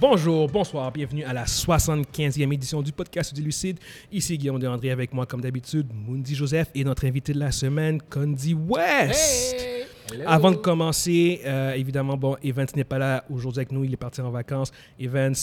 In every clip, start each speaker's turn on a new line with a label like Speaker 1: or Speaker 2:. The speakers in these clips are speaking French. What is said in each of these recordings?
Speaker 1: Bonjour, bonsoir, bienvenue à la 75e édition du podcast du Lucide. Ici Guillaume de André avec moi comme d'habitude, Mundi Joseph et notre invité de la semaine, Condi West. Avant
Speaker 2: Oh!
Speaker 1: de commencer, euh, évidemment, bon, Evans n'est pas là aujourd'hui avec nous, il est parti en vacances. Evans,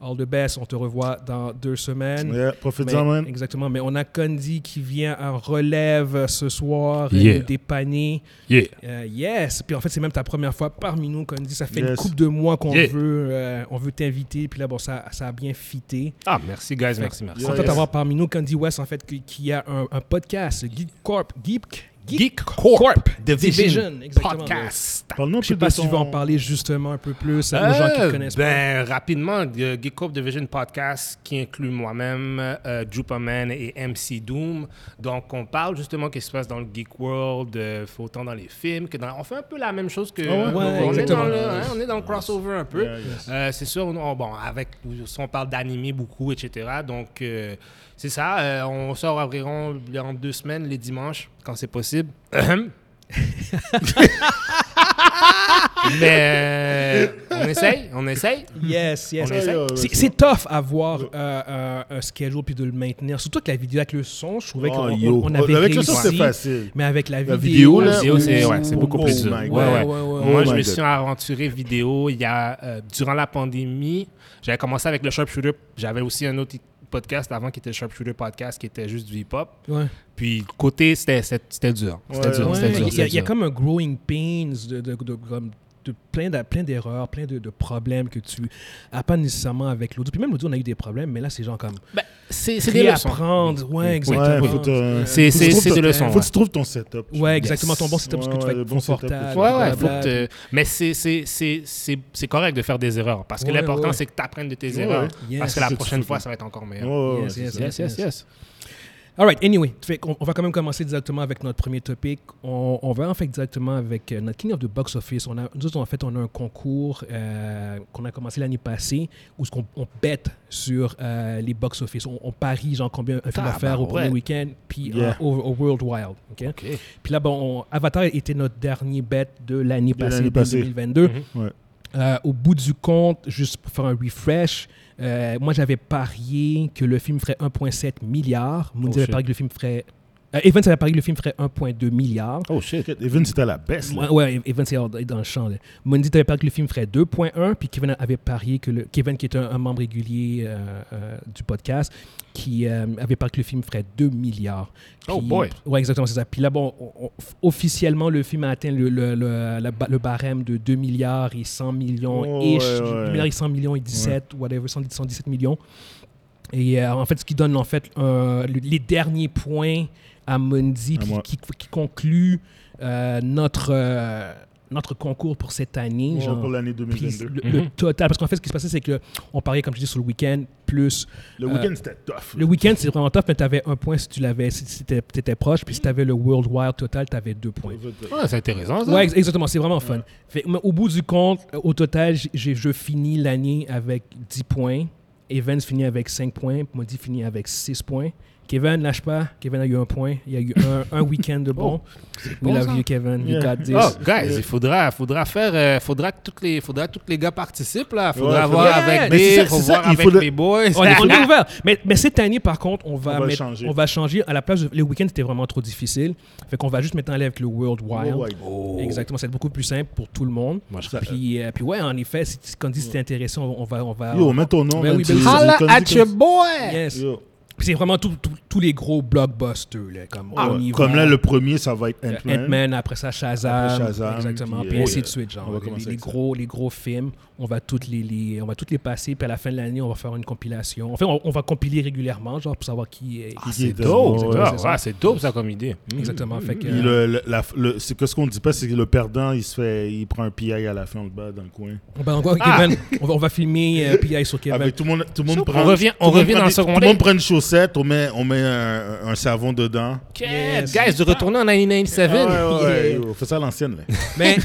Speaker 1: all the best, on te revoit dans deux semaines.
Speaker 3: Yeah, Profite-en,
Speaker 1: Mais-
Speaker 3: man.
Speaker 1: Exactement, mais on a Condi qui vient en relève ce soir,
Speaker 2: Yeah.
Speaker 1: il nous dépanner.
Speaker 2: Yeah.
Speaker 1: Euh, yes, puis en fait c'est même ta première fois parmi nous, Condi, ça fait une
Speaker 3: Yes.
Speaker 1: couple de mois qu'on
Speaker 2: Yeah.
Speaker 1: veut, euh, on veut t'inviter, puis là bon ça, ça a bien fité.
Speaker 2: Ah, merci, guys. Merci, merci.
Speaker 3: Yeah,
Speaker 1: Content
Speaker 3: yes.
Speaker 1: d'avoir parmi nous Candy West, en fait, qui, qui a un, un podcast, Geek Corp. Geek,
Speaker 2: Geek Corp,
Speaker 1: Division,
Speaker 2: Division,
Speaker 1: exactement.
Speaker 2: Podcast.
Speaker 3: Parle-nous un
Speaker 1: Je sais
Speaker 3: peu
Speaker 1: pas
Speaker 3: de
Speaker 1: si tu veux en
Speaker 3: ton-
Speaker 1: parler justement un peu plus à nos gens qui ne
Speaker 2: Euh,
Speaker 1: connaissent
Speaker 2: ben, rapidement, euh, Geek Corp Division Podcast qui inclut moi-même, euh, Drupaman et MC Doom. Donc, on parle justement de ce qui se passe dans le Geek World, euh, faut autant dans les films que dans. On fait un peu la même chose que. euh,
Speaker 3: Ah ouais?
Speaker 2: on-
Speaker 1: Ouais,
Speaker 2: on, est
Speaker 1: exactement.
Speaker 2: dans le, hein, on est dans le crossover un peu.
Speaker 3: Yeah, yes.
Speaker 2: Euh, c'est sûr, on, on- bon, avec, si on parle d'animé beaucoup, etc. Donc, euh, c'est ça. euh, on sort environ en deux semaines, les dimanches, quand c'est possible. Ahem. Mais euh, on essaye, on essaye.
Speaker 1: pas. Yes, yes.
Speaker 2: On essaie.
Speaker 3: Yeah, yeah,
Speaker 1: C'est c'est tough à voir euh, euh, un schedule puis de le maintenir. Surtout que la vidéo avec le son, je trouvais
Speaker 3: Oh,
Speaker 1: qu'on
Speaker 3: yo.
Speaker 1: on- on avait
Speaker 3: Avec le
Speaker 1: réussi.
Speaker 3: son, c'est facile.
Speaker 1: Mais avec la,
Speaker 3: La
Speaker 1: vidéo,
Speaker 3: vidéo, là,
Speaker 2: vidéo, c'est ouais, c'est
Speaker 3: Oh
Speaker 2: beaucoup plus
Speaker 3: my
Speaker 2: dur. Ouais,
Speaker 3: God.
Speaker 2: ouais.
Speaker 1: Ouais, ouais, ouais.
Speaker 2: Moi,
Speaker 3: Oh
Speaker 2: je
Speaker 3: my
Speaker 2: me
Speaker 3: God.
Speaker 2: suis aventuré vidéo il y a, euh, durant la pandémie. J'avais commencé avec le Sharpshooter. J'avais aussi un autre podcast avant qui était le Sharpshooter Podcast, qui était juste du hip-hop.
Speaker 1: Ouais.
Speaker 2: Puis côté, c'était- c'était c'était dur. C'était
Speaker 3: Ouais,
Speaker 2: dur,
Speaker 1: Ouais,
Speaker 2: c'était dur.
Speaker 1: il y a-
Speaker 2: c'était
Speaker 1: il y a
Speaker 2: dur.
Speaker 1: comme un growing pains de, de, de- comme de plein d'a- plein d'erreurs, plein de, de problèmes que tu n'as pas nécessairement avec l'audio. Puis même l'audio, on a eu des problèmes, mais là, c'est genre comme
Speaker 2: Ben, c'est c'est des leçons.
Speaker 1: réapprendre. Ouais, exactement.
Speaker 3: Ouais, faut te-
Speaker 2: C'est
Speaker 3: Faut que tu
Speaker 2: c'est-
Speaker 3: trouves
Speaker 2: c'est des
Speaker 3: ton-
Speaker 2: leçons.
Speaker 3: Faut
Speaker 2: ouais.
Speaker 3: que tu trouves ton setup.
Speaker 1: Ouais, exactement. Ton bon setup,
Speaker 3: Ouais,
Speaker 1: ce que tu
Speaker 3: ouais,
Speaker 1: fais
Speaker 3: le
Speaker 1: être
Speaker 3: bon setup,
Speaker 1: confortable.
Speaker 3: tout
Speaker 2: Ouais, ouais,
Speaker 1: blablabla.
Speaker 2: faut que te- Mais c'est- c'est- c'est c'est- c'est correct de faire des erreurs. Parce que
Speaker 1: Ouais,
Speaker 2: l'important,
Speaker 1: ouais.
Speaker 2: c'est que tu apprennes de tes
Speaker 3: Ouais,
Speaker 2: erreurs.
Speaker 3: ouais.
Speaker 1: Yes.
Speaker 2: Parce que
Speaker 3: C'est
Speaker 2: la
Speaker 3: ce que
Speaker 2: prochaine
Speaker 3: tu
Speaker 2: fois,
Speaker 3: fais.
Speaker 2: ça va être encore meilleur.
Speaker 3: Ouais, ouais,
Speaker 1: Yes, yes,
Speaker 3: c'est ça.
Speaker 1: yes, yes, All right, anyway, fait qu'on- on, va quand même commencer directement avec notre premier topic. On, on va en fait directement avec euh, notre King of the Box Office. On a, nous autres, en fait, on a un concours euh, qu'on a commencé l'année passée où ce qu'on- on bête sur euh, les box office. On, on parie genre combien un film va faire au premier
Speaker 2: Tabarouette.
Speaker 1: week-end, puis euh,
Speaker 3: Yeah.
Speaker 1: au, au World Wild. ok? Puis là, bon, on- Avatar était notre dernier bet de l'année
Speaker 3: De
Speaker 1: passée,
Speaker 3: l'année
Speaker 1: de
Speaker 3: passée. Mm-hmm.
Speaker 1: 2022.
Speaker 2: Mhm.
Speaker 3: Ouais.
Speaker 1: Euh, au bout du compte, juste pour faire un refresh, euh, moi j'avais parié que le film ferait 1,7 milliard. Moon
Speaker 2: Oh,
Speaker 1: avait
Speaker 2: shit.
Speaker 1: parié que le film ferait. euh, Evans avait parié que le film ferait 1,2 milliard.
Speaker 2: Oh shit.
Speaker 3: Even, c'était la baisse.
Speaker 1: Ouais,
Speaker 3: là.
Speaker 1: ouais, Evans est hors- est dans le champ. là. Mundi avait parié que le film ferait 2,1, puis Kevin avait parié que le. Kevin, qui est un, un membre régulier euh, euh, du podcast, qui euh, avait parié que le film ferait 2 milliards.
Speaker 2: Oh
Speaker 1: Puis-
Speaker 2: boy.
Speaker 1: Ouais, exactement, c'est ça. Puis là, bon, on- on- officiellement, le film a atteint le, le, le, la ba- le barème de 2 milliards et 100 millions,
Speaker 3: Oh,
Speaker 1: ish,
Speaker 3: ouais,
Speaker 1: 2
Speaker 3: ouais.
Speaker 1: milliards et 100 millions et 17, whatever, 110, 117 millions. Et euh, en fait, ce qui donne en fait euh, le- les derniers points à Mundi
Speaker 3: À
Speaker 1: puis
Speaker 3: moi.
Speaker 1: qui, qui conclut euh, notre, euh, notre concours pour cette année.
Speaker 3: Ouais,
Speaker 1: genre.
Speaker 3: Pour l'année
Speaker 1: Puis
Speaker 3: 2022.
Speaker 1: le, le total, parce qu'en fait, ce qui se passait, c'est que on pariait, comme je dis, sur le week-end, plus
Speaker 3: Le
Speaker 1: euh,
Speaker 3: week-end, c'était tough.
Speaker 1: le
Speaker 3: là.
Speaker 1: week-end, c'est vraiment top, mais tu avais un point si tu l'avais, si c'était- t'étais proche, puis si tu avais le World Wild total, tu avais deux points.
Speaker 2: Ouais, Ah, c'est intéressant. Ça.
Speaker 1: Ouais, ex- exactement, c'est vraiment fun. Fait que, mais au bout du compte, euh, au total, j- j'ai- je finis l'année avec 10 points. Evans finit avec 5 points, puis Maudit finit avec 6 points. Kevin, lâche pas. Kevin a eu un point. Il y a eu un, un week-end de bon. We
Speaker 2: bon,
Speaker 1: love
Speaker 2: ça.
Speaker 1: you, Kevin. You
Speaker 3: Yeah.
Speaker 1: got this.
Speaker 2: Oh, guys, il faudra, faudra faire, euh, faudra que toutes les, faudra que tous les gars participent là. Faudra
Speaker 3: Ouais,
Speaker 2: voir
Speaker 3: faudra-
Speaker 2: avec
Speaker 3: Mais c'est ça,
Speaker 2: des,
Speaker 3: c'est
Speaker 2: faut
Speaker 3: ça,
Speaker 2: voir
Speaker 3: il
Speaker 2: avec
Speaker 3: faudra-
Speaker 2: les boys.
Speaker 1: On est, on est ouvert. Mais, mais cette année, par contre, on va,
Speaker 3: On va
Speaker 1: mettre-
Speaker 3: changer.
Speaker 1: on va changer. À la place, de- le week-end était vraiment trop difficile. Fait qu'on va juste mettre en lève avec le World Wild.
Speaker 3: Ouais, ouais.
Speaker 1: Oh. Exactement, c'est beaucoup plus simple pour tout le monde.
Speaker 2: Moi, je
Speaker 1: Puis, euh, puis ouais, en effet, si si Condi c'était intéressant, on on va, on va.
Speaker 3: Yo, mets ton nom.
Speaker 1: Ben
Speaker 3: man,
Speaker 1: oui,
Speaker 3: tu-
Speaker 1: ben oui.
Speaker 3: tu-
Speaker 2: Holla
Speaker 3: comme-
Speaker 2: at your boy!
Speaker 1: Yes.
Speaker 3: Yo.
Speaker 1: Puis c'est vraiment tout- tout- tous les gros blockbusters là, comme
Speaker 3: Ouais,
Speaker 1: on y
Speaker 3: Ah, Comme
Speaker 1: va.
Speaker 3: là, le premier, ça va être
Speaker 1: Euh,
Speaker 3: Ant-Man.
Speaker 1: Ant-Man, après ça Shazam,
Speaker 3: Après Shazam,
Speaker 1: exactement, puis,
Speaker 3: puis, euh,
Speaker 1: ainsi
Speaker 3: ouais.
Speaker 1: de suite, genre
Speaker 3: On va
Speaker 1: les,
Speaker 3: commencer
Speaker 1: les
Speaker 3: avec ça.
Speaker 1: gros, les gros films, on va toutes les, les- on va toutes les passer, puis à la fin de l'année, on va faire une compilation. Enfin, on, on va compiler régulièrement, genre pour savoir qui est. qui
Speaker 3: Ah, c'est
Speaker 1: est-
Speaker 3: dope,
Speaker 2: c'est
Speaker 3: ouais,
Speaker 2: dope,
Speaker 1: c'est ça.
Speaker 2: ouais, c'est dope ça comme idée.
Speaker 1: Exactement. Fait que, euh,
Speaker 3: Puis le- le- la- le- c'est que ce qu'on dit pas, c'est que le perdant, il se fait, il prend un PI à la fin, on le bat dans le coin.
Speaker 1: Ben, on, va, Kevin, on va- on va filmer euh, PI sur Kevin.
Speaker 3: Ah! Avec Ah, tout le monde, tout le monde
Speaker 2: On
Speaker 3: prend.
Speaker 2: revient-
Speaker 3: tout
Speaker 2: on
Speaker 3: le monde
Speaker 2: revient
Speaker 3: prend
Speaker 2: dans
Speaker 3: des-
Speaker 2: le secondaire.
Speaker 3: Tout le monde prend une chaussette, on met, on met un, un savon dedans.
Speaker 1: Yes.
Speaker 2: Guys, de retourner en 1997.
Speaker 3: Ah ouais, ouais,
Speaker 1: Yeah.
Speaker 3: ouais, Fais ça à l'ancienne. là.
Speaker 1: Mais,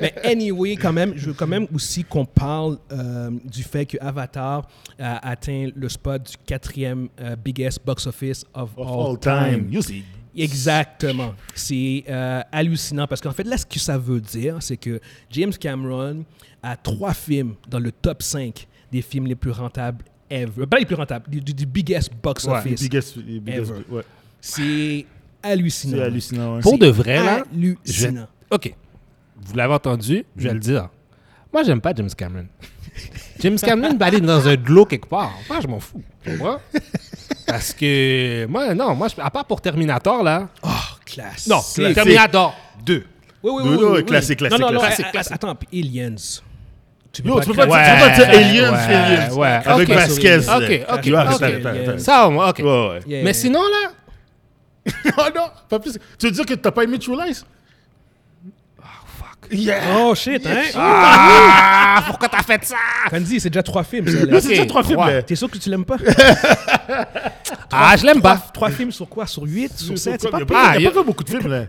Speaker 1: mais anyway, quand même, je veux quand même aussi qu'on parle euh, du fait que Avatar a atteint le spot du quatrième euh, biggest box office of,
Speaker 3: Of
Speaker 1: all,
Speaker 3: all
Speaker 1: time.
Speaker 3: time. Yo, c'est
Speaker 1: Exactement. C'est euh, hallucinant parce qu'en fait, là, ce que ça veut dire, c'est que James Cameron a trois films dans le top 5 des films les plus rentables ever. Euh, Pas les plus rentables, du, du- du biggest box
Speaker 3: Ouais, les
Speaker 1: office.
Speaker 3: biggest- les biggest-
Speaker 1: Ever.
Speaker 3: ouais.
Speaker 1: C'est
Speaker 3: C'est
Speaker 1: hallucinant.
Speaker 3: hallucinant. ouais.
Speaker 2: Pour de vrai, là, je-
Speaker 1: Hallucinant.
Speaker 2: OK. Vous l'avez entendu, je vais le dire. Moi, j'aime pas James Cameron. James Cameron va aller dans un glow quelque part. Moi, je m'en fous. tu comprends? Parce que, moi, non, moi, je- à part pour Terminator, là.
Speaker 1: Oh, classe.
Speaker 2: Non,
Speaker 1: Classique.
Speaker 2: Terminator 2.
Speaker 1: Oui, oui,
Speaker 3: Non,
Speaker 1: oui,
Speaker 3: non,
Speaker 1: oui, oui.
Speaker 3: classique, classique,
Speaker 1: Non, non, non,
Speaker 2: classique,
Speaker 1: a- a-
Speaker 2: classique.
Speaker 1: Attends, puis Aliens. Tu peux
Speaker 3: Yo, tu peux pas
Speaker 1: craquer-
Speaker 3: dire tu peux pas dire Aliens, Aliens.
Speaker 2: ouais.
Speaker 3: Avec
Speaker 2: Ok.
Speaker 3: Vasquez.
Speaker 2: Ok,
Speaker 3: là.
Speaker 2: ok,
Speaker 3: Tu vois,
Speaker 2: ok.
Speaker 3: attends, attends, attends.
Speaker 2: Ça, moi, OK.
Speaker 3: Ouais, ouais.
Speaker 1: Yeah, yeah,
Speaker 2: Mais sinon, là,
Speaker 3: oh non, pas plus. Tu veux dire que t'as pas aimé True Lies? Yeah!
Speaker 1: Oh shit, hein?
Speaker 2: ah, pourquoi t'as fait ça?
Speaker 1: Candy, c'est déjà trois films. ça, là.
Speaker 3: Là, c'est déjà trois films.
Speaker 2: trois.
Speaker 3: là.
Speaker 1: T'es sûr que tu l'aimes pas?
Speaker 2: Ah, je l'aime
Speaker 1: Trois,
Speaker 2: pas.
Speaker 1: trois films sur quoi? Sur 8? Sur 7? C'est
Speaker 3: Il
Speaker 1: pas
Speaker 3: a
Speaker 1: pire.
Speaker 3: pas- il
Speaker 2: y
Speaker 3: a
Speaker 2: a-
Speaker 3: pas fait beaucoup de films, là.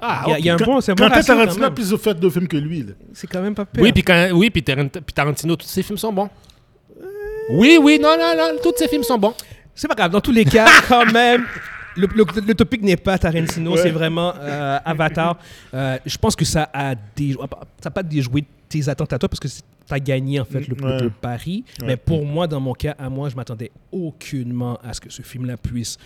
Speaker 2: Ah,
Speaker 1: Il y a-
Speaker 2: ok.
Speaker 1: il y a un bon, c'est un bon
Speaker 3: Quand
Speaker 1: ratio quand
Speaker 3: Tarantino a
Speaker 1: même.
Speaker 3: plus au fait de films que lui, là.
Speaker 1: C'est quand même pas pire.
Speaker 2: oh. Oui, puis quand- oui, puis Tarant- puis Tarantino, tous ses films sont bons. Euh, Oui, oui, non, non, non, tous ses films sont bons.
Speaker 1: C'est pas grave. Dans tous les cas, quand même, le, le- le topic n'est pas Tarantino, c'est vraiment euh, Avatar. Euh, je pense que ça a, déjou- ça a pas déjoué tes attentes à toi parce que c'est- t'as gagné en fait le, le-
Speaker 3: Ouais.
Speaker 1: le pari. Mais pour moi, dans mon cas, à moi, je m'attendais aucunement à ce que ce film-là puisse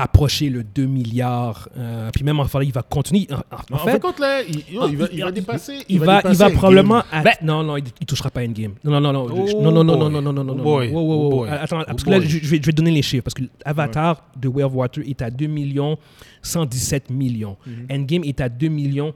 Speaker 1: approcher le 2 milliards. euh, puis même, en fait, il va continuer. En, en- en
Speaker 3: En
Speaker 1: fait, ah,
Speaker 3: fait, compte, là, il, yo, il va, il va dépasser.
Speaker 1: il va, il
Speaker 3: dépasser
Speaker 1: va
Speaker 3: Endgame.
Speaker 1: probablement. à-
Speaker 2: Ben-
Speaker 1: non, non, il, il touchera pas Endgame. Non, non, non, non,
Speaker 2: Oh
Speaker 1: non, non, non, non,
Speaker 2: boy.
Speaker 1: non, non, non, non,
Speaker 2: Oh
Speaker 1: non.
Speaker 2: boy.
Speaker 1: Wow, wow,
Speaker 2: Oh
Speaker 1: wow.
Speaker 2: boy.
Speaker 1: Attends, parce
Speaker 2: Oh
Speaker 1: que là,
Speaker 2: boy.
Speaker 1: je, je vais, je vais donner les chiffres parce que Avatar de Way of Water est à 2 millions 117 millions. Endgame est à 2 millions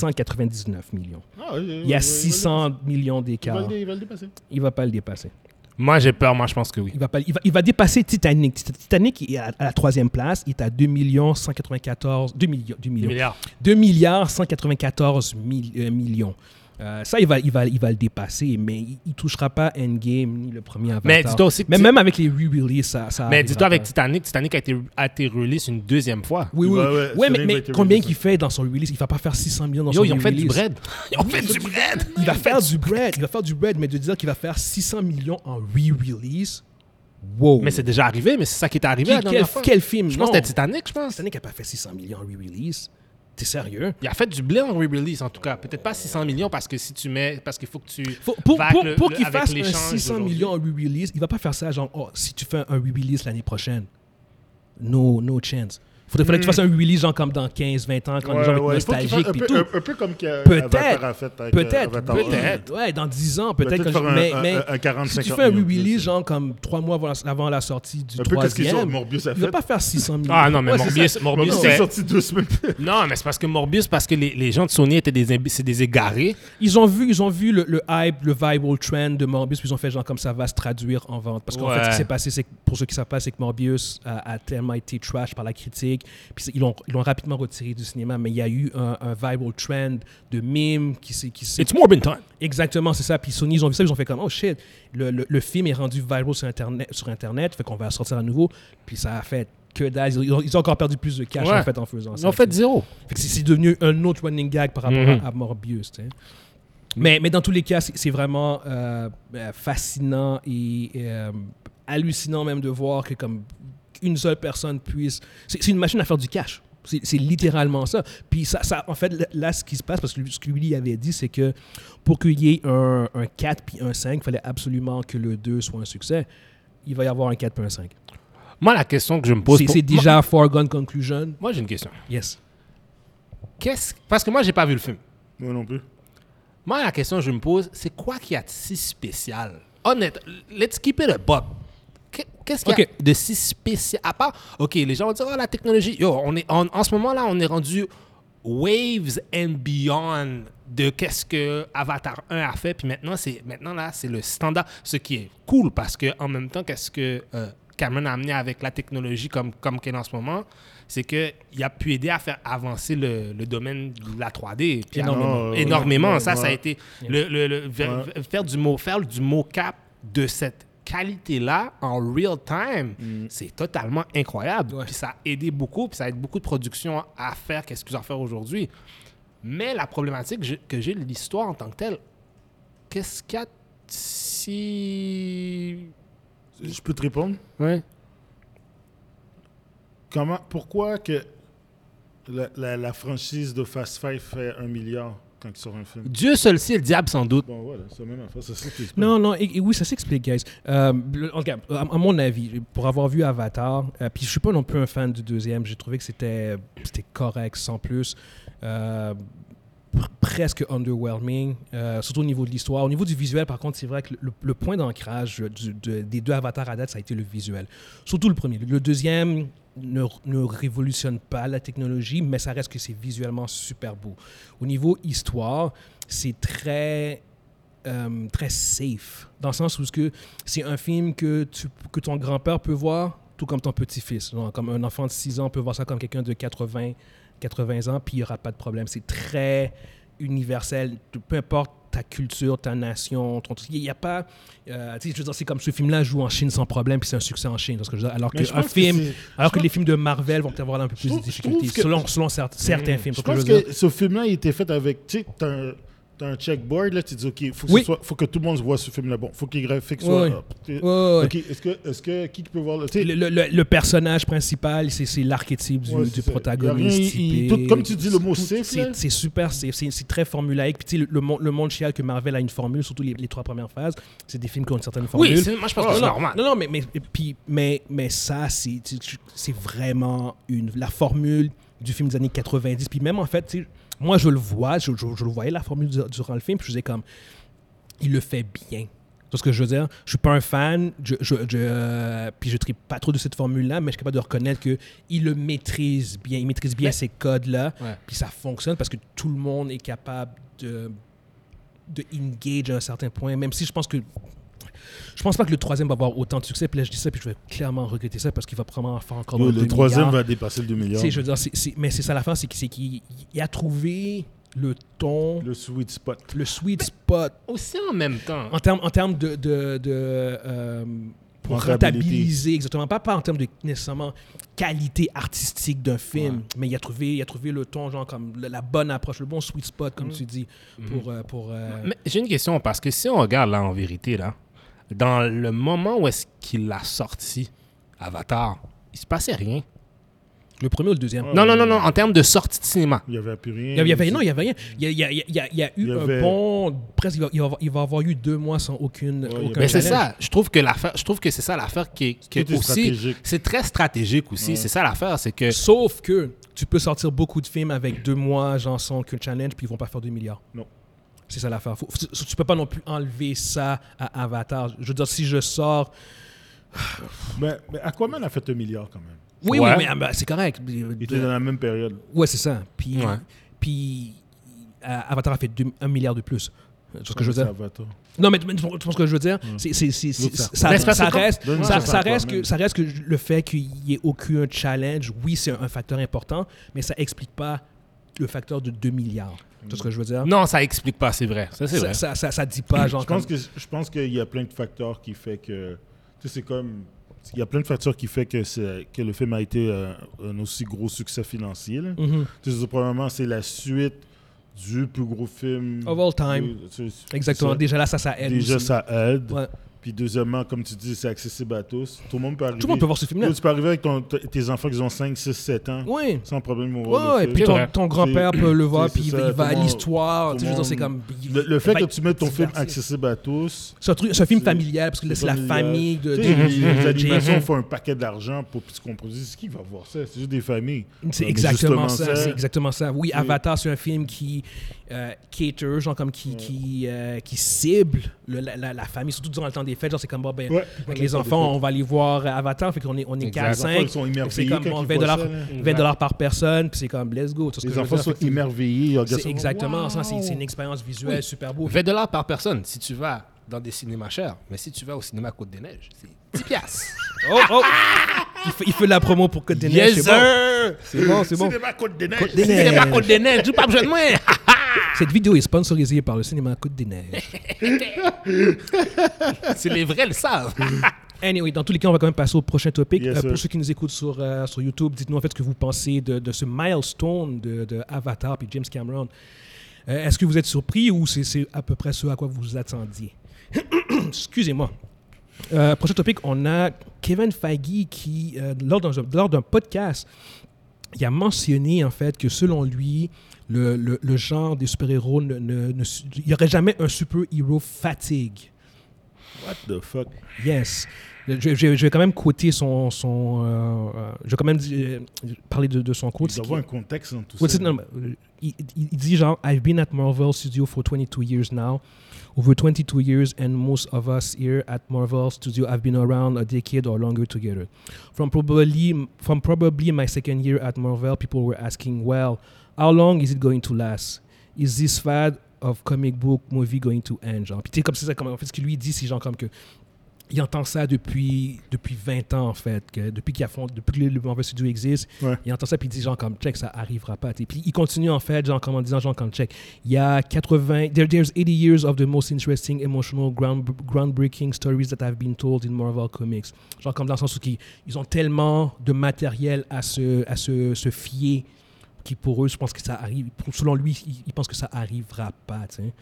Speaker 1: 799 millions.
Speaker 3: Ah, oui, oui,
Speaker 1: Il y a
Speaker 3: va-
Speaker 1: 600 millions
Speaker 3: Il va,
Speaker 1: d'écart.
Speaker 3: le dé- il va le dépasser.
Speaker 1: Il va pas le dépasser.
Speaker 2: Moi, j'ai peur, moi, je pense que oui.
Speaker 1: Il va, pas- il va, il va dépasser Titanic. Tit- Titanic est à, à la troisième place. Il est à 2 millions 194 2 millions 2 millions. 2 milliards 194 mil- euh, millions. Euh, ça, il va, il, va, il va le dépasser, mais il ne touchera pas Endgame ni le premier Avatar.
Speaker 2: Mais dis-toi aussi que
Speaker 1: Mais
Speaker 2: tu-
Speaker 1: même avec les re-release, ça, ça
Speaker 2: Mais
Speaker 1: arrivera
Speaker 2: dis-toi avec
Speaker 1: pas.
Speaker 2: Titanic, Titanic a été, a été release une deuxième fois.
Speaker 1: Oui, oui,
Speaker 3: Ouais,
Speaker 1: oui.
Speaker 3: ouais,
Speaker 1: Ouais, mais,
Speaker 3: Sonic va
Speaker 1: mais
Speaker 3: être
Speaker 1: combien
Speaker 3: release.
Speaker 1: qu'il fait dans son release Il va pas faire 600 millions dans
Speaker 2: Yo,
Speaker 1: son
Speaker 2: ils ont fait du
Speaker 1: re-release.
Speaker 2: bread. Ils ont fait du bread.
Speaker 1: Il va faire du bread, il va faire du bread, mais de dire qu'il va faire 600 millions en re-release, wow.
Speaker 2: Mais c'est déjà arrivé, mais c'est ça qui est arrivé.
Speaker 1: Qui-
Speaker 2: la dernière
Speaker 1: quel,
Speaker 2: fois.
Speaker 1: quel film
Speaker 2: Je pense
Speaker 1: Non.
Speaker 2: que c'était Titanic, je pense.
Speaker 1: Titanic n'a pas fait 600 millions en re-release. T'es sérieux
Speaker 2: Il a fait du blé en re-release, en tout cas. Peut-être pas 600 millions parce que si tu mets. Parce qu'il faut que tu.
Speaker 1: Faut- pour
Speaker 2: vaques
Speaker 1: pour-
Speaker 2: le-
Speaker 1: pour
Speaker 2: le-
Speaker 1: qu'il
Speaker 2: avec
Speaker 1: fasse un
Speaker 2: l'échange
Speaker 1: 600
Speaker 2: d'aujourd'hui.
Speaker 1: millions en re-release, il va pas faire ça genre, oh, si tu fais un re-release l'année prochaine, no, no chance. Faudrait, faudrait que tu fasses un re-release genre comme dans 15, 20 ans, quand les gens vont être
Speaker 3: Hmm. Ouais, ouais, il faut qu'il
Speaker 1: nostalgiques
Speaker 3: fasse un
Speaker 1: et
Speaker 3: peu-
Speaker 1: tout.
Speaker 3: Un un peu comme que Avatar a fait
Speaker 1: Peut-être,
Speaker 3: avec, euh,
Speaker 1: peut-être,
Speaker 3: Avatar.
Speaker 1: peut-être. Ouais, dans 10 ans,
Speaker 3: Peut-être
Speaker 1: peut-être. quand
Speaker 3: faire
Speaker 1: je-
Speaker 3: un-
Speaker 1: mais
Speaker 3: un-
Speaker 1: mais
Speaker 3: un 40,
Speaker 1: si tu
Speaker 3: 50
Speaker 1: fais un
Speaker 3: millions,
Speaker 1: re-release
Speaker 3: c'est-
Speaker 1: genre comme 3 mois avant, avant la sortie du
Speaker 3: Un peu qu'est-ce qu'ils ont,
Speaker 1: troisième,
Speaker 3: Morbius a
Speaker 1: il va
Speaker 3: fait.
Speaker 1: pas faire 600 millions.
Speaker 2: Ah non, mais
Speaker 1: Ouais, c'est ça.
Speaker 2: Morbius, Morbius,
Speaker 3: c'est
Speaker 2: c'est-
Speaker 3: sorti deux semaines.
Speaker 2: Non, mais c'est parce que Morbius, parce que les, les gens de Sony étaient des, imbi- c'est des égarés.
Speaker 1: Ils ont vu, ils ont vu le, le hype, le viral trend de Morbius, puis ils ont fait genre comme ça va se traduire en vente. Parce qu'en
Speaker 2: Ouais.
Speaker 1: fait, ce qui s'est passé, c'est que, pour ceux qui savent pas, c'est que Morbius a, a tellement été trash par la critique, puis c'est- ils l'ont ils l'ont rapidement retiré du cinéma, mais il y a eu un, un viral trend de mime qui s'est qui s'est
Speaker 2: It's Morbin time.
Speaker 1: Exactement, c'est ça. Puis Sony, ils ont vu ça, ils ont fait comme, oh shit, le, le- le film est rendu viral sur Internet, sur Internet fait qu'on va le sortir à nouveau. Puis ça a fait que dalle. Ils ont, ils ont encore perdu plus de cash
Speaker 2: Ouais.
Speaker 1: en fait en faisant
Speaker 2: Ils
Speaker 1: ça.
Speaker 2: ont fait zéro.
Speaker 1: Fait que c'est- c'est devenu un autre running gag par rapport
Speaker 2: Mhm.
Speaker 1: à, à Morbius. tu sais.
Speaker 2: Mm.
Speaker 1: Mais, mais dans tous les cas, c'est c'est vraiment euh, euh, fascinant et euh, hallucinant même de voir que comme une seule personne puisse... C'est c'est une machine à faire du cash. C'est c'est littéralement ça. Puis ça, ça, en fait, là, ce qui se passe, parce que lui- ce que lui avait dit, c'est que pour qu'il y ait un, un 4 puis un 5, il fallait absolument que le 2 soit un succès. Il va y avoir un 4 puis un 5.
Speaker 2: Moi, la question que je me pose.
Speaker 1: C'est
Speaker 2: pour-
Speaker 1: c'est déjà foregone conclusion.
Speaker 2: Moi, j'ai une question.
Speaker 1: Yes.
Speaker 2: Qu'est-ce... Parce que moi, j'ai pas vu le film.
Speaker 3: Moi non plus.
Speaker 2: Moi, la question que je me pose, c'est quoi qu'il y a de si spécial? Honnête, let's keep it a buck. Qu'est- Qu'est-ce qu'il y a
Speaker 1: Ok.
Speaker 2: de si spécial? À part, OK, les gens vont dire, oh, la technologie. Yo, on est, en- en ce moment-là, on est rendu waves and beyond de qu'est-ce que Avatar 1 a fait. Puis maintenant, c'est maintenant là, c'est le standard, ce qui est cool parce que en même temps, qu'est-ce que euh, Cameron a amené avec la technologie comme comme qu'elle est en ce moment, c'est que il a pu aider à faire avancer le, le domaine de la 3D. Puis à-
Speaker 3: Énormément.
Speaker 2: Ah, énormément.
Speaker 3: Ouais,
Speaker 2: ça, ça a
Speaker 3: ouais.
Speaker 2: été le, le- le- ver- ver- faire du mot faire du mocap de cette qualité-là en real time, c'est totalement incroyable.
Speaker 1: Ouais.
Speaker 2: Puis ça a aidé beaucoup, puis ça aide beaucoup de productions à faire qu'est-ce qu'ils ont à faire aujourd'hui. Mais la problématique je- que j'ai de l'histoire en tant que telle, qu'est-ce qu'il y a de si...
Speaker 3: Je peux te répondre?
Speaker 2: Ouais.
Speaker 3: Comment, pourquoi que la, la- la franchise de Fast Five fait un milliard quand ils sortent un film?
Speaker 2: Dieu seul sait, le diable sans doute.
Speaker 3: Bon, voilà, c'est la même affaire. ça, c'est- c'est-
Speaker 1: Non, non, et, et oui, ça s'explique, guys. Euh, le- en tout cas, à, à mon avis, pour avoir vu Avatar, euh, puis je suis pas non plus un fan du deuxième, j'ai trouvé que c'était c'était correct, sans plus. Euh, pr- presque underwhelming, euh, surtout au niveau de l'histoire. Au niveau du visuel, par contre, c'est vrai que le, le point d'ancrage du- de- des deux avatars à date, ça a été le visuel. Surtout le premier. Le deuxième ne, ne révolutionne pas la technologie, mais ça reste que c'est visuellement super beau. Au niveau histoire, c'est très euh, très safe, dans le sens où ce que c'est un film que, tu, que ton grand-père peut voir, tout comme ton petit-fils. Genre, Comme un enfant de 6 ans peut voir ça comme quelqu'un de 80, 80 ans, puis il n'y aura pas de problème. C'est très universel, peu importe ta culture, ta nation, ton Il n'y a pas... euh, tu sais, je veux dire, c'est comme ce film-là joue en Chine sans problème, puis c'est un succès en Chine. parce que je veux dire, alors
Speaker 3: Mais
Speaker 1: que,
Speaker 3: je
Speaker 1: un
Speaker 3: pense que
Speaker 1: film,
Speaker 3: c'est-
Speaker 1: alors que
Speaker 3: je pense-
Speaker 1: les films de Marvel vont avoir un peu plus
Speaker 3: trouve-
Speaker 1: de
Speaker 3: je
Speaker 1: difficultés,
Speaker 3: trouve que- Hmm.
Speaker 1: selon, selon certes- certains films.
Speaker 3: Je
Speaker 1: parce que
Speaker 3: pense
Speaker 1: je veux dire.
Speaker 3: que ce film-là, il était fait avec, tu sais, t'as un, t'as un checkboard, là, tu dis, OK, faut que,
Speaker 1: Oui.
Speaker 3: ce soit- faut que tout le monde voit ce film-là. Bon, faut que les graphiques
Speaker 1: Ouais,
Speaker 3: soient
Speaker 1: ouais.
Speaker 3: up. Tu-
Speaker 1: Ouais, ouais.
Speaker 3: OK, est-ce que, est-ce que qui peut voir le... tu sais,
Speaker 1: le, le- le- le personnage principal, c'est c'est l'archétype du,
Speaker 3: Ouais,
Speaker 1: du
Speaker 3: c'est ça.
Speaker 1: protagoniste.
Speaker 3: Il y a rien- il-
Speaker 1: typé.
Speaker 3: tout- comme tu dis, le mot
Speaker 1: Tout-
Speaker 3: safe,
Speaker 1: c'est-
Speaker 3: là.
Speaker 1: C'est super, safe, c'est c'est très formulaïque. Puis tu sais, le, le mon- le monde chial que Marvel a une formule, surtout les, les trois premières phases, c'est des films qui ont une certaine formule.
Speaker 2: Oui, c'est- moi je pense que c'est
Speaker 1: non,
Speaker 2: normal.
Speaker 1: Non, non, mais, mais, puis, mais, mais ça, c'est c'est- c'est vraiment une, la formule du film des années 90. Puis même en fait, tu sais, moi je le vois, je, je, je le voyais la formule du- durant le film, puis je disais comme, il le fait bien. C'est ce que je veux dire. Je suis pas un fan, je, je, je, euh, puis je tripe pas trop de cette formule-là, mais je suis capable de reconnaître que il le maîtrise bien, il maîtrise bien
Speaker 2: Mais-
Speaker 1: ces codes-là,
Speaker 2: Ouais.
Speaker 1: puis ça fonctionne parce que tout le monde est capable de de engage à un certain point, même si je pense que je pense pas que le troisième va avoir autant de succès. Puis là, je dis ça, puis je vais clairement regretter ça parce qu'il va probablement faire encore. un
Speaker 3: le
Speaker 1: demi-milliard.
Speaker 3: troisième va dépasser le 2 milliards.
Speaker 1: Tu sais, je veux dire, c'est- c'est- mais c'est ça l'affaire, c'est qu'il- c'est qu'il il a trouvé le ton, le,
Speaker 3: Le sweet spot.
Speaker 1: sweet spot
Speaker 2: Aussi en même temps.
Speaker 1: en termes en termes de, de, de, euh, pour
Speaker 3: Rentabilité.
Speaker 1: rentabiliser exactement, pas, pas en termes de nécessairement qualité artistique d'un film, mais il a trouvé il a trouvé le ton genre comme la, la bonne approche, le bon sweet spot
Speaker 3: Mm.
Speaker 1: comme tu dis
Speaker 3: Mm-hmm.
Speaker 1: pour euh, pour euh,
Speaker 2: Mais j'ai une question parce que si on regarde là en vérité là, dans le moment où est-ce qu'il a sorti Avatar, il se passait rien.
Speaker 1: le premier ou le deuxième.
Speaker 2: Non non non non en termes de sortie de cinéma.
Speaker 3: Il n'y avait plus rien.
Speaker 1: Il y avait- il y avait, non, il n'y avait rien. Il y a, il y a- il y a- il y a eu
Speaker 3: Il y avait-
Speaker 1: un bon. Presque, il va, il va- il va avoir eu deux mois sans aucune.
Speaker 3: il y a
Speaker 1: aucun
Speaker 3: pas-
Speaker 2: Mais c'est
Speaker 1: challenge.
Speaker 2: ça, je trouve que l'affaire, je trouve que c'est ça l'affaire qui est, qui est
Speaker 3: Tout est
Speaker 2: aussi,
Speaker 3: stratégique.
Speaker 2: c'est très stratégique aussi. C'est ça l'affaire, c'est que
Speaker 1: Sauf que tu peux sortir beaucoup de films avec deux mois, genre sans aucun challenge, puis ils vont pas faire 2 milliards.
Speaker 3: Non.
Speaker 1: C'est ça l'affaire. Faut- faut- tu peux pas non plus enlever ça à Avatar. Je veux dire, si je sors.
Speaker 3: Mais, mais Aquaman a fait un milliard quand même.
Speaker 1: Oui,
Speaker 2: Ouais.
Speaker 1: oui, mais ah, bah, c'est correct.
Speaker 3: Il était dans la même période.
Speaker 1: Ouais, c'est ça. Puis,
Speaker 2: Ouais.
Speaker 1: puis euh, Avatar a fait 1 milliard de plus. C'est ce que je veux dire.
Speaker 3: Ça va, toi.
Speaker 1: Non, mais tu tu comprends ce que je veux dire?
Speaker 3: Mm.
Speaker 1: C'est- c'est- c'est- c'est-
Speaker 3: ça.
Speaker 1: Ça
Speaker 2: Mais c'est parce
Speaker 1: ça
Speaker 2: que quand-
Speaker 1: reste
Speaker 3: Donne-nous
Speaker 1: ça-
Speaker 3: ça
Speaker 1: ça
Speaker 3: par
Speaker 1: reste que
Speaker 3: toi-même.
Speaker 1: ça reste que le fait qu'il n'y ait aucun challenge, oui, c'est un facteur important, mais ça explique pas le facteur de 2 milliards. Tu vois ce que je veux dire?
Speaker 2: non, ça explique pas, c'est vrai, ça c'est vrai.
Speaker 1: Ça, ça, ça, ça dit pas, genre.
Speaker 3: Je pense
Speaker 1: comme-
Speaker 3: que je pense qu'il y a plein de facteurs qui fait que tu sais c'est comme il y a plein de facteurs qui fait que c'est que le film a été euh, un aussi gros succès financier. là.
Speaker 1: Mhm.
Speaker 3: Tu sais, c'est probablement c'est la suite du plus gros film
Speaker 1: Of all time.
Speaker 3: Oui, tu sais, c'est-
Speaker 1: Exactement.
Speaker 3: ça.
Speaker 1: Déjà là, ça, ça aide.
Speaker 3: Déjà,
Speaker 1: aussi.
Speaker 3: ça aide.
Speaker 1: Ouais.
Speaker 3: Puis deuxièmement, comme tu dis, c'est accessible à tous. Tout le monde peut arriver.
Speaker 1: Tout le monde peut voir ce film-là.
Speaker 3: Yo, Tu peux arriver avec ton- t- tes enfants qui ont 5, 6, 7 ans.
Speaker 1: Oui.
Speaker 3: Sans problème, ils vont voir
Speaker 1: Ouais,
Speaker 3: le
Speaker 1: ouais,
Speaker 3: film.
Speaker 1: puis
Speaker 2: C'est
Speaker 1: ton,
Speaker 2: vrai.
Speaker 1: ton grand-père peut le voir,
Speaker 3: c'est-
Speaker 1: puis il
Speaker 3: c'est
Speaker 1: va-
Speaker 3: ça,
Speaker 1: il va à
Speaker 3: tout le monde-
Speaker 1: l'histoire.
Speaker 3: tout
Speaker 1: Tu sais, je
Speaker 3: le
Speaker 1: veux dire, c'est comme.
Speaker 3: monde- Le, le fait
Speaker 1: va
Speaker 3: que
Speaker 1: être
Speaker 3: tu mets ton film
Speaker 1: diverti.
Speaker 3: accessible à tous.
Speaker 1: C'est un, truc- c'est un film
Speaker 3: C'est-
Speaker 1: familial, parce que là, c'est la famille de.
Speaker 3: Tu sais,
Speaker 1: de-
Speaker 3: les, les
Speaker 1: de-
Speaker 3: animations font un paquet d'argent pour puis tu comprends, c'est qui va voir ça? C'est juste des familles.
Speaker 1: C'est
Speaker 3: Mais
Speaker 1: exactement
Speaker 3: justement Mm.
Speaker 1: ça, c'est exactement ça. Oui, Avatar, c'est un film qui euh, cater, genre comme
Speaker 3: Mm.
Speaker 1: qui, qui, euh, qui cible le- la, la- la famille, surtout durant le temps des fêtes. Genre, c'est comme, bon, ben,
Speaker 3: Ouais, pendant
Speaker 1: avec
Speaker 3: le
Speaker 1: les
Speaker 3: temps des
Speaker 1: enfants,
Speaker 3: fêtes.
Speaker 1: on va aller voir Avatar, fait qu'on est, on est
Speaker 2: Exact.
Speaker 1: 4,
Speaker 3: Les enfants,
Speaker 1: 5.
Speaker 3: ils sont émerveillés
Speaker 1: c'est comme,
Speaker 3: quand
Speaker 1: bon,
Speaker 3: ils
Speaker 1: 20,
Speaker 3: voient ça,
Speaker 1: dollars,
Speaker 3: là.
Speaker 1: 20 dollars par personne, puis c'est comme, let's go. tu vois ce que
Speaker 3: Les
Speaker 1: je veux
Speaker 3: enfants
Speaker 1: dire?
Speaker 3: sont
Speaker 1: Fait que
Speaker 3: émerveillés. ils regardent
Speaker 1: c'est
Speaker 3: ça,
Speaker 1: exactement ça, c'est
Speaker 3: wow.
Speaker 1: c'est une expérience visuelle super beau.
Speaker 2: 20 dollars par personne si tu vas dans des cinémas chers, mais si tu vas au cinéma Côte des Neiges, c'est 10 piastres.
Speaker 1: Oh, oh! Il fait, il fait de la promo pour Côte des Neiges,
Speaker 2: yes
Speaker 1: c'est bon.
Speaker 2: sir.
Speaker 1: C'est bon, c'est bon.
Speaker 3: Cinéma Côte des
Speaker 1: Côte
Speaker 3: Neiges.
Speaker 1: des Neiges.
Speaker 2: Cinéma Côte des Neiges, tu pas besoin de moi.
Speaker 1: Cette vidéo est sponsorisée par le cinéma Côte des Neiges.
Speaker 2: c'est les vrais le savent.
Speaker 1: Anyway, dans tous les cas, on va quand même passer au prochain topic.
Speaker 3: Yes,
Speaker 1: Euh,
Speaker 3: sir.
Speaker 1: pour ceux qui nous écoutent sur, euh, sur YouTube, dites-nous en fait ce que vous pensez de, de ce milestone de, de Avatar puis James Cameron. Euh, Est-ce que vous êtes surpris ou c'est- c'est à peu près ce à quoi vous vous attendiez? Excusez-moi. Euh, prochain topic, on a K- Kevin Feige qui, euh, lors d'un lors d'un podcast, il a mentionné en fait que selon lui, le, le- le genre des super-héros, ne- ne- ne- il n'y aurait jamais un super-héros fatigue.
Speaker 3: What the fuck?
Speaker 1: Yes. Je, je- je vais quand même quoter son. son euh, euh, je vais quand même dire- euh, parler de, de son
Speaker 3: Il
Speaker 1: quote.
Speaker 3: doit y avoir un contexte dans tout
Speaker 1: What's
Speaker 3: ça.
Speaker 1: it- non, mais, euh, il, il- il dit genre I've been at Marvel Studio for 22 years now. Over 22 years, and most of us here at Marvel Studio have been around a decade or longer together. From probably from probably my second year at Marvel, people were asking, well, how long is it going to last? Is this fad of comic book movie going to end? Genre, puis t'es comme c'est ça, comme en fait ce qu'il lui dit, c'est genre comme que il entend ça depuis depuis 20 ans en fait, que depuis qu'il a fond, depuis que le, le Marvel Studio existe,
Speaker 3: Ouais.
Speaker 1: il entend ça puis il dit genre comme check ça arrivera pas. Et puis il continue en fait genre comme en disant genre comme check. Il y a 80 there- there's 80 years of the most interesting emotional ground, groundbreaking stories that have been told in Marvel comics. Genre comme dans le sens où qu'ils- ils ont tellement de matériel à se à se, se fier qui pour eux, je pense que ça arrive. pour- selon lui, il, il pense que ça arrivera pas. tu sais.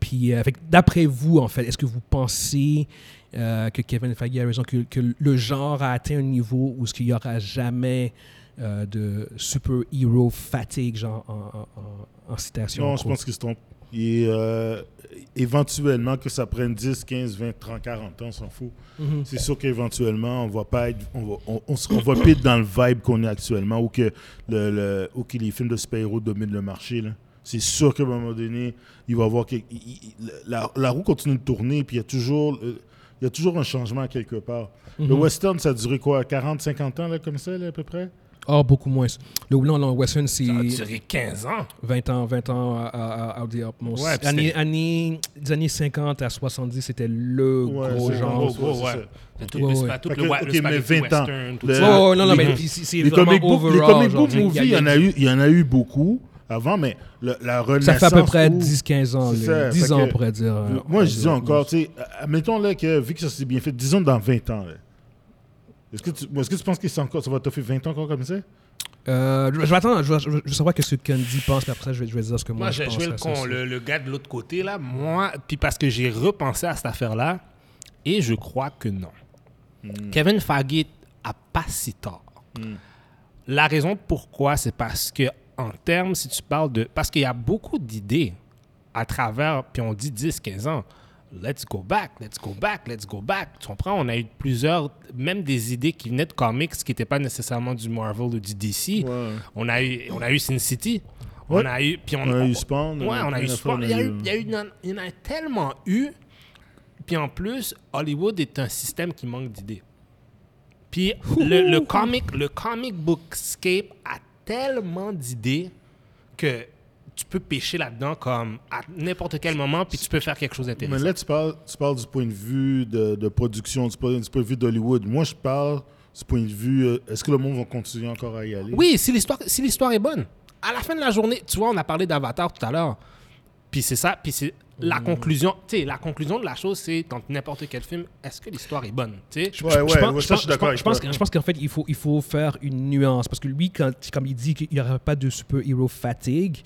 Speaker 1: Puis, euh, fait que d'après vous, en fait, est-ce que vous pensez euh, que Kevin Feige a raison, que, que le genre a atteint un niveau où ce qu'il n'y aura jamais euh, de super-hero fatigue, genre en, en- en- en citation
Speaker 3: Non,
Speaker 1: en
Speaker 3: je
Speaker 1: gros?
Speaker 3: pense qu'ils se trompent. Et euh, éventuellement, que ça prenne 10, 15, 20, 30, 40 ans, on s'en fout.
Speaker 1: Mhm.
Speaker 3: C'est sûr qu'éventuellement, on va pas être, on va, on, on se- on va pas être dans le vibe qu'on est actuellement ou que, le, le- ou que les films de super-héros dominent le marché. là. C'est sûr qu'à un moment donné, il va y avoir. que- il- il- la, la roue continue de tourner, puis il y a toujours. euh, il y a toujours un changement quelque part. Le
Speaker 1: Mhm.
Speaker 3: western, ça a duré quoi 40, 50 ans, là, comme ça, là, à peu près
Speaker 1: Ah, beaucoup moins. Le non, non, Western, c'est
Speaker 2: Ça a duré 15 ans.
Speaker 1: 20 ans, 20 ans à, à, à- à The Utmost.
Speaker 2: Ouais, puis
Speaker 1: Année-
Speaker 2: c'était-
Speaker 1: année- des années 50 à 70, c'était le
Speaker 3: Ouais,
Speaker 1: gros
Speaker 3: c'est le
Speaker 1: genre.
Speaker 3: gros,
Speaker 2: Gros, gros,
Speaker 3: ouais, c'est
Speaker 2: ouais.
Speaker 3: ça.
Speaker 2: C'est tout
Speaker 1: Ouais,
Speaker 2: le
Speaker 1: ouais.
Speaker 2: spa- tout
Speaker 3: Fait
Speaker 2: le
Speaker 3: que,
Speaker 2: wa-
Speaker 3: ok,
Speaker 2: le
Speaker 3: mais
Speaker 2: spaghetti
Speaker 3: 20 ans.
Speaker 2: western, tout
Speaker 3: Le-
Speaker 2: ça.
Speaker 1: Ouais, ouais, ouais, non, non,
Speaker 3: Euh, les-
Speaker 1: mais puis c'est c'est
Speaker 3: les
Speaker 1: vraiment
Speaker 3: comic book, les
Speaker 1: overall,
Speaker 3: comic
Speaker 1: genre,
Speaker 3: book
Speaker 1: il y a-
Speaker 3: movies,
Speaker 1: il
Speaker 3: il
Speaker 1: y
Speaker 3: y,
Speaker 1: a-
Speaker 3: en a eu, il y en a eu beaucoup avant, mais le- la
Speaker 1: Ça
Speaker 3: renaissance.
Speaker 1: fait à peu près
Speaker 3: où-
Speaker 1: 10-15 ans.
Speaker 3: C'est
Speaker 1: là.
Speaker 3: ça,
Speaker 1: 10
Speaker 3: fait
Speaker 1: ans, on
Speaker 3: que-
Speaker 1: pourrait dire. hein, on
Speaker 3: Moi, je
Speaker 1: pourrait
Speaker 3: dis
Speaker 1: dire.
Speaker 3: encore, tu sais, euh, admettons là que vu que ça s'est bien fait, disons dans 20 ans. là. Est-ce que, tu, est-ce que tu penses que c'est encore, ça va te faire 20 ans encore comme ça?
Speaker 1: Euh, je je vais attendre, je vais, je vais- je vais savoir ce que Candy pense, puis après, je vais, je vais dire ce que moi,
Speaker 2: Moi,
Speaker 1: je
Speaker 2: j'ai
Speaker 1: pense.
Speaker 2: joué le
Speaker 1: là,
Speaker 2: con,
Speaker 1: ça,
Speaker 2: le, le gars de l'autre côté, là. Moi, puis parce que j'ai repensé à cette affaire-là, et je crois que non. Kevin Faggy a pas si tort. La raison pourquoi, c'est parce que, en termes, si tu parles de. Parce qu'il y a beaucoup d'idées à travers, puis on dit 10, 15 ans. Let's go back, let's go back, let's go back. Tu comprends? On a eu plusieurs, même des idées qui venaient de comics qui n'étaient pas nécessairement du Marvel ou du DC.
Speaker 3: Ouais.
Speaker 2: On, a eu, on a eu Sin City.
Speaker 3: Ouais.
Speaker 2: On a eu. Puis on,
Speaker 3: On a eu
Speaker 2: on-
Speaker 3: Spawn,
Speaker 2: Ouais,
Speaker 3: on a
Speaker 2: on a
Speaker 3: plein
Speaker 2: eu
Speaker 3: d'affaires,
Speaker 2: Spawn.
Speaker 3: on a
Speaker 2: Il y, a
Speaker 3: eu-
Speaker 2: eu, il y a eu- il y en a tellement eu. Puis en plus, Hollywood est un système qui manque d'idées. Puis le, le comic, le comic bookscape a tellement d'idées que tu peux pêcher là-dedans comme à n'importe quel moment, puis tu peux faire quelque chose
Speaker 3: Mais
Speaker 2: d'intéressant.
Speaker 3: là, tu parles, tu parles du point de vue de, de production, du point, du point de vue d'Hollywood. Moi, je parle du point de vue, euh, est-ce que le monde va continuer encore à y aller?
Speaker 2: Oui, si l'histoire, si l'histoire est bonne. À la fin de la journée, tu vois, on a parlé d'Avatar tout à l'heure. Puis c'est ça, puis c'est
Speaker 3: Mmh.
Speaker 2: la conclusion. Tu sais, la conclusion de la chose, c'est dans n'importe quel film, est-ce que l'histoire est bonne? Tu sais,
Speaker 3: Ouais, ouais,
Speaker 1: Je pense- je
Speaker 3: ouais, ça, je
Speaker 1: pense-
Speaker 3: suis
Speaker 1: je
Speaker 3: d'accord
Speaker 1: pense-
Speaker 3: avec
Speaker 1: je pense
Speaker 3: toi.
Speaker 1: que- je pense qu'en fait, il faut, il faut faire une nuance. Parce que lui, quand, comme il dit qu'il n'y aura pas de super-héros fatigue,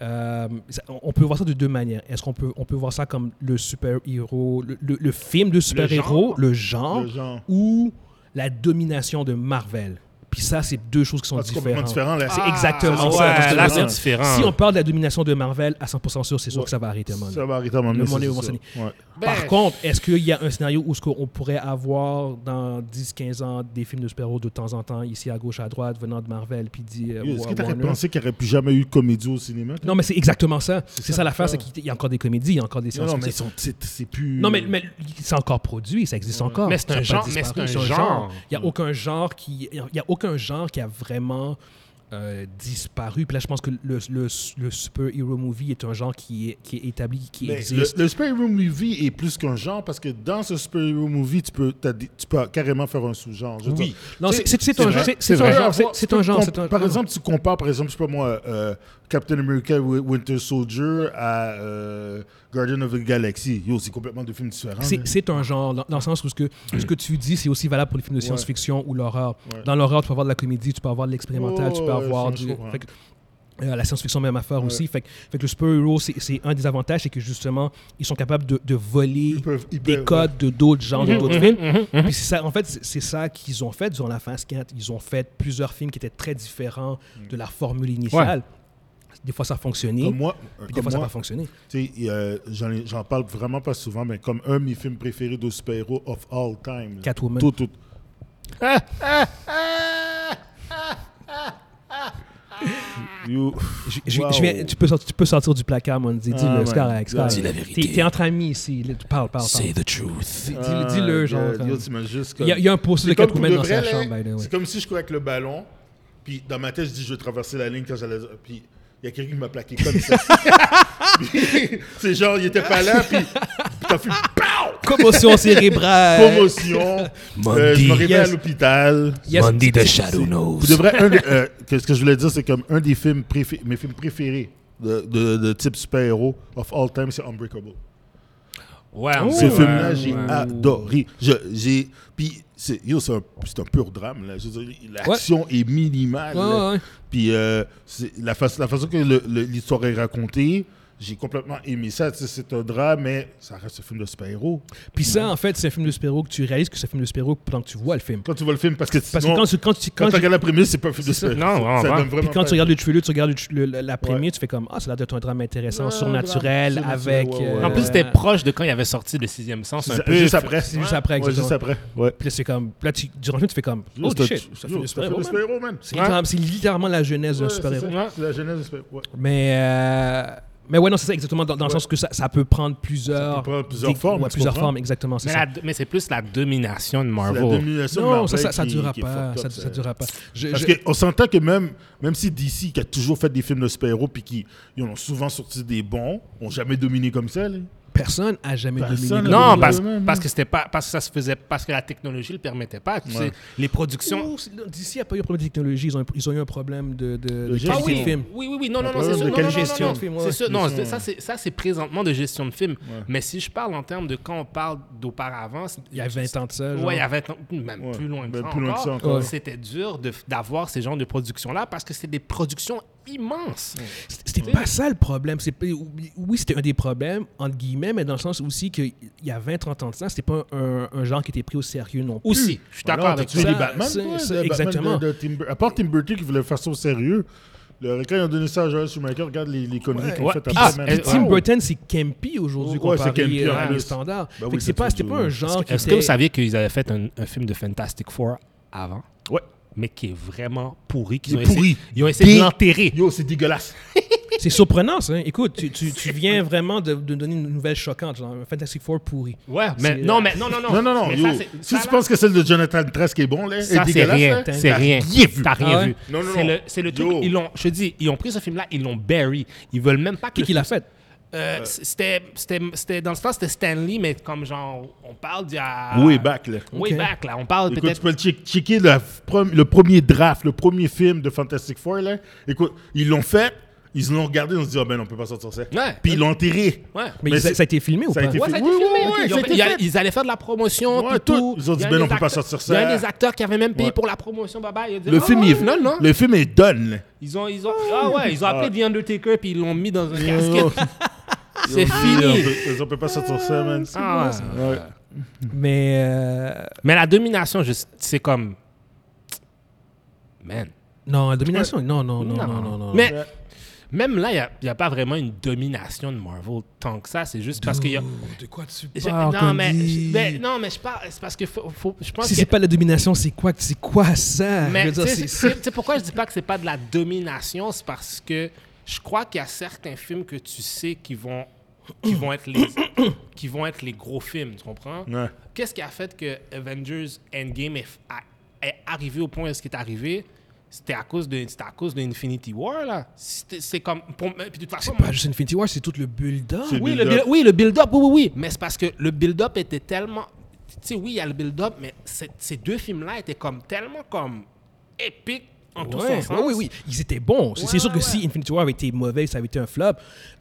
Speaker 1: euh, ça- on- on peut voir ça de deux manières. Est-ce qu'on peut, on peut voir ça comme le super-héros, le, le- le film de super-héros,
Speaker 2: genre.
Speaker 1: le, genre,
Speaker 3: Le genre.
Speaker 1: ou la domination de Marvel? Puis ça, c'est deux choses qui sont
Speaker 3: Ah, c'est complètement
Speaker 1: différentes.
Speaker 3: différent, là.
Speaker 1: C'est exactement
Speaker 2: Ah, ouais,
Speaker 1: ça. parce que
Speaker 2: là,
Speaker 1: je veux
Speaker 2: c'est
Speaker 1: dire,
Speaker 2: différent.
Speaker 1: Si on parle de la domination de Marvel, à 100% sûr, c'est sûr
Speaker 3: Ouais.
Speaker 1: que ça va arrêter à un moment donné.
Speaker 3: Ça va arrêter à un moment
Speaker 1: Le
Speaker 3: donné,
Speaker 1: monde
Speaker 3: ça,
Speaker 1: est
Speaker 3: c'est
Speaker 1: mentionné.
Speaker 3: ça. Ouais.
Speaker 2: Ben,
Speaker 1: Par contre, est-ce qu'il y a un scénario où ce qu'on pourrait avoir dans 10-15 ans des films de super-héros de temps en temps, ici à gauche, à droite, venant de Marvel, puis dit euh,
Speaker 3: Yo, Est-ce que tu
Speaker 1: Warner?
Speaker 3: pensé qu'il n'y aurait plus jamais eu de comédie au cinéma? toi?
Speaker 1: Non, mais c'est exactement ça. C'est
Speaker 3: ça,
Speaker 1: ça l'affaire, c'est
Speaker 3: l'affaire.
Speaker 1: qu'il y a encore des comédies, il y a encore des
Speaker 3: Non, non, mais ils
Speaker 1: science-fiction.
Speaker 3: sont- c'est c'est plus.
Speaker 1: Non, mais, mais c'est encore produit, ça existe encore.
Speaker 2: Hmm. Mais c'est
Speaker 1: Ça
Speaker 2: un
Speaker 1: a pas
Speaker 2: genre,
Speaker 1: disparu,
Speaker 2: mais c'est
Speaker 1: c'est
Speaker 2: un genre. Hmm.
Speaker 1: Il n'y a aucun genre qui, il y a aucun genre qui a vraiment euh, disparu. Puis là, je pense que le, le, le super-hero movie est un genre qui est, qui est établi, qui
Speaker 3: Mais
Speaker 1: existe.
Speaker 3: Le, le superhero movie est plus qu'un genre parce que dans ce superhero movie, tu peux, t'as des- tu peux carrément faire un sous-genre. Je veux
Speaker 1: Oui.
Speaker 3: dire,
Speaker 1: Non,
Speaker 3: tu
Speaker 1: c'est-
Speaker 3: sais,
Speaker 1: c'est- c'est un-
Speaker 3: vrai,
Speaker 1: c'est- c'est
Speaker 3: vrai.
Speaker 1: un genre,
Speaker 3: Tu peux
Speaker 1: c'est- c'est un genre,
Speaker 3: comp-
Speaker 1: c'est un-
Speaker 3: Par exemple, tu compares, par exemple, je sais pas moi, euh, Captain America Wi- Winter Soldier à euh, Guardian of the Galaxy. Yo, c'est complètement deux films différents.
Speaker 1: C'est-
Speaker 3: là.
Speaker 1: C'est un genre, dans, dans le sens où ce que, ce que tu dis, c'est aussi valable pour les films de science-fiction ou l'horreur. Dans l'horreur, tu peux avoir de la comédie, tu peux avoir de l'expérimental,
Speaker 3: Ouais,
Speaker 1: tu peux
Speaker 3: ouais,
Speaker 1: avoir
Speaker 3: je
Speaker 1: du...
Speaker 3: comprends.
Speaker 1: fait que Euh, la science-fiction, même affaire aussi. Fait, que- fait que le super-héros, c'est- c'est un des avantages, c'est que justement, ils sont capables de, de voler
Speaker 3: Ils peuvent- ils
Speaker 1: des
Speaker 3: peuvent,
Speaker 1: codes de d'autres genres, de d'autres
Speaker 2: mhm,
Speaker 1: films.
Speaker 2: mhm, mhm.
Speaker 1: Puis c'est ça, en fait, c'est c'est ça qu'ils ont fait durant la phase 4. Ils ont fait plusieurs films qui étaient très différents de la formule initiale. Des fois, ça a fonctionné,
Speaker 3: Comme moi,
Speaker 1: hein? puis des
Speaker 3: comme
Speaker 1: fois, ça n'a
Speaker 3: moi,
Speaker 1: pas fonctionné.
Speaker 3: tu sais, euh, j'en ai- j'en parle vraiment pas souvent, mais comme un de mes films préférés de super-héros of all time. là.
Speaker 1: Catwoman.
Speaker 3: Tout, tout. You-
Speaker 1: Je- je-
Speaker 3: Wow.
Speaker 1: je viens- tu, peux sortir, tu peux sortir du placard, mon dit.
Speaker 3: Ah,
Speaker 1: Dis-le,
Speaker 3: ouais.
Speaker 1: c'est correct, c'est correct.
Speaker 4: Dis la vérité.
Speaker 1: T'es- T'es entre amis ici. là, tu parles, parle, parle.
Speaker 4: Say the truth.
Speaker 1: Dis-
Speaker 3: Ah,
Speaker 1: Dis-le,
Speaker 3: God,
Speaker 1: genre.
Speaker 3: yo,
Speaker 1: comme-
Speaker 3: tu m'as juste
Speaker 1: Il y, a- il y a un poster de
Speaker 3: C'est comme pour
Speaker 1: Catwoman
Speaker 3: de
Speaker 1: dans sa
Speaker 3: vrai,
Speaker 1: chambre,
Speaker 3: là,
Speaker 1: by the way.
Speaker 3: C'est comme si je courais avec le ballon, puis dans ma tête, je dis je vais traverser la ligne quand j'allais. Puis il y a quelqu'un qui m'a plaqué comme ça. Puis, c'est genre, il était pas là, puis t'as fait POW!
Speaker 1: Commotion cérébrale.
Speaker 3: Commotion. Euh, je
Speaker 4: Monday.
Speaker 3: me réveille
Speaker 1: Yes.
Speaker 3: à l'hôpital.
Speaker 1: Yes.
Speaker 4: Monday the Shadow Knows.
Speaker 3: Vous devrez. un des- euh, que- ce que je voulais dire, c'est comme un des films préfé- mes films préférés de, de- de type super-héros of all time, c'est Unbreakable.
Speaker 2: Ouais, euh,
Speaker 3: Ce
Speaker 2: ouais,
Speaker 3: film-là, j'ai
Speaker 2: ouais.
Speaker 3: adoré. Je, j'ai, puis, c'est, yo, c'est, un, c'est un pur drame. Là. Je veux dire, l'action est minimale.
Speaker 1: Ouais,
Speaker 3: là.
Speaker 1: ouais.
Speaker 3: Puis, euh, c'est la, fa- la façon que le- le- l'histoire est racontée, j'ai complètement aimé ça. Tu sais, c'est un drame, mais ça reste un film de super-héros.
Speaker 1: Puis ça, en fait, c'est un film de super que tu réalises que c'est un film de super pendant que tu vois le film.
Speaker 3: Quand tu vois le film, parce que
Speaker 1: Parce
Speaker 3: sinon,
Speaker 1: que quand
Speaker 3: quand,
Speaker 1: tu, quand tu, quand
Speaker 3: tu
Speaker 1: tu-
Speaker 3: regardes la prémisse, c'est pas un film de
Speaker 1: C'est ça.
Speaker 3: super-héros.
Speaker 2: Non, vraiment
Speaker 3: ça
Speaker 2: pas.
Speaker 3: donne
Speaker 1: puis
Speaker 3: vraiment
Speaker 1: quand
Speaker 3: pas-
Speaker 1: tu regardes le trailer, tu regardes le tr- le- la, la première,
Speaker 3: Ouais.
Speaker 1: tu fais comme Ah, ça a l'air d'être un drame intéressant,
Speaker 3: Ouais,
Speaker 1: surnaturel,
Speaker 3: drame,
Speaker 1: avec.
Speaker 3: surnaturel, ouais,
Speaker 1: euh,
Speaker 3: ouais.
Speaker 2: En plus, c'était proche de quand il avait sorti le sixième sens. Un
Speaker 3: C'est-
Speaker 2: peu.
Speaker 3: juste après.
Speaker 1: C'est juste après,
Speaker 3: Ouais, juste
Speaker 1: exactement.
Speaker 3: après. Ouais.
Speaker 1: Puis là, c'est comme. Puis là, tu, durant le film, tu fais comme Oh
Speaker 3: Yo,
Speaker 1: shit, ça
Speaker 3: c'est
Speaker 1: fait
Speaker 3: un
Speaker 1: le super-héros. man.
Speaker 3: super-héros, man.
Speaker 1: C'est littéralement- C'est littéralement la genèse d'un
Speaker 3: Ouais, c'est
Speaker 1: super-héros.
Speaker 3: ça. C'est la genèse du super-héros. Ouais.
Speaker 1: Mais. euh, Mais ouais, non, c'est ça exactement, dans, dans le sens que ça, ça peut prendre plusieurs,
Speaker 3: Ça peut prendre plusieurs
Speaker 1: des-
Speaker 3: formes,
Speaker 1: ouais,
Speaker 3: tu
Speaker 1: plusieurs
Speaker 3: comprends?
Speaker 1: formes, exactement. c'est
Speaker 2: Mais,
Speaker 1: ça.
Speaker 2: la- mais c'est plus la domination de
Speaker 3: C'est la
Speaker 2: Marvel.
Speaker 3: domination de
Speaker 1: Non,
Speaker 3: Marvel
Speaker 1: ça, ça, ça
Speaker 3: qui-
Speaker 1: durera
Speaker 3: qui est
Speaker 1: pas.
Speaker 3: fucked
Speaker 1: Ça,
Speaker 3: up, euh,
Speaker 1: ça durera pas. Je-
Speaker 3: Parce
Speaker 1: je-
Speaker 3: qu'on s'entend que même, même si DC, qui a toujours fait des films de super-héros, puis qui ils en ont souvent sorti des bons, ont jamais dominé comme ça. là.
Speaker 1: Personne n'a jamais
Speaker 3: Personne
Speaker 1: dominé.
Speaker 3: n'a
Speaker 1: le
Speaker 3: dominé.
Speaker 2: Non,
Speaker 1: monde.
Speaker 2: parce,
Speaker 3: Domination.
Speaker 2: parce que c'était pas parce que ça se faisait parce que la technologie le permettait pas. Tu
Speaker 3: Ouais.
Speaker 2: sais, les productions.
Speaker 1: Ouh, c'est- non, D'ici, il n'y a pas eu un problème de technologie. Ils ont, ils ont eu un problème de, de, de
Speaker 3: gestion.
Speaker 1: qualité
Speaker 2: Ah oui,
Speaker 1: de film.
Speaker 2: oui, oui, oui, non, non, non,
Speaker 3: problème
Speaker 2: c'est
Speaker 3: de
Speaker 2: sûr, non,
Speaker 3: quelle
Speaker 2: non, non,
Speaker 1: gestion
Speaker 2: non,
Speaker 1: de film,
Speaker 2: c'est
Speaker 1: ouais.
Speaker 2: sûr, non,
Speaker 3: Gestion,
Speaker 2: c'est- ça
Speaker 3: ouais.
Speaker 2: c'est ça c'est présentement de gestion de film. Mais si je parle en termes de quand on parle d'auparavant, c'est-
Speaker 1: Il y a 20 ans de ça. genre.
Speaker 2: Ouais, il y avait même
Speaker 3: Ouais,
Speaker 2: plus loin que
Speaker 3: ben,
Speaker 2: ça
Speaker 3: plus loin que ça
Speaker 2: encore.
Speaker 3: encore.
Speaker 2: C'était dur de- d'avoir ces genres de productions-là parce que c'est des productions immenses.
Speaker 1: C- C'était pas ça le problème. C'est pas- Oui, c'était un des problèmes, entre guillemets, mais dans le sens aussi qu'il y a 20-30 ans de ça, c'était pas un, un genre qui était pris au sérieux non plus.
Speaker 2: Aussi, je suis d'accord
Speaker 3: Voilà,
Speaker 2: avec
Speaker 3: t'as tué
Speaker 1: ça.
Speaker 3: les Batman,
Speaker 1: C'est-
Speaker 3: toi,
Speaker 1: c'est-
Speaker 3: le Batman
Speaker 1: exactement.
Speaker 3: de- de Tim Bur- à part Tim Burton qui voulait faire ça au sérieux, le, quand ils ont donné ça à Joel Schumacher, regarde les, les conneries qu'ils ont
Speaker 2: Ouais.
Speaker 3: faites
Speaker 1: Puis,
Speaker 3: après.
Speaker 2: Ah,
Speaker 3: man.
Speaker 1: puis
Speaker 2: euh,
Speaker 1: Tim
Speaker 2: wow.
Speaker 1: Burton, c'est campy aujourd'hui
Speaker 3: Ouais,
Speaker 1: comparé
Speaker 3: c'est campy,
Speaker 1: euh,
Speaker 3: en
Speaker 1: à
Speaker 3: plus.
Speaker 1: les standards.
Speaker 3: Ben
Speaker 1: Fait
Speaker 3: oui,
Speaker 1: que c'est
Speaker 3: c'est
Speaker 1: pas,
Speaker 3: très
Speaker 1: c'était
Speaker 3: dur,
Speaker 1: pas un
Speaker 3: ouais.
Speaker 1: genre qui
Speaker 2: Est-ce que
Speaker 1: était...
Speaker 2: vous saviez qu'ils avaient fait un, un film de Fantastic Four avant?
Speaker 3: Ouais.
Speaker 2: Mais qui est vraiment pourri. qu'ils
Speaker 3: Il
Speaker 2: ont
Speaker 3: est
Speaker 2: essayé-
Speaker 3: pourri.
Speaker 2: Ils ont essayé
Speaker 3: Dé-
Speaker 2: de l'enterrer.
Speaker 3: Yo, c'est dégueulasse.
Speaker 1: C'est surprenant, ça. hein. Écoute, tu, tu- tu viens vraiment de, de donner une nouvelle choquante, genre un Fantastic Four pourri.
Speaker 2: Ouais,
Speaker 1: C'est-
Speaker 2: mais non, mais non, non, non.
Speaker 3: Non, non, non.
Speaker 2: Mais
Speaker 3: yo,
Speaker 2: ça, c'est-
Speaker 3: si
Speaker 2: ça,
Speaker 3: tu
Speaker 2: là,
Speaker 3: penses que celle de Jonathan Tress qui est bon, là,
Speaker 2: ça,
Speaker 3: est
Speaker 2: c'est
Speaker 3: dégueulasse,
Speaker 2: rien,
Speaker 3: là,
Speaker 2: c'est
Speaker 3: t'as
Speaker 2: rien.
Speaker 3: rien vu.
Speaker 2: T'as rien
Speaker 1: Ah ouais?
Speaker 2: vu.
Speaker 3: Non, non,
Speaker 2: C'est
Speaker 3: non.
Speaker 2: le, c'est le truc.
Speaker 3: Yo.
Speaker 2: Ils l'ont, je te dis, ils ont pris ce film-là, ils l'ont bury. Ils veulent même pas que
Speaker 1: Qui
Speaker 2: le
Speaker 1: qui l'a fait?
Speaker 2: Euh, c'était, c'était, c'était- dans le temps, c'était Stanley, mais comme genre, on parle d'il y a.
Speaker 3: Way back, là.
Speaker 2: Way
Speaker 1: Ok.
Speaker 2: back, là. On parle
Speaker 3: Écoute, tu
Speaker 2: peut-être.
Speaker 3: peux le check- checker la prom- le premier draft, le premier film de Fantastic Four. Là. Écoute, ils l'ont fait, ils l'ont regardé, on se dit, ah ben, on peut pas sortir ça.
Speaker 2: Ouais.
Speaker 3: Puis ils l'ont enterré.
Speaker 2: Ouais.
Speaker 1: Mais,
Speaker 3: Mais
Speaker 1: il- ça,
Speaker 3: c'est-
Speaker 1: ça a été filmé ou
Speaker 3: ça a
Speaker 1: pas?
Speaker 3: été
Speaker 2: Ouais, ça a été
Speaker 3: Oui,
Speaker 2: filmé.
Speaker 3: oui, oui,
Speaker 2: Ils,
Speaker 3: ça
Speaker 2: ont
Speaker 3: a
Speaker 2: fait-
Speaker 3: été
Speaker 2: il y a-
Speaker 3: fait.
Speaker 2: ils allaient faire de la promotion.
Speaker 3: Ouais,
Speaker 2: puis
Speaker 3: tout.
Speaker 2: tout.
Speaker 3: Ils ont dit,
Speaker 2: Il y a
Speaker 3: ben
Speaker 2: des
Speaker 3: non, on peut pas
Speaker 2: acteurs-
Speaker 3: sortir
Speaker 2: Il y a
Speaker 3: ça.
Speaker 2: des acteurs qui avaient même payé
Speaker 3: Ouais.
Speaker 2: pour la promotion. Bye bye. Ils ont dit,
Speaker 3: Le,
Speaker 2: ah,
Speaker 3: film est,
Speaker 2: Non, non.
Speaker 3: le film est done. là.
Speaker 2: Ils ont, ils ont, ah ouais, ils ont appelé The Undertaker puis ils l'ont mis dans un casquette. C'est
Speaker 3: On
Speaker 2: fini.
Speaker 3: peut, on peut pas sortir ça, man.
Speaker 2: Ah, ouais.
Speaker 1: Mais... euh,
Speaker 2: Mais la domination, je- c'est comme. Man.
Speaker 1: Non, la domination, non, non, non, non, non, non. non.
Speaker 2: Mais même là, il n'y a, pas vraiment une domination de Marvel tant que ça. C'est juste parce qu'il y a.
Speaker 1: De quoi tu
Speaker 2: Je-
Speaker 1: parles,
Speaker 2: non, mais,
Speaker 1: Candy?
Speaker 2: je- ben, non, mais je parle. C'est parce que faut, faut- je pense
Speaker 1: Si
Speaker 2: que.
Speaker 1: c'est pas la domination, c'est quoi, c'est quoi ça? Je
Speaker 2: mais
Speaker 1: veux dire,
Speaker 2: tu sais,
Speaker 1: c'est-
Speaker 2: c'est- tu sais pourquoi je dis pas que c'est pas de la domination C'est parce que je crois qu'il y a certains films que tu sais qui vont, qui vont, être, les, qui vont être les gros films, tu comprends
Speaker 3: Ouais.
Speaker 2: Qu'est-ce qui a fait que Avengers Endgame est, f- a- est arrivé au point où ce qui est arrivé c'était à cause de c'était à cause de Infinity War là C'était- c'est comme pour- puis de toute façon
Speaker 1: c'est
Speaker 2: moi,
Speaker 1: pas juste Infinity War, c'est tout le build-up.
Speaker 3: C'est-
Speaker 2: oui,
Speaker 3: build-up.
Speaker 2: le build- oui, le build-up, oui, oui, oui. Mais c'est parce que le build-up était tellement. Tu sais, oui, il y a le build-up, mais c'est- ces deux films-là étaient comme tellement comme épiques en tout
Speaker 1: Ouais,
Speaker 2: son sens.
Speaker 1: ouais, oui, oui, ils étaient bons. C'est c'est
Speaker 2: Ouais,
Speaker 1: sûr que
Speaker 2: ouais,
Speaker 1: si
Speaker 2: ouais.
Speaker 1: Infinity War avait été mauvais, ça avait été un flop,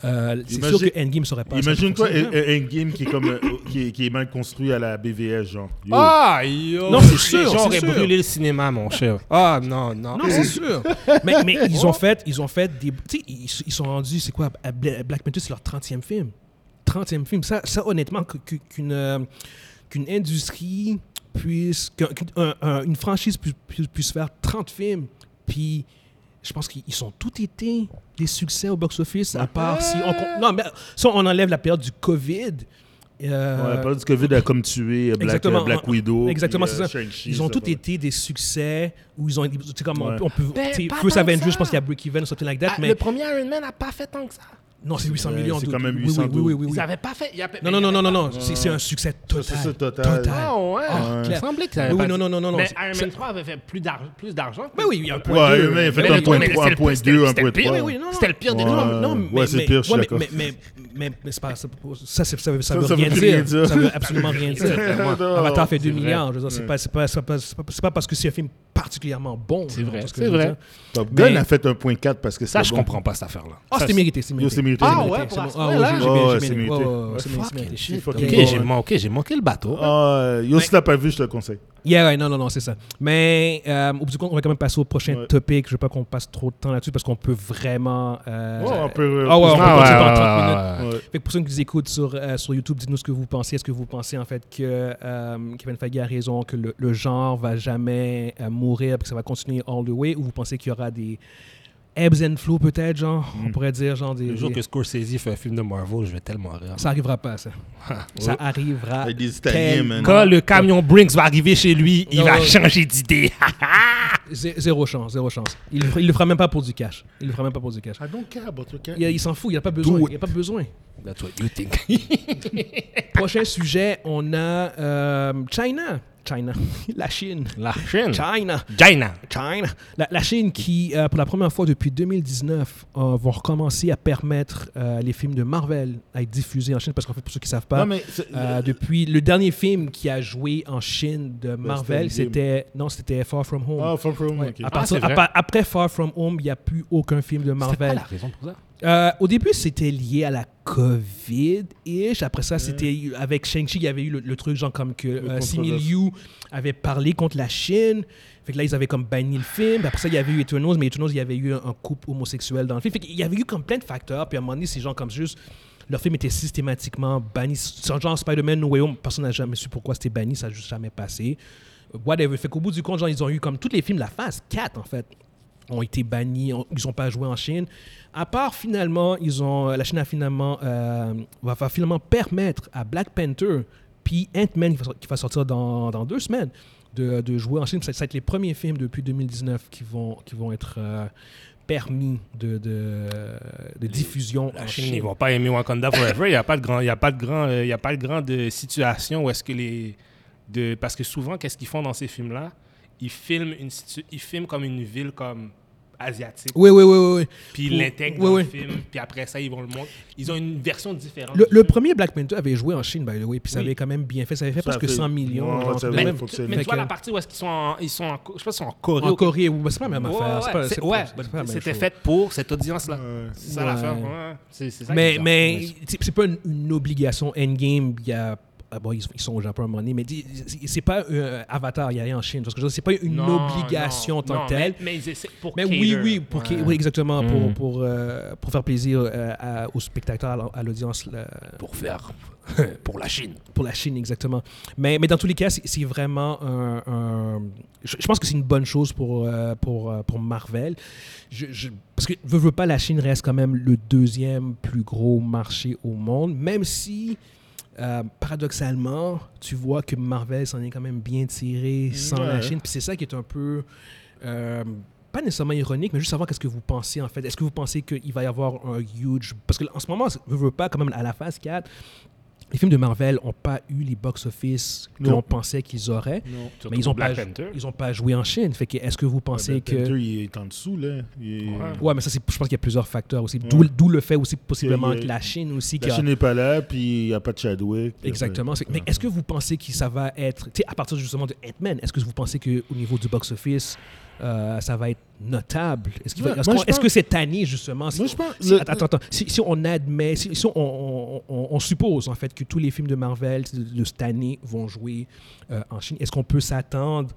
Speaker 1: euh, c'est sûr
Speaker 3: Imagine-
Speaker 1: que Endgame serait pas.
Speaker 3: Imagine-toi
Speaker 1: ça aurait
Speaker 3: un,
Speaker 1: pas fonctionné.
Speaker 3: un- un game qui est, comme, euh, qui, est, qui est mal construit à la BVS, genre. Yo.
Speaker 2: Ah, yo.
Speaker 1: Non, c'est sûr,
Speaker 2: Les
Speaker 1: c'est
Speaker 2: gens auraient
Speaker 1: sûr.
Speaker 2: brûlé le cinéma, mon cher. Ah, non, non.
Speaker 1: Non, c'est sûr. mais, mais ils ont fait, ils ont fait des. Tu sais, ils, ils sont rendus, c'est quoi, à Bla- Black Panther, c'est leur 30e film. 30e film. Ça, ça honnêtement, que- que- qu'une euh, qu'une industrie puisse. qu'un- qu'une un- un- une franchise puisse, puisse- puisse faire 30 films, puis. Je pense qu'ils ils sont tous été des succès au box-office, à part si on... com- Non, mais si on enlève la période du COVID...
Speaker 3: Ouais,
Speaker 1: euh,
Speaker 3: pas du Covid a comme tué euh, Black,
Speaker 1: Exactement.
Speaker 3: euh, Black Widow.
Speaker 1: Exactement,
Speaker 3: puis,
Speaker 1: c'est
Speaker 3: euh,
Speaker 1: ça.
Speaker 3: Shang-Chi,
Speaker 1: Ils ont
Speaker 3: ça,
Speaker 1: tous
Speaker 3: ouais.
Speaker 1: été des succès où ils ont. tu sais, comme on
Speaker 3: Ouais.
Speaker 1: peut- on peut.
Speaker 2: Ben,
Speaker 1: tu sais,
Speaker 2: pas
Speaker 1: First
Speaker 2: tant
Speaker 1: Avengers,
Speaker 2: que ça.
Speaker 1: je pense qu'il y a Break Even, something like that,
Speaker 2: Ah,
Speaker 1: mais.
Speaker 2: Le premier Iron Man n'a pas fait tant que ça.
Speaker 1: Non, c'est 800
Speaker 3: Ouais,
Speaker 1: millions.
Speaker 3: c'est
Speaker 1: dude.
Speaker 3: quand même
Speaker 1: Oui,
Speaker 3: 800,
Speaker 1: Oui, oui, oui, oui,
Speaker 2: Ils
Speaker 1: oui.
Speaker 2: n'avaient pas fait. il y a-
Speaker 1: Non, non, non, non, non, non. C'est c'est un succès total.
Speaker 3: Ça, c'est total.
Speaker 2: Ah ouais.
Speaker 1: Ah,
Speaker 2: Il me
Speaker 1: clair.
Speaker 2: semblait
Speaker 1: Oui,
Speaker 2: que ça avait
Speaker 1: oui,
Speaker 2: pas
Speaker 1: non,
Speaker 2: dit-
Speaker 1: non, non, non, non,
Speaker 2: Mais
Speaker 1: c'est-
Speaker 2: Iron
Speaker 1: c'est-
Speaker 2: Man 3 avait fait plus d'ar- plus d'argent.
Speaker 1: Mais oui, il y a un point
Speaker 3: Ouais,
Speaker 1: deux.
Speaker 3: mais il a fait
Speaker 2: Mais
Speaker 3: un
Speaker 2: le-
Speaker 3: point
Speaker 2: mais
Speaker 3: 3, un
Speaker 2: c'était
Speaker 3: point
Speaker 2: le-
Speaker 3: 2, un
Speaker 2: c'était
Speaker 3: point
Speaker 2: le pire,
Speaker 3: 3.
Speaker 2: mais oui, non, non. C'était le pire des deux.
Speaker 1: Non, non,
Speaker 3: Ouais,
Speaker 1: mais,
Speaker 3: c'est
Speaker 1: mais-
Speaker 3: pire, je suis
Speaker 1: ouais,
Speaker 3: d'accord.
Speaker 1: mais, mais, mais, mais c'est pas, ça, ça, c'est- ça veut, ça
Speaker 3: Ça,
Speaker 1: veut
Speaker 3: ça
Speaker 1: rien
Speaker 3: veut
Speaker 1: dire.
Speaker 3: rien dire.
Speaker 1: Ça veut absolument rien dire.
Speaker 3: Non,
Speaker 1: Avatar fait
Speaker 3: c'est
Speaker 1: 2
Speaker 3: vrai.
Speaker 1: milliards. Je veux dire, c'est pas, c'est pas, c'est pas, c'est pas, c'est pas parce que c'est un film particulièrement bon.
Speaker 2: C'est vrai,
Speaker 1: tu vois ce que
Speaker 2: c'est
Speaker 1: je veux
Speaker 2: vrai.
Speaker 1: dire.
Speaker 3: Top Gun
Speaker 1: Mais-
Speaker 3: a fait un point 4 parce que
Speaker 2: Ben, Ça,
Speaker 3: c'est
Speaker 2: je
Speaker 3: bon.
Speaker 2: comprends pas cette affaire-là.
Speaker 1: Ah, c'était mérité, c'est
Speaker 3: Yo,
Speaker 1: mérité.
Speaker 3: c'est mérité.
Speaker 2: Ah
Speaker 1: mérité,
Speaker 2: ouais,
Speaker 1: c'est
Speaker 2: pour
Speaker 1: bon.
Speaker 2: ce
Speaker 1: Ah ouais,
Speaker 2: point-là?
Speaker 1: j'ai- j'ai
Speaker 3: Ouais,
Speaker 1: bien-
Speaker 3: ouais,
Speaker 1: j'ai
Speaker 3: c'est
Speaker 1: bien-
Speaker 3: mérité.
Speaker 1: ouais, ouais, ouais, c'est
Speaker 2: Fuck
Speaker 1: mérité.
Speaker 2: this
Speaker 3: shit.
Speaker 1: Donc,
Speaker 2: Ok,
Speaker 3: Ouais.
Speaker 2: j'ai manqué, j'ai manqué le bateau.
Speaker 3: Ah, yo, si t'as pas vu, je te le conseille.
Speaker 1: Yeah, ouais, non, non, non, c'est ça. Mais euh, au bout du compte, on va quand même passer au prochain
Speaker 3: Ouais.
Speaker 1: topic. Je veux pas qu'on passe trop de temps là-dessus parce qu'on peut vraiment. euh,
Speaker 3: Ouais, on peut-
Speaker 1: Ah ouais, on peut continuer
Speaker 2: Ah, ouais,
Speaker 1: pendant
Speaker 2: ouais,
Speaker 1: 30
Speaker 2: ouais,
Speaker 1: minutes.
Speaker 2: ouais, ouais.
Speaker 3: Ouais.
Speaker 1: Fait que pour ceux qui nous écoutent sur, euh, sur YouTube, dites-nous ce que vous pensez. Est-ce que vous pensez en fait que euh, Kevin Feige a raison, que le, le genre va jamais euh, mourir, que ça va continuer all the way, ou vous pensez qu'il y aura des ebbs and flows peut-être, genre,
Speaker 3: Hmm.
Speaker 1: on pourrait dire, genre des...
Speaker 2: Le jour
Speaker 1: des-
Speaker 2: que Scorsese fait un film de Marvel, je vais tellement rire.
Speaker 1: Ça arrivera pas, ça. ça arrivera
Speaker 3: Avec des Italiens,
Speaker 1: tellement-
Speaker 3: man.
Speaker 2: Quand le camion Brinks va arriver chez lui, il
Speaker 1: Non,
Speaker 2: va
Speaker 1: ouais.
Speaker 2: changer d'idée.
Speaker 1: Zé- Zéro chance, zéro chance. Il le, fera- il le fera même pas pour du cash. Il le fera même pas pour du cash.
Speaker 3: I don't care about your cat.
Speaker 1: Il, il s'en fout, il n'y a pas besoin. Il y a pas besoin.
Speaker 2: That's what you think.
Speaker 1: Prochain sujet, on a euh, China. China. La Chine.
Speaker 2: La Chine.
Speaker 1: China.
Speaker 2: China.
Speaker 1: China. La, la Chine qui, euh, pour la première fois depuis 2019, euh, vont recommencer à permettre euh, les films de Marvel à être diffusés en Chine. Parce qu'en fait, pour ceux qui ne savent pas,
Speaker 3: Non, mais c'est-
Speaker 1: euh, depuis le dernier film qui a joué en Chine de Marvel,
Speaker 3: c'était
Speaker 1: c'était non, c'était Far From Home.
Speaker 3: Ah, Far From Home,
Speaker 1: Ouais.
Speaker 3: ok.
Speaker 1: À partir-
Speaker 2: c'est vrai.
Speaker 1: à pa- après Far From Home, il n'y a plus aucun film de
Speaker 2: C'était pas
Speaker 1: Marvel.
Speaker 2: la raison pour ça.
Speaker 1: Euh, au début, c'était lié à la COVID-ish. Après ça, c'était avec Shang-Chi, il y avait eu le, le truc genre comme que euh, Simi
Speaker 3: controverse.
Speaker 1: Liu avait parlé contre la Chine. Fait que là, ils avaient comme banni le film. Puis après ça, il y avait eu Eternals, mais Eternals, il y avait eu un, un couple homosexuel dans le film. Fait qu'il y avait eu comme plein de facteurs. Puis à un moment donné, ces gens comme juste. Leur film était systématiquement banni. Sans genre Spider-Man No Way Home, personne n'a jamais su pourquoi c'était banni, ça n'a juste jamais passé. Whatever. Fait qu'au bout du compte, genre, ils ont eu comme tous les films, la phase 4, en fait ont été bannis, ont- ils n'ont pas joué en Chine. À part finalement, ils ont, la Chine a finalement, euh, va, va finalement permettre à Black Panther, puis Ant-Man, qui, va sor- qui va sortir dans, dans deux semaines, de, de jouer en Chine. Ça, ça va être les premiers films depuis 2019 qui vont, qui vont être euh, permis de, de, de diffusion
Speaker 2: La
Speaker 1: en
Speaker 2: Chine,
Speaker 1: Chine.
Speaker 2: ils vont pas aimer Wakanda Forever. Il n'y a pas de grand, il y a pas de grand, euh, il y a pas de grande euh, situation où est-ce que les, de, parce que souvent, qu'est-ce qu'ils font dans ces films-là Ils filment une, situ- ils filment comme une ville comme asiatique.
Speaker 1: Oui, oui, oui, oui, oui.
Speaker 2: Puis ils
Speaker 1: Ou-
Speaker 2: l'intègrent
Speaker 1: oui,
Speaker 2: dans
Speaker 1: oui.
Speaker 2: le film. Puis après ça, ils vont le montrer. Ils ont une version différente.
Speaker 1: Le,
Speaker 2: du
Speaker 1: le
Speaker 2: film.
Speaker 1: premier Black Panther avait joué en Chine, by the way, puis ça
Speaker 2: Oui.
Speaker 1: avait quand même bien fait. Ça avait fait
Speaker 3: Ça
Speaker 1: presque
Speaker 3: fait-
Speaker 1: 100 millions.
Speaker 3: Ouais,
Speaker 1: genre,
Speaker 3: ouais, ça
Speaker 1: de
Speaker 3: avait
Speaker 1: même.
Speaker 3: faut que
Speaker 2: Tu-
Speaker 3: c'est-
Speaker 2: mais
Speaker 1: Fait
Speaker 2: tu vois
Speaker 1: que-
Speaker 2: la partie où est-ce qu'ils sont en, ils sont en, je pense qu'ils sont en Corée.
Speaker 1: En
Speaker 2: au-
Speaker 1: Corée, ouais, c'est pas la même
Speaker 2: Ouais,
Speaker 1: affaire. c'est
Speaker 2: ouais,
Speaker 1: pas-
Speaker 2: c'est-
Speaker 1: c'est pas-
Speaker 2: ouais,
Speaker 1: c'est pas la même
Speaker 2: c'était
Speaker 1: chose.
Speaker 2: fait pour cette audience-là.
Speaker 3: Ouais.
Speaker 2: C'est ça
Speaker 1: Ouais.
Speaker 2: l'affaire. ouais. C'est- c'est ça qui est
Speaker 1: mais
Speaker 2: bizarre.
Speaker 1: mais c'est- c'est pas une, une obligation endgame. Il y a, ah bon, ils, sont- ils sont au Japon à un moment donné, mais dis- c'est- c'est pas euh, Avatar, il y a rien en Chine. parce que je veux dire, C'est pas une
Speaker 2: Non,
Speaker 1: obligation
Speaker 2: non,
Speaker 1: en tant
Speaker 2: non,
Speaker 1: que telle.
Speaker 2: Mais, mais ils essaient- pour
Speaker 1: Mais,
Speaker 2: cater,
Speaker 1: oui, oui, pour
Speaker 2: ouais.
Speaker 1: qui- oui, exactement, pour,
Speaker 2: Mm.
Speaker 1: pour, euh, pour faire plaisir euh, à- aux spectateurs, à l'au- à l'audience là,
Speaker 2: pour faire pour la Chine.
Speaker 1: pour la Chine, exactement. Mais, mais dans tous les cas, c'est- c'est vraiment un. un- je, je pense que c'est une bonne chose pour, euh, pour, euh, pour Marvel. Je- je- parce que, veux, veux pas, la Chine reste quand même le deuxième plus gros marché au monde, même si. euh, paradoxalement, tu vois que Marvel s'en est quand même bien tiré sans la
Speaker 3: Ouais.
Speaker 1: Chine. Puis c'est ça qui est un peu euh, pas nécessairement ironique, mais juste savoir qu'est-ce que vous pensez en fait. Est-ce que vous pensez qu'il va y avoir un huge. Parce qu'en ce moment, je veux pas quand même à la phase 4. Les films de Marvel n'ont pas eu les box-office que
Speaker 3: Non.
Speaker 1: l'on pensait qu'ils auraient,
Speaker 2: Surtout
Speaker 1: mais ils n'ont pas,
Speaker 2: Black
Speaker 1: jou-
Speaker 2: Panther.
Speaker 1: ils ont pas joué en Chine. Fait que est-ce que vous pensez
Speaker 3: Black
Speaker 1: que.
Speaker 3: Panther, il est en dessous, là. Il est-
Speaker 2: Ouais.
Speaker 1: Ouais, mais ça, c'est- je pense qu'il y a plusieurs facteurs aussi. D'où d'où le fait aussi, possiblement,
Speaker 3: Il y a-
Speaker 1: que la Chine aussi. qui
Speaker 3: La
Speaker 1: a-
Speaker 3: Chine n'est pas là, puis il n'y a pas de Chadwick.
Speaker 1: Exactement. C'est- Mais est-ce que vous pensez que ça va être, tu sais, à partir justement de Ant-Man, est-ce que vous pensez qu'au niveau du box-office, euh, ça va être notable? Est-ce qu'il va-
Speaker 3: Ouais,
Speaker 1: est-ce
Speaker 3: moi,
Speaker 1: qu'on-
Speaker 3: je
Speaker 1: est-ce
Speaker 3: pense-
Speaker 1: que cette année, justement, si-
Speaker 3: Moi, je pense-
Speaker 1: si-
Speaker 3: le-
Speaker 1: attends, attends, si, si on admet, si, si on, on- on- on suppose en fait que tous les films de Marvel de, de cette année vont jouer euh, en Chine, est-ce qu'on peut s'attendre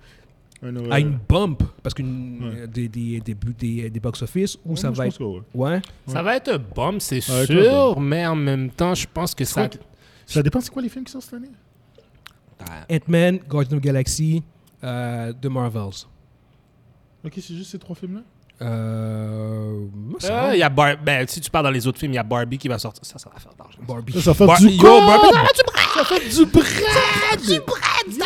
Speaker 3: Un nouvel-
Speaker 1: à une bump parce que euh,
Speaker 3: Ouais.
Speaker 1: des, des, des, buts- des, des box-office ou
Speaker 3: Ouais,
Speaker 1: ça
Speaker 3: moi, je
Speaker 1: va
Speaker 3: pense
Speaker 1: être...
Speaker 3: que ouais.
Speaker 1: Ouais?
Speaker 2: Ça va être un bomb, c'est
Speaker 3: Ça va être un
Speaker 2: sûr, mais en même temps, je pense que ça. Ah,
Speaker 3: crois que- Ça dépend, c'est quoi les films qui sortent cette année
Speaker 1: Ant-Man, Guardian of the Galaxy, euh, The Marvels.
Speaker 3: Ok, c'est juste ces trois films-là
Speaker 1: Euh, me
Speaker 2: Euh,
Speaker 1: semble.
Speaker 2: il y a Bar- ben, si tu parles dans les autres films, il y a Barbie qui va sortir. Ça, ça va faire de l'argent.
Speaker 1: Barbie.
Speaker 3: Ça fait
Speaker 2: Bar-
Speaker 3: du
Speaker 2: Yo,
Speaker 1: bah,
Speaker 3: corps
Speaker 2: Barbie, ça
Speaker 3: du bread Du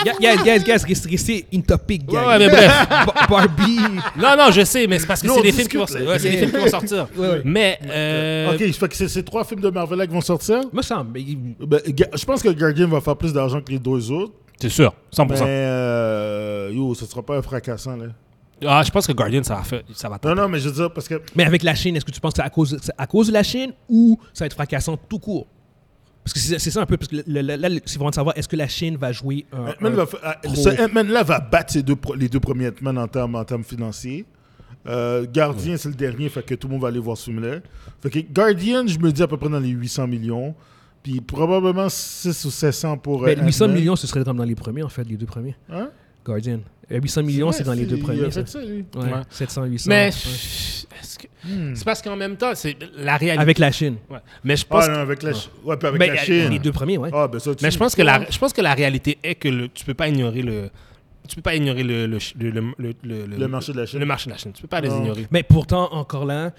Speaker 1: Yeah, yeah, guys, guys, restez, restez in topic, guys.
Speaker 2: Ouais, ouais, mais bref.
Speaker 1: Ba- Barbie.
Speaker 2: Non, non, je sais, mais c'est parce que
Speaker 3: Non,
Speaker 2: c'est
Speaker 3: on
Speaker 2: des films qui vont
Speaker 3: discute,
Speaker 2: sortir.
Speaker 3: là.
Speaker 2: Ouais, c'est des films qui vont sortir.
Speaker 1: ouais.
Speaker 2: Mais. euh,
Speaker 3: Ok, je fais que c'est ces trois films de Marvel là qui vont sortir
Speaker 1: Me semble. mais il-
Speaker 3: Ben, Ga- Je pense que Guardian va faire plus d'argent que les deux autres.
Speaker 2: C'est sûr, 100%.
Speaker 3: Mais Ben, euh, yo, ce sera pas un fracassant là.
Speaker 2: Ah, je pense que Guardian, ça va faire. Ça va
Speaker 3: Non, non, mais je veux dire, parce que
Speaker 1: Mais avec la Chine, est-ce que tu penses que c'est à cause, c'est à cause de la Chine ou ça va être fracassant tout court? Parce que c'est c'est ça un peu, parce que le- le- là, le- c'est vraiment de savoir est-ce que la Chine va jouer un.
Speaker 3: Ant-Man
Speaker 1: un-
Speaker 3: va fa- ah,
Speaker 1: gros.
Speaker 3: ce Ant-Man-là va battre ses deux pro- les deux premiers Ant-Man en termes, en termes financiers. Euh, Guardian, c'est le dernier, fait que tout le monde va aller voir ce film-là. Fait que Guardian, je me dis à peu près dans les 800 millions. Puis probablement 6 ou 700 pour. euh,
Speaker 1: Ben, 800
Speaker 3: Ant-Man.
Speaker 1: millions, ce serait comme dans les premiers, en fait, les deux premiers.
Speaker 3: Hein?
Speaker 1: Guardian. Euh, 800 millions, c'est dans les deux
Speaker 3: il a
Speaker 1: premiers. ça.
Speaker 3: fait euh, ça, lui.
Speaker 1: Ouais,
Speaker 2: Ouais.
Speaker 1: 700, 800.
Speaker 2: Mais.
Speaker 1: ouais.
Speaker 2: est-ce que-
Speaker 3: Hmm.
Speaker 2: C'est parce qu'en même temps, c'est la réalité.
Speaker 1: Avec la Chine.
Speaker 2: Ouais. Mais je pense
Speaker 3: Ah non, avec la, Chi- ouais, puis avec
Speaker 1: Ben,
Speaker 3: la
Speaker 1: euh,
Speaker 3: Chine.
Speaker 1: Les deux premiers, ouais.
Speaker 3: Ah, ben ça, tu-
Speaker 2: Mais je pense que la, je pense que la réalité est que le, tu peux pas ignorer le, tu peux pas ignorer le, le, le, le,
Speaker 3: Le marché de la Chine.
Speaker 2: Le marché de la Chine. Tu peux pas les
Speaker 3: Non.
Speaker 2: ignorer.
Speaker 1: Mais pourtant, encore là,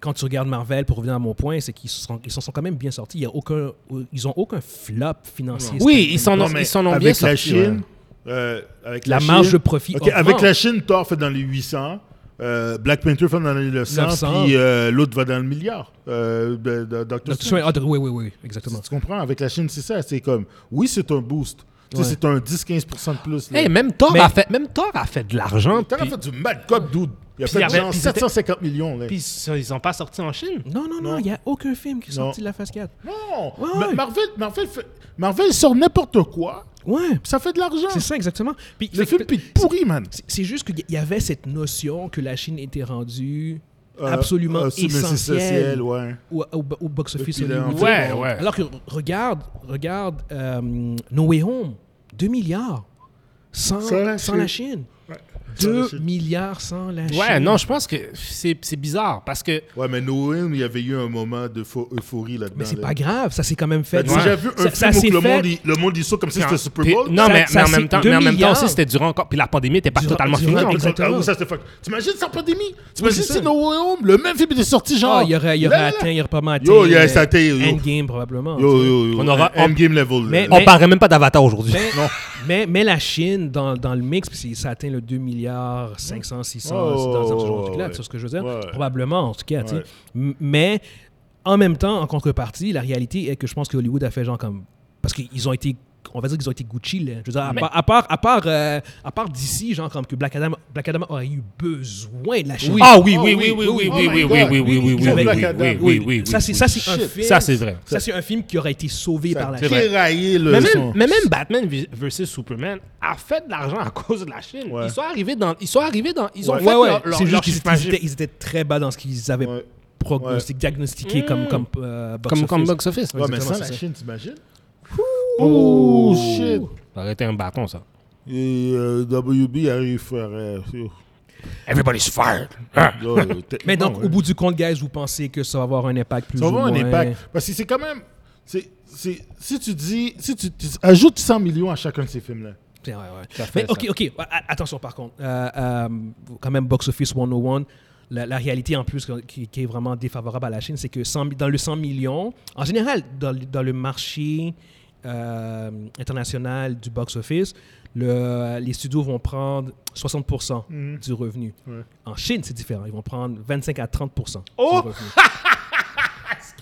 Speaker 1: quand tu regardes Marvel, pour revenir à mon point, c'est qu'ils se sont, ils s'en sont quand même bien sortis. Il y a aucun, ils ont aucun flop financier.
Speaker 2: Oui, ils s'en
Speaker 3: Non,
Speaker 2: ont,
Speaker 3: mais
Speaker 2: ils s'en ont
Speaker 3: avec
Speaker 2: bien
Speaker 3: la
Speaker 2: sorti,
Speaker 3: Chine,
Speaker 2: ouais.
Speaker 3: euh, avec
Speaker 1: La
Speaker 3: la
Speaker 1: marge
Speaker 3: Chine-
Speaker 1: de profit
Speaker 3: Ok,
Speaker 1: augmente.
Speaker 3: avec la Chine, Thor fait dans les 800. euh, Black Panther fait dans les 900,
Speaker 1: 900.
Speaker 3: puis euh, l'autre va dans le milliard. Euh, de- de- Doctor
Speaker 1: Doctor
Speaker 3: Strange.
Speaker 1: Strange- ah, de- oui, oui, oui, exactement.
Speaker 3: Tu comprends? Avec la Chine, c'est ça. C'est comme, oui, c'est un boost. Tu sais,
Speaker 1: Ouais.
Speaker 3: C'est un 10-15% de plus. là.
Speaker 2: Hey, même Thor
Speaker 1: Mais-
Speaker 2: a fait, même Thor a fait de l'argent.
Speaker 3: T'en as
Speaker 2: puis-
Speaker 3: fait du Mad Cop, dude. Il a
Speaker 2: Puis
Speaker 3: fait
Speaker 2: il y avait-
Speaker 3: genre
Speaker 2: puis c'était-
Speaker 3: 750 millions. Là.
Speaker 2: Puis ils ils sont pas sortis en Chine.
Speaker 1: Non, non, non, il n'y a aucun film qui est
Speaker 3: Non.
Speaker 1: sorti de la phase 4.
Speaker 3: non!
Speaker 1: Ouais.
Speaker 3: Ma- Marvel, Marvel, fait- Marvel sort n'importe quoi,
Speaker 1: Ouais,
Speaker 3: puis ça fait de l'argent.
Speaker 1: c'est ça, exactement. Puis,
Speaker 3: Le film puis pourri, man.
Speaker 1: c'est- c'est juste qu'il y avait cette notion que la Chine était rendue
Speaker 3: Euh,
Speaker 1: absolument
Speaker 3: euh, c'est- mais c'est
Speaker 1: essentielle
Speaker 3: essentiel, ouais.
Speaker 1: au, au- au box-office
Speaker 3: Depuis là,
Speaker 1: Hollywood.
Speaker 3: on
Speaker 2: Ouais, fait- ouais.
Speaker 1: Alors que regarde, regarde euh, No Way Home, 2 milliards sans,
Speaker 3: Sans la
Speaker 1: sans
Speaker 3: Chine.
Speaker 1: la Chine.
Speaker 3: Sans la
Speaker 1: 2
Speaker 3: Chine.
Speaker 1: milliards sans la Chine.
Speaker 2: Ouais, non, je pense que c'est c'est bizarre parce que
Speaker 3: Ouais, mais Noël, il y avait eu un moment d'euphorie là-dedans.
Speaker 1: Mais c'est
Speaker 3: là.
Speaker 1: pas grave, ça s'est quand même
Speaker 3: T'as
Speaker 1: fait.
Speaker 3: déjà
Speaker 1: Ouais.
Speaker 3: vu
Speaker 1: Ça-
Speaker 3: un
Speaker 1: ça
Speaker 3: film
Speaker 1: s'est
Speaker 3: où le
Speaker 1: fait
Speaker 3: monde, il- le monde il saute comme si c'était le Super
Speaker 2: Puis-
Speaker 3: Bowl? Ah,
Speaker 2: non,
Speaker 1: Ça-
Speaker 2: mais,
Speaker 1: ça,
Speaker 2: mais en
Speaker 1: c'est
Speaker 2: même temps,
Speaker 1: deux
Speaker 2: mais en même temps
Speaker 1: milliards.
Speaker 2: aussi, c'était durant encore. Puis la pandémie était pas
Speaker 1: Durant-
Speaker 2: totalement
Speaker 1: durant-
Speaker 2: finie.
Speaker 3: Ah,
Speaker 2: encore.
Speaker 1: Exactement.
Speaker 3: ah oui, ça, c'était fuck. T'imagines sans pandémie? T'imagines
Speaker 1: c'est
Speaker 3: si
Speaker 1: ça.
Speaker 3: No Way Home, le même film était sorti genre.
Speaker 1: Ah, il y aurait, il y aurait
Speaker 3: là, là,
Speaker 1: atteint, il y aurait probablement atteint.
Speaker 3: Yo, il y a-
Speaker 1: euh,
Speaker 3: ça a été- yo.
Speaker 1: Endgame, probablement.
Speaker 3: Yo, yo, yo.
Speaker 2: On aura-
Speaker 3: un- Endgame level.
Speaker 1: Mais-
Speaker 3: là.
Speaker 1: mais-
Speaker 2: On parlerait même pas d'Avatar aujourd'hui.
Speaker 1: Mais, mais, mais la Chine, dans, dans le mix, puis ça atteint le 2 milliards 500, 600,
Speaker 3: Oh,
Speaker 1: dans, dans ce genre de
Speaker 3: ouais,
Speaker 1: club,
Speaker 3: ouais.
Speaker 1: c'est ce que je veux dire.
Speaker 3: Ouais.
Speaker 1: Probablement, en tout cas. tu sais.
Speaker 3: Ouais.
Speaker 1: M- Mais en même temps, en contrepartie, la réalité est que je pense que Hollywood a fait genre comme... Parce qu'ils ont été... On va dire qu'ils ont été Gucci, là. Je veux dire, à,
Speaker 2: Mais-
Speaker 1: part, à part, à part, euh, à part d'ici, genre comme que Black Adam, Black Adam aurait eu besoin de la Chine.
Speaker 2: Ah oui,
Speaker 3: Oh,
Speaker 2: oui, oui, oui, oui,
Speaker 3: oui, oh
Speaker 2: oui,
Speaker 3: my
Speaker 2: oui,
Speaker 3: God.
Speaker 2: oui, oui, oui, oui, oui,
Speaker 1: Avec-
Speaker 2: oui, oui, oui, oui,
Speaker 1: ça,
Speaker 2: oui,
Speaker 1: c'est
Speaker 2: oui.
Speaker 1: ça, c'est un
Speaker 3: Shit.
Speaker 1: film.
Speaker 2: Ça, c'est vrai.
Speaker 1: Ça, c'est un film qui aurait été sauvé par la
Speaker 3: C'est
Speaker 1: Chine.
Speaker 2: vrai.
Speaker 3: Tiraillé, le
Speaker 2: Mais
Speaker 3: son.
Speaker 2: même, mais même Batman vi- versus Superman a fait de l'argent à cause de la Chine.
Speaker 3: Ouais.
Speaker 2: Ils sont arrivés dans, ils sont arrivés dans, ils ont
Speaker 3: Ouais.
Speaker 2: fait
Speaker 1: Ouais, ouais.
Speaker 2: leur, leur,
Speaker 1: C'est juste
Speaker 2: leur
Speaker 1: qu'ils
Speaker 2: chiffre magique.
Speaker 1: étaient, ils étaient très bas dans ce qu'ils avaient
Speaker 3: Ouais.
Speaker 1: prognostiqué, diagnostiqué comme, comme, euh, box
Speaker 2: Mm. comme, comme
Speaker 1: office.
Speaker 2: box office.
Speaker 3: Ouais, mais
Speaker 1: Exactement,
Speaker 3: sans
Speaker 1: c'est
Speaker 3: la
Speaker 1: ça.
Speaker 3: Chine, t'imagines? Oh shit!
Speaker 2: Ça aurait été un bâton, ça.
Speaker 3: Et euh, WB arrive faire. euh, yo.
Speaker 2: Everybody's fired.
Speaker 3: Yo, yo,
Speaker 1: Mais donc,
Speaker 3: techniquement,
Speaker 1: au bout du compte, guys, vous pensez que ça va avoir un impact plus
Speaker 3: Ça
Speaker 1: ou
Speaker 3: va
Speaker 1: moins
Speaker 3: un impact. Parce que c'est quand même. c'est- c'est- si tu dis. Si tu, tu ajoutes 100 millions à chacun de ces films-là.
Speaker 1: Ouais, ouais.
Speaker 2: fait
Speaker 1: Mais ok, ok. A- a- Attention par contre. Euh, euh, quand même, Box Office 101, la, la réalité en plus qui, qui est vraiment défavorable à la Chine, c'est que 100 mi- dans le 100 millions, en général, dans, le- dans le marché euh, international du Box Office, le- les studios vont prendre 60% du revenu.
Speaker 3: Mm. Ouais.
Speaker 1: En Chine, c'est différent. Ils vont prendre 25 à 30%
Speaker 2: Oh!
Speaker 1: du revenu.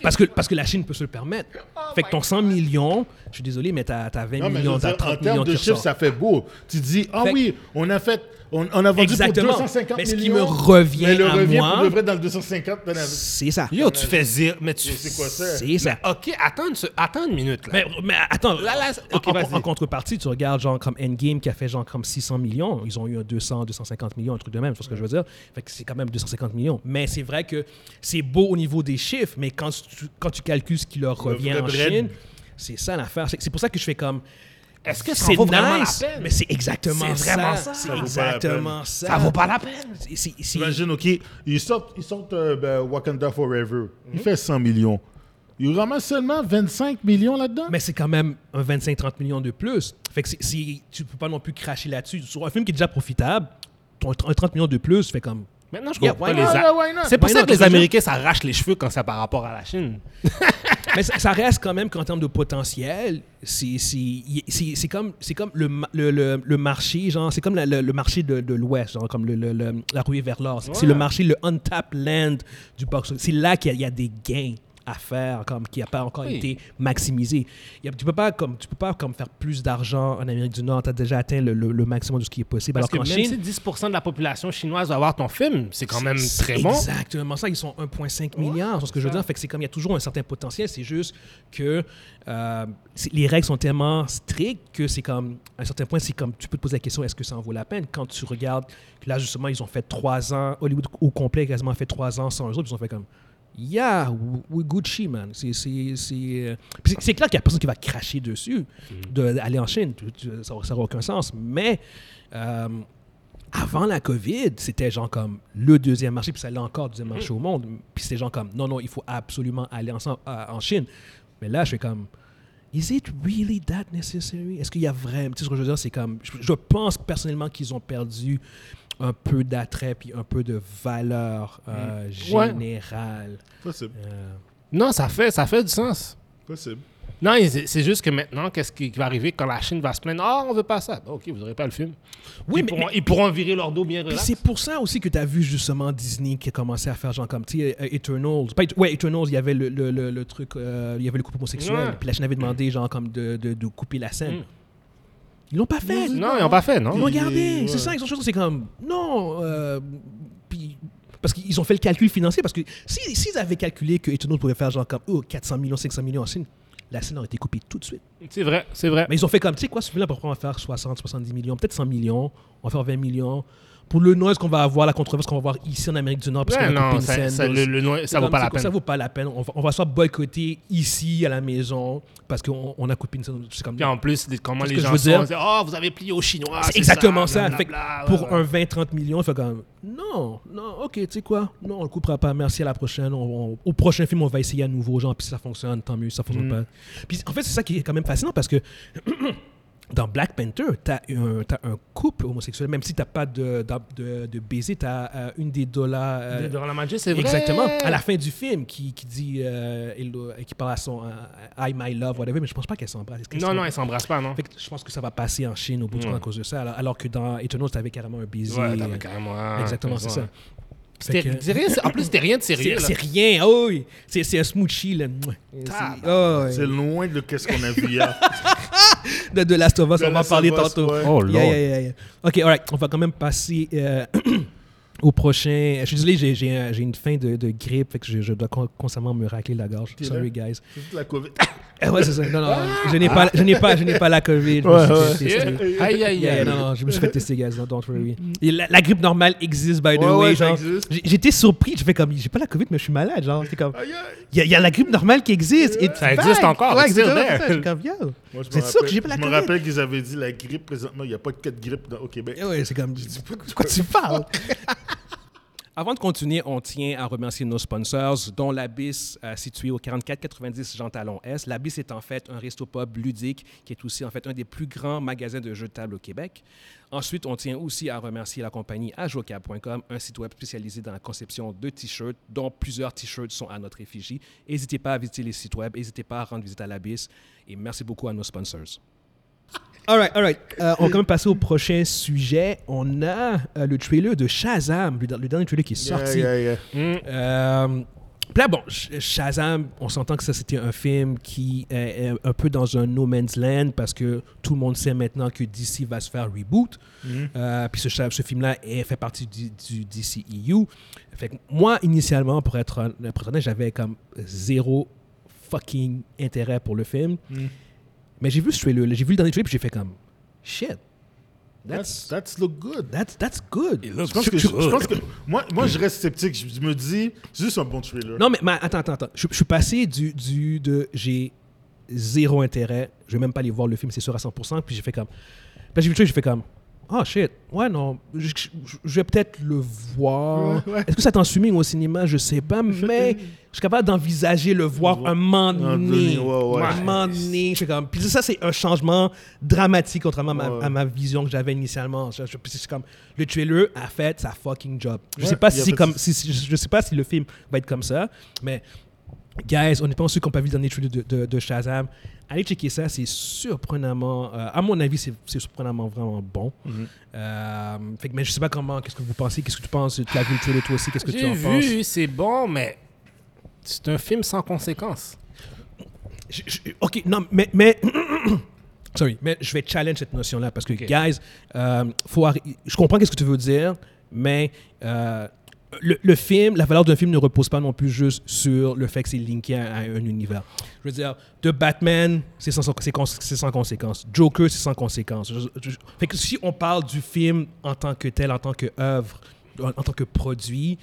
Speaker 1: Parce que, parce que la Chine peut se le permettre. fait que ton 100 millions, je suis désolé, mais t'as as 20
Speaker 3: Non, mais je veux
Speaker 1: millions, t'as
Speaker 3: dire, en
Speaker 1: 30
Speaker 3: termes
Speaker 1: millions
Speaker 3: de
Speaker 1: qui
Speaker 3: chiffres,
Speaker 1: ressortent.
Speaker 3: ça fait beau. Tu dis, ah
Speaker 1: Fait-
Speaker 3: oui, on a fait, on, on a vendu
Speaker 1: Exactement.
Speaker 3: pour 250
Speaker 1: Mais ce
Speaker 3: millions.
Speaker 1: qui me revient
Speaker 3: mais le
Speaker 1: à
Speaker 3: revient
Speaker 1: moi-
Speaker 3: pour de vrai dans le 250. dans la-
Speaker 1: C'est ça.
Speaker 2: Yo, tu fais zir, mais tu.
Speaker 3: Mais c'est quoi ça?
Speaker 1: C'est ça.
Speaker 2: Ok, attends une, se- attends une minute là.
Speaker 1: Mais, mais attends,
Speaker 2: Là, là,
Speaker 1: en-
Speaker 2: ok,
Speaker 1: en,
Speaker 2: vas-y.
Speaker 1: en contrepartie, tu regardes genre comme Endgame qui a fait genre comme 600 millions. Ils ont eu un 200, 250 millions, un truc de même, c'est ce que je veux dire. Fait que c'est quand même 250 millions. Mais c'est vrai que c'est beau au niveau des chiffres, mais quand tu, quand tu calcules ce qui leur revient
Speaker 3: vrai
Speaker 1: en
Speaker 3: bread.
Speaker 1: Chine, c'est ça l'affaire. C'est c'est pour ça que je fais comme.
Speaker 2: Est-ce que ça en
Speaker 1: c'est
Speaker 2: vaut vraiment
Speaker 1: nice,
Speaker 2: la peine?
Speaker 1: mais c'est exactement
Speaker 2: C'est vraiment ça. Ça
Speaker 1: C'est
Speaker 2: vaut pas
Speaker 3: la
Speaker 1: exactement
Speaker 3: peine.
Speaker 1: ça.
Speaker 2: Ça vaut pas la peine.
Speaker 1: C'est- c'est- c'est-
Speaker 3: Imagine, OK, ils sortent, ils sortent euh, ben, Wakanda Forever.
Speaker 1: Mhm.
Speaker 3: Il fait 100 millions. Il ramasse seulement 25 millions là-dedans. Ah,
Speaker 1: Mais c'est quand même un 25-30 millions de plus. Fait que c'est- c'est- tu peux pas non plus cracher là-dessus. Sur un film qui est déjà profitable, ton- un 30 millions de plus fait comme.
Speaker 2: Maintenant, je
Speaker 1: Yeah,
Speaker 2: comprends
Speaker 1: why
Speaker 2: pas les
Speaker 1: not?
Speaker 2: A-
Speaker 3: Yeah, ben, why not?
Speaker 2: C'est pour
Speaker 1: Why
Speaker 2: ça
Speaker 1: not?
Speaker 2: que les
Speaker 1: Je veux dire-
Speaker 2: Américains s'arrachent les cheveux quand c'est par rapport à la Chine.
Speaker 1: Mais ça, ça reste quand même qu'en termes de potentiel, c'est c'est- y- c'est- c'est comme, c'est comme le, ma- le, le- le marché, genre, c'est comme la- le, le marché de, de l'Ouest, genre, comme le, le- le- la ruée vers l'or. C'est c'est le marché, le untapped land du box. C'est là qu'il y, a- il y a des gains à faire, comme qui n'a pas encore
Speaker 2: Oui.
Speaker 1: été maximisé. Il y a- tu peux pas comme tu peux pas comme faire plus d'argent en Amérique du Nord. Tu as déjà atteint le, le- le maximum de ce qui est possible.
Speaker 2: Parce que
Speaker 1: Alors
Speaker 2: même
Speaker 1: qu'en Chine,
Speaker 2: si 10% de la population chinoise va voir ton film, c'est quand même
Speaker 1: c'est
Speaker 2: très bon.
Speaker 1: Exactement ça. Ils sont 1,5 milliard. c'est ce que je veux dire, fait que c'est comme il y a toujours un certain potentiel. C'est juste que euh, c'est- les règles sont tellement strictes que c'est comme à un certain point, c'est comme tu peux te poser la question est-ce que ça en vaut la peine Quand tu regardes que là justement ils ont fait trois ans, Hollywood au complet quasiment a fait trois ans sans eux autres, ils ont fait comme Yeah, we- we Gucci, man. C'est- C'est c'est, euh, puis c'est- c'est clair qu'il n'y a personne qui va cracher dessus
Speaker 2: Mm.
Speaker 1: de- d'aller en Chine. Tu- tu- Ça n'aura aucun sens. Mais euh, avant la COVID, c'était genre comme le deuxième marché, puis ça allait encore deuxième marché au monde. Puis c'était genre comme, non, non, il faut absolument aller ensemble à- en Chine. Mais là, je suis comme, is it really that necessary? Est-ce qu'il y a vraiment, tu sais ce que je veux dire, c'est comme, je, je pense personnellement qu'ils ont perdu un peu d'attrait, puis un peu de valeur euh,
Speaker 2: Ouais.
Speaker 1: générale.
Speaker 3: Possible.
Speaker 1: Euh,
Speaker 2: Non, ça fait, ça fait du sens.
Speaker 3: Possible.
Speaker 2: Non, et c'est c'est juste que maintenant, qu'est-ce qui qui va arriver quand la Chine va se plaindre Ah, on veut pas ça. Ok, vous aurez pas le film.
Speaker 1: Oui,
Speaker 2: ils,
Speaker 1: mais-
Speaker 2: pourront,
Speaker 1: mais-
Speaker 2: ils pourront virer leur dos bien
Speaker 1: Puis
Speaker 2: relax.
Speaker 1: c'est pour ça aussi que tu as vu justement Disney qui a commencé à faire genre comme, tu sais, euh, Eternals. Pas Et- ouais, Eternals, il y avait le, le- le- le truc, euh, il y avait le couple homosexuel.
Speaker 2: Ouais. Mm.
Speaker 1: Puis la chaîne avait demandé genre comme de, de- de couper la scène. Ils l'ont pas fait.
Speaker 2: Non, ils n'ont pas fait,
Speaker 1: Ils
Speaker 2: non
Speaker 1: l'ont gardé.
Speaker 3: Ouais.
Speaker 1: C'est ça, ils ont choses, c'est comme, non. euh, puis- parce qu'ils ont fait le calcul financier. Parce que si- s'ils avaient calculé que Eternals pouvait faire genre comme, oh, 400 millions, 500 millions en Chine, la scène aurait été coupée tout de suite.
Speaker 2: C'est vrai, c'est vrai.
Speaker 1: Ah, Mais ils ont fait comme, tu sais quoi, ce film-là, pourquoi on va faire 60, 70 millions, peut-être 100 millions, on va faire 20 millions. Pour le noise qu'on va avoir, la controverse qu'on va avoir ici en Amérique du Nord, parce
Speaker 2: Ouais,
Speaker 1: qu'on a coupé
Speaker 2: non,
Speaker 1: une
Speaker 2: ça,
Speaker 1: scène
Speaker 2: ça,
Speaker 1: de-
Speaker 2: le- le noir-
Speaker 1: C'est
Speaker 2: ça vaut
Speaker 1: comme,
Speaker 2: pas
Speaker 1: c'est
Speaker 2: la
Speaker 1: quoi,
Speaker 2: peine.
Speaker 1: Ça vaut pas la peine. On va, on va se faire boycotter ici, à la maison, parce qu'on on a coupé une scène. C'est comme-
Speaker 2: Puis en plus, les- comment
Speaker 1: Parce
Speaker 2: les
Speaker 1: que
Speaker 2: gens
Speaker 1: je veux
Speaker 2: sont,
Speaker 1: dire-
Speaker 2: c'est, Ah, vous avez plié aux Chinois.
Speaker 1: c'est exactement ça. Fait que
Speaker 2: blablabla,
Speaker 1: pour
Speaker 2: ouais, ouais.
Speaker 1: un 20-30 millions, il fait comme non, non, ok, tu sais quoi, non, on le coupera pas, merci à la prochaine. On- on- au prochain film, on va essayer à nouveau, genre, puis si ça fonctionne, tant mieux, si ça fonctionne pas.
Speaker 2: Mm.
Speaker 1: Puis en fait, c'est ça qui est quand même fascinant parce que dans Black Panther, t'as un, t'as un couple homosexuel, même si t'as pas de, de, de, de baiser, t'as euh, une des dollars. euh,
Speaker 2: Dans la magie, c'est vrai.
Speaker 1: Exactement. À la fin du film, qui, qui dit, euh, hello- qui parle à son euh, I my love, whatever, mais je pense pas qu'elle s'embrasse. Est-ce qu'elle
Speaker 2: Non, non, ils
Speaker 1: s'embrasse?
Speaker 2: s'embrassent pas, non
Speaker 1: Fait que je pense que ça va passer en Chine au bout du compte à cause de ça. Alors, alors que dans Eternals, t'avais carrément un baiser.
Speaker 2: Ouais, t'avais carrément un-
Speaker 1: Exactement, c'est ça.
Speaker 2: ouais.
Speaker 1: Fait que-
Speaker 2: C'était- c'est rien- c'est- En plus, c'était rien de sérieux.
Speaker 1: C'est
Speaker 2: là.
Speaker 1: c'est rien, oh oui. C'est c'est un smoochie, là.
Speaker 2: Tabarnak.
Speaker 1: C'est- oh, oui.
Speaker 3: C'est loin de qu'est-ce qu'on a vu hier.
Speaker 1: de, de Last of Us,
Speaker 3: De
Speaker 1: on va en
Speaker 3: Last
Speaker 1: parler
Speaker 3: of Us,
Speaker 1: tantôt.
Speaker 3: ouais.
Speaker 2: Oh, Lord.
Speaker 1: Yeah, yeah, yeah, yeah. OK, all right. On va quand même passer euh, au prochain. Je suis désolé, j'ai- j'ai un- j'ai une fin de, de grippe, fait que je, je dois con- constamment me racler la gorge.
Speaker 3: là.
Speaker 1: Sorry, guys.
Speaker 3: C'est toute la COVID.
Speaker 1: Eh ouais, c'est ça. Non, non, je n'ai pas, je n'ai pas, je n'ai pas la COVID. Je me suis fait
Speaker 2: Ah! Yeah.
Speaker 1: tester.
Speaker 2: Aïe, aïe,
Speaker 1: Yeah, yeah,
Speaker 2: aïe.
Speaker 1: non, non, je me suis fait tester, guys. non, don't worry. Et la, la grippe normale existe, by the
Speaker 3: Ouais,
Speaker 1: way.
Speaker 3: ouais, ça
Speaker 1: genre.
Speaker 3: existe.
Speaker 1: J'ai- J'étais surpris. Je fais comme, j'ai pas la COVID, mais je suis malade. Genre, c'est comme,
Speaker 3: Aïe, aïe.
Speaker 1: il y, a- il y a la grippe normale qui existe. et
Speaker 2: Ça existe encore,
Speaker 1: Ouais,
Speaker 2: it's still
Speaker 1: exactement,
Speaker 2: there.
Speaker 1: c'est ça, je suis comme, yo,
Speaker 3: Moi, je me
Speaker 1: c'est sûr que
Speaker 3: rappelle-
Speaker 1: j'ai pas la
Speaker 3: Je me
Speaker 1: COVID.
Speaker 3: rappelle qu'ils avaient dit la grippe présentement, il n'y a pas de cas de grippe dans- au Québec.
Speaker 1: Eh ouais, c'est comme, de quoi tu parles? Avant de continuer, on tient à remercier nos sponsors, dont l'Abyss, euh, situé au 4490 Jean Talon S. L'Abyss est en fait un resto-pub ludique qui est aussi en fait un des plus grands magasins de jeux de table au Québec. Ensuite, on tient aussi à remercier la compagnie Ajoca.com, un site web spécialisé dans la conception de t-shirts, dont plusieurs t-shirts sont à notre effigie. N'hésitez pas à visiter les sites web, n'hésitez pas à rendre visite à l'Abyss et merci beaucoup à nos sponsors. All right, all right. Euh, on va quand même passer au prochain sujet. On a euh, le trailer de Shazam, le, le dernier trailer qui est sorti.
Speaker 2: Mm.
Speaker 3: Yeah, yeah, yeah.
Speaker 1: Euh, puis Puis là, bon, Sh- Shazam, on s'entend que ça, c'était un film qui est est un peu dans un no man's land parce que tout le monde sait maintenant que DC va se faire reboot. Euh, puis ce, cha- ce film-là est- fait partie du, du DCEU. Fait que moi, initialement, pour être, hon- pour être honnête, j'avais comme zéro fucking intérêt pour le film. Mais j'ai vu ce trailer, j'ai vu le dernier trailer, puis j'ai fait comme shit.
Speaker 3: That's, that's look good.
Speaker 1: That's, that's good.
Speaker 3: Je pense, que, je, je pense que moi, moi, je reste sceptique. Je je me dis, c'est juste un bon thriller.
Speaker 1: Non, mais, mais attends, attends, attends. Je, je suis passé du, du de j'ai zéro intérêt, je vais même pas aller voir le film, c'est sûr à 100%, puis j'ai fait comme. Puis j'ai vu le truc, j'ai fait comme. Oh shit, ouais, non, je, je- je vais peut-être le voir.
Speaker 3: Ouais, ouais.
Speaker 1: Est-ce que ça t'en streaming au cinéma Je sais pas, mais je suis capable d'envisager le voir un moment
Speaker 3: Un
Speaker 1: donné.
Speaker 3: donné, ouais, ouais.
Speaker 1: Un moment donné, je suis comme. Puis ça, c'est un changement dramatique, contrairement à ma,
Speaker 3: Ouais.
Speaker 1: à ma vision que j'avais initialement. Je, je- c'est comme le trailer a fait sa fucking job. Je sais
Speaker 3: Ouais,
Speaker 1: pas
Speaker 3: il a
Speaker 1: si
Speaker 3: fait
Speaker 1: comme
Speaker 3: ça.
Speaker 1: si- si- je sais pas si le film va être comme ça, mais guys, on est pas sûr qu'on n'a pas vu le dernier trailer de, de- de Shazam. Allez checker ça, c'est surprenamment, euh, à mon avis, c'est c'est surprenamment vraiment bon. Euh, fait que, mais je sais pas comment, qu'est-ce que vous pensez, qu'est-ce que tu penses, tu as vu le trailer toi aussi, qu'est-ce que tu en
Speaker 2: J'ai
Speaker 1: penses
Speaker 2: vu, c'est bon, mais c'est un film sans conséquences.
Speaker 1: Je- je- ok, non, mais, mais sorry, mais je vais challenge cette notion-là parce que, guys, euh, faut arri- je comprends qu'est-ce que tu veux dire, mais euh, le, le film, la valeur d'un film ne repose pas non plus juste sur le fait que c'est linké à, à un univers. Je veux dire, de Batman, c'est sans, c'est cons- c'est sans conséquence. Joker, c'est sans conséquence. Je- je- je- fait que si on parle du film en tant que tel, en tant qu'œuvre, en, en tant que produit,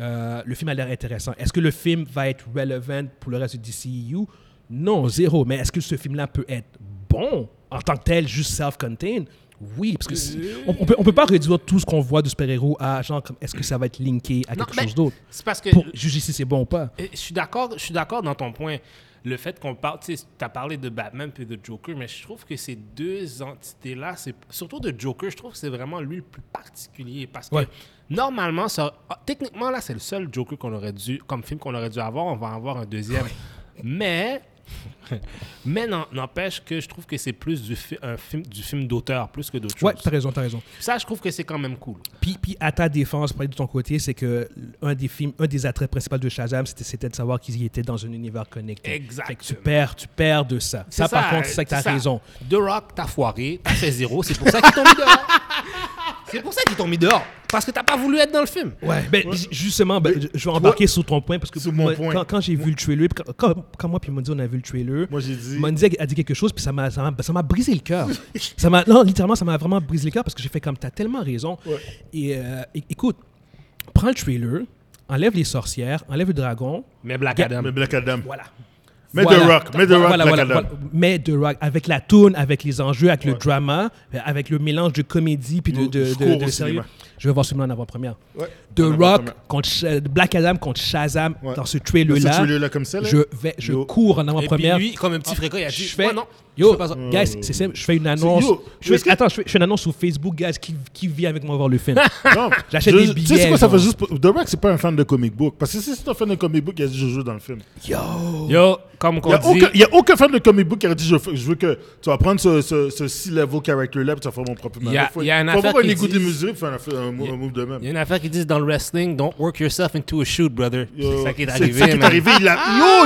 Speaker 1: euh, le film a l'air intéressant. Est-ce que le film va être relevant pour le reste du DCEU? Non, zéro. Mais est-ce que ce film-là peut être bon en tant que tel, juste self-contained? Oui, parce que si- on, on peut, on peut pas réduire tout ce qu'on voit de super-héros à genre comme est-ce que ça va être linké à
Speaker 2: Non,
Speaker 1: quelque
Speaker 2: mais
Speaker 1: chose d'autre
Speaker 2: C'est parce que
Speaker 1: pour juger si c'est bon ou pas.
Speaker 2: Euh, Je suis d'accord, je suis d'accord dans ton point. Le fait qu'on parle, tu as parlé de Batman puis de Joker, mais je trouve que ces deux entités-là, c'est surtout de Joker, je trouve que c'est vraiment lui le plus particulier parce que
Speaker 1: Ouais.
Speaker 2: normalement, ça, ah, techniquement là, c'est le seul Joker qu'on aurait dû, comme film qu'on aurait dû avoir, on va en avoir un deuxième, mais mais n'en- n'empêche que je trouve que c'est plus du fi- un film du film d'auteur plus que d'autres
Speaker 1: Ouais,
Speaker 2: choses.
Speaker 1: t'as raison, t'as raison.
Speaker 2: Ça, je trouve que c'est quand même cool.
Speaker 1: Puis, puis à ta défense, pour aller de ton côté, c'est que un des films, un des attraits principaux de Shazam, c'était, c'était de savoir qu'ils y étaient dans un univers connecté.
Speaker 2: Exactement.
Speaker 1: Fait que tu perds, tu perds de ça. Ça, par contre, c'est ça que t'as raison.
Speaker 2: euh, The Rock, t'as foiré, t'as fait zéro, c'est pour ça qu'ils t'ont mis dehors. C'est pour ça qu'ils t'ont mis dehors. Parce que t'as pas voulu être dans le film.
Speaker 1: Ouais, ben, j- justement, ben, je- je vais embarquer sur ton point parce que
Speaker 3: Sur mon
Speaker 1: moi,
Speaker 3: point.
Speaker 1: quand, quand j'ai vu le trailer, puis quand, quand- quand moi puis Mondi on a vu le trailer,
Speaker 3: Moi, j'ai dit-
Speaker 1: Mondi a, a dit quelque chose puis ça m'a ça m'a- ça m'a brisé le cœur. ça m'a non littéralement ça m'a vraiment brisé le cœur parce que j'ai fait comme t'as tellement raison. Et euh, é- écoute, prends le trailer, enlève les sorcières, enlève le dragon,
Speaker 2: Mais Black
Speaker 1: Yeah,
Speaker 2: Adam.
Speaker 3: Mais Black Adam.
Speaker 1: voilà.
Speaker 3: Mais
Speaker 1: Voilà.
Speaker 3: The Rock. Mais The Rock,
Speaker 1: Voilà,
Speaker 3: Black
Speaker 1: voilà,
Speaker 3: Adam.
Speaker 1: voilà. Mais The Rock, avec la toune, avec les enjeux, avec le drama, avec le mélange de comédie puis de, de,
Speaker 3: Je
Speaker 1: de-
Speaker 3: cours
Speaker 1: de
Speaker 3: au
Speaker 1: sérieux.
Speaker 3: cinéma.
Speaker 1: Je vais voir celui-là en avant-première.
Speaker 3: Ouais.
Speaker 1: The
Speaker 3: En
Speaker 1: Rock
Speaker 3: avant-première.
Speaker 1: contre Sha- Black Adam contre Shazam
Speaker 3: Ouais.
Speaker 1: dans ce
Speaker 3: Dans ce
Speaker 1: trailer-là.
Speaker 3: trailer-là comme ça, là.
Speaker 1: Je, vais, je
Speaker 3: Yo.
Speaker 1: cours en
Speaker 2: Et puis
Speaker 1: avant-première.
Speaker 2: lui, comme un petit fréquent, il a dit
Speaker 1: Je fais.
Speaker 2: Ouais, non.
Speaker 1: Yo, guys, c'est simple. Je fais une annonce.
Speaker 3: Oh. yo,
Speaker 1: je fais-
Speaker 3: est-ce que-
Speaker 1: Attends, je fais, je fais une annonce sur Facebook, guys, qui, qui vit avec moi voir le film.
Speaker 3: Non,
Speaker 1: J'achète
Speaker 3: je-
Speaker 1: des
Speaker 3: Tu sais
Speaker 1: billets,
Speaker 3: c'est quoi, ça
Speaker 1: genre.
Speaker 3: fait juste. pour- The Rock, c'est pas un fan de comic book. Parce que si c'est un fan de comic book, il a dit je joue dans le film.
Speaker 2: Yo, comme
Speaker 3: Il
Speaker 2: qu'on
Speaker 3: n'y a,
Speaker 2: dit.
Speaker 3: aucun- y a aucun fan de comic book qui aurait dit je, veux- je veux que tu vas prendre ce, ce, ce C-level character-là et tu vas faire mon propre
Speaker 2: y a-
Speaker 3: Faut-
Speaker 2: y a un
Speaker 3: faut
Speaker 2: affaire
Speaker 3: avoir
Speaker 2: qui
Speaker 3: un écoute
Speaker 2: dit-
Speaker 3: des mesures et faire un, un, mou- un move de même.
Speaker 2: Il y a une affaire qui dit dans le wrestling Don't work yourself into a shoot, brother.
Speaker 3: Yo,
Speaker 2: C'est ça qui est
Speaker 3: C'est ça qui
Speaker 2: arrivé.
Speaker 3: est
Speaker 2: man.
Speaker 3: arrivé. Il a...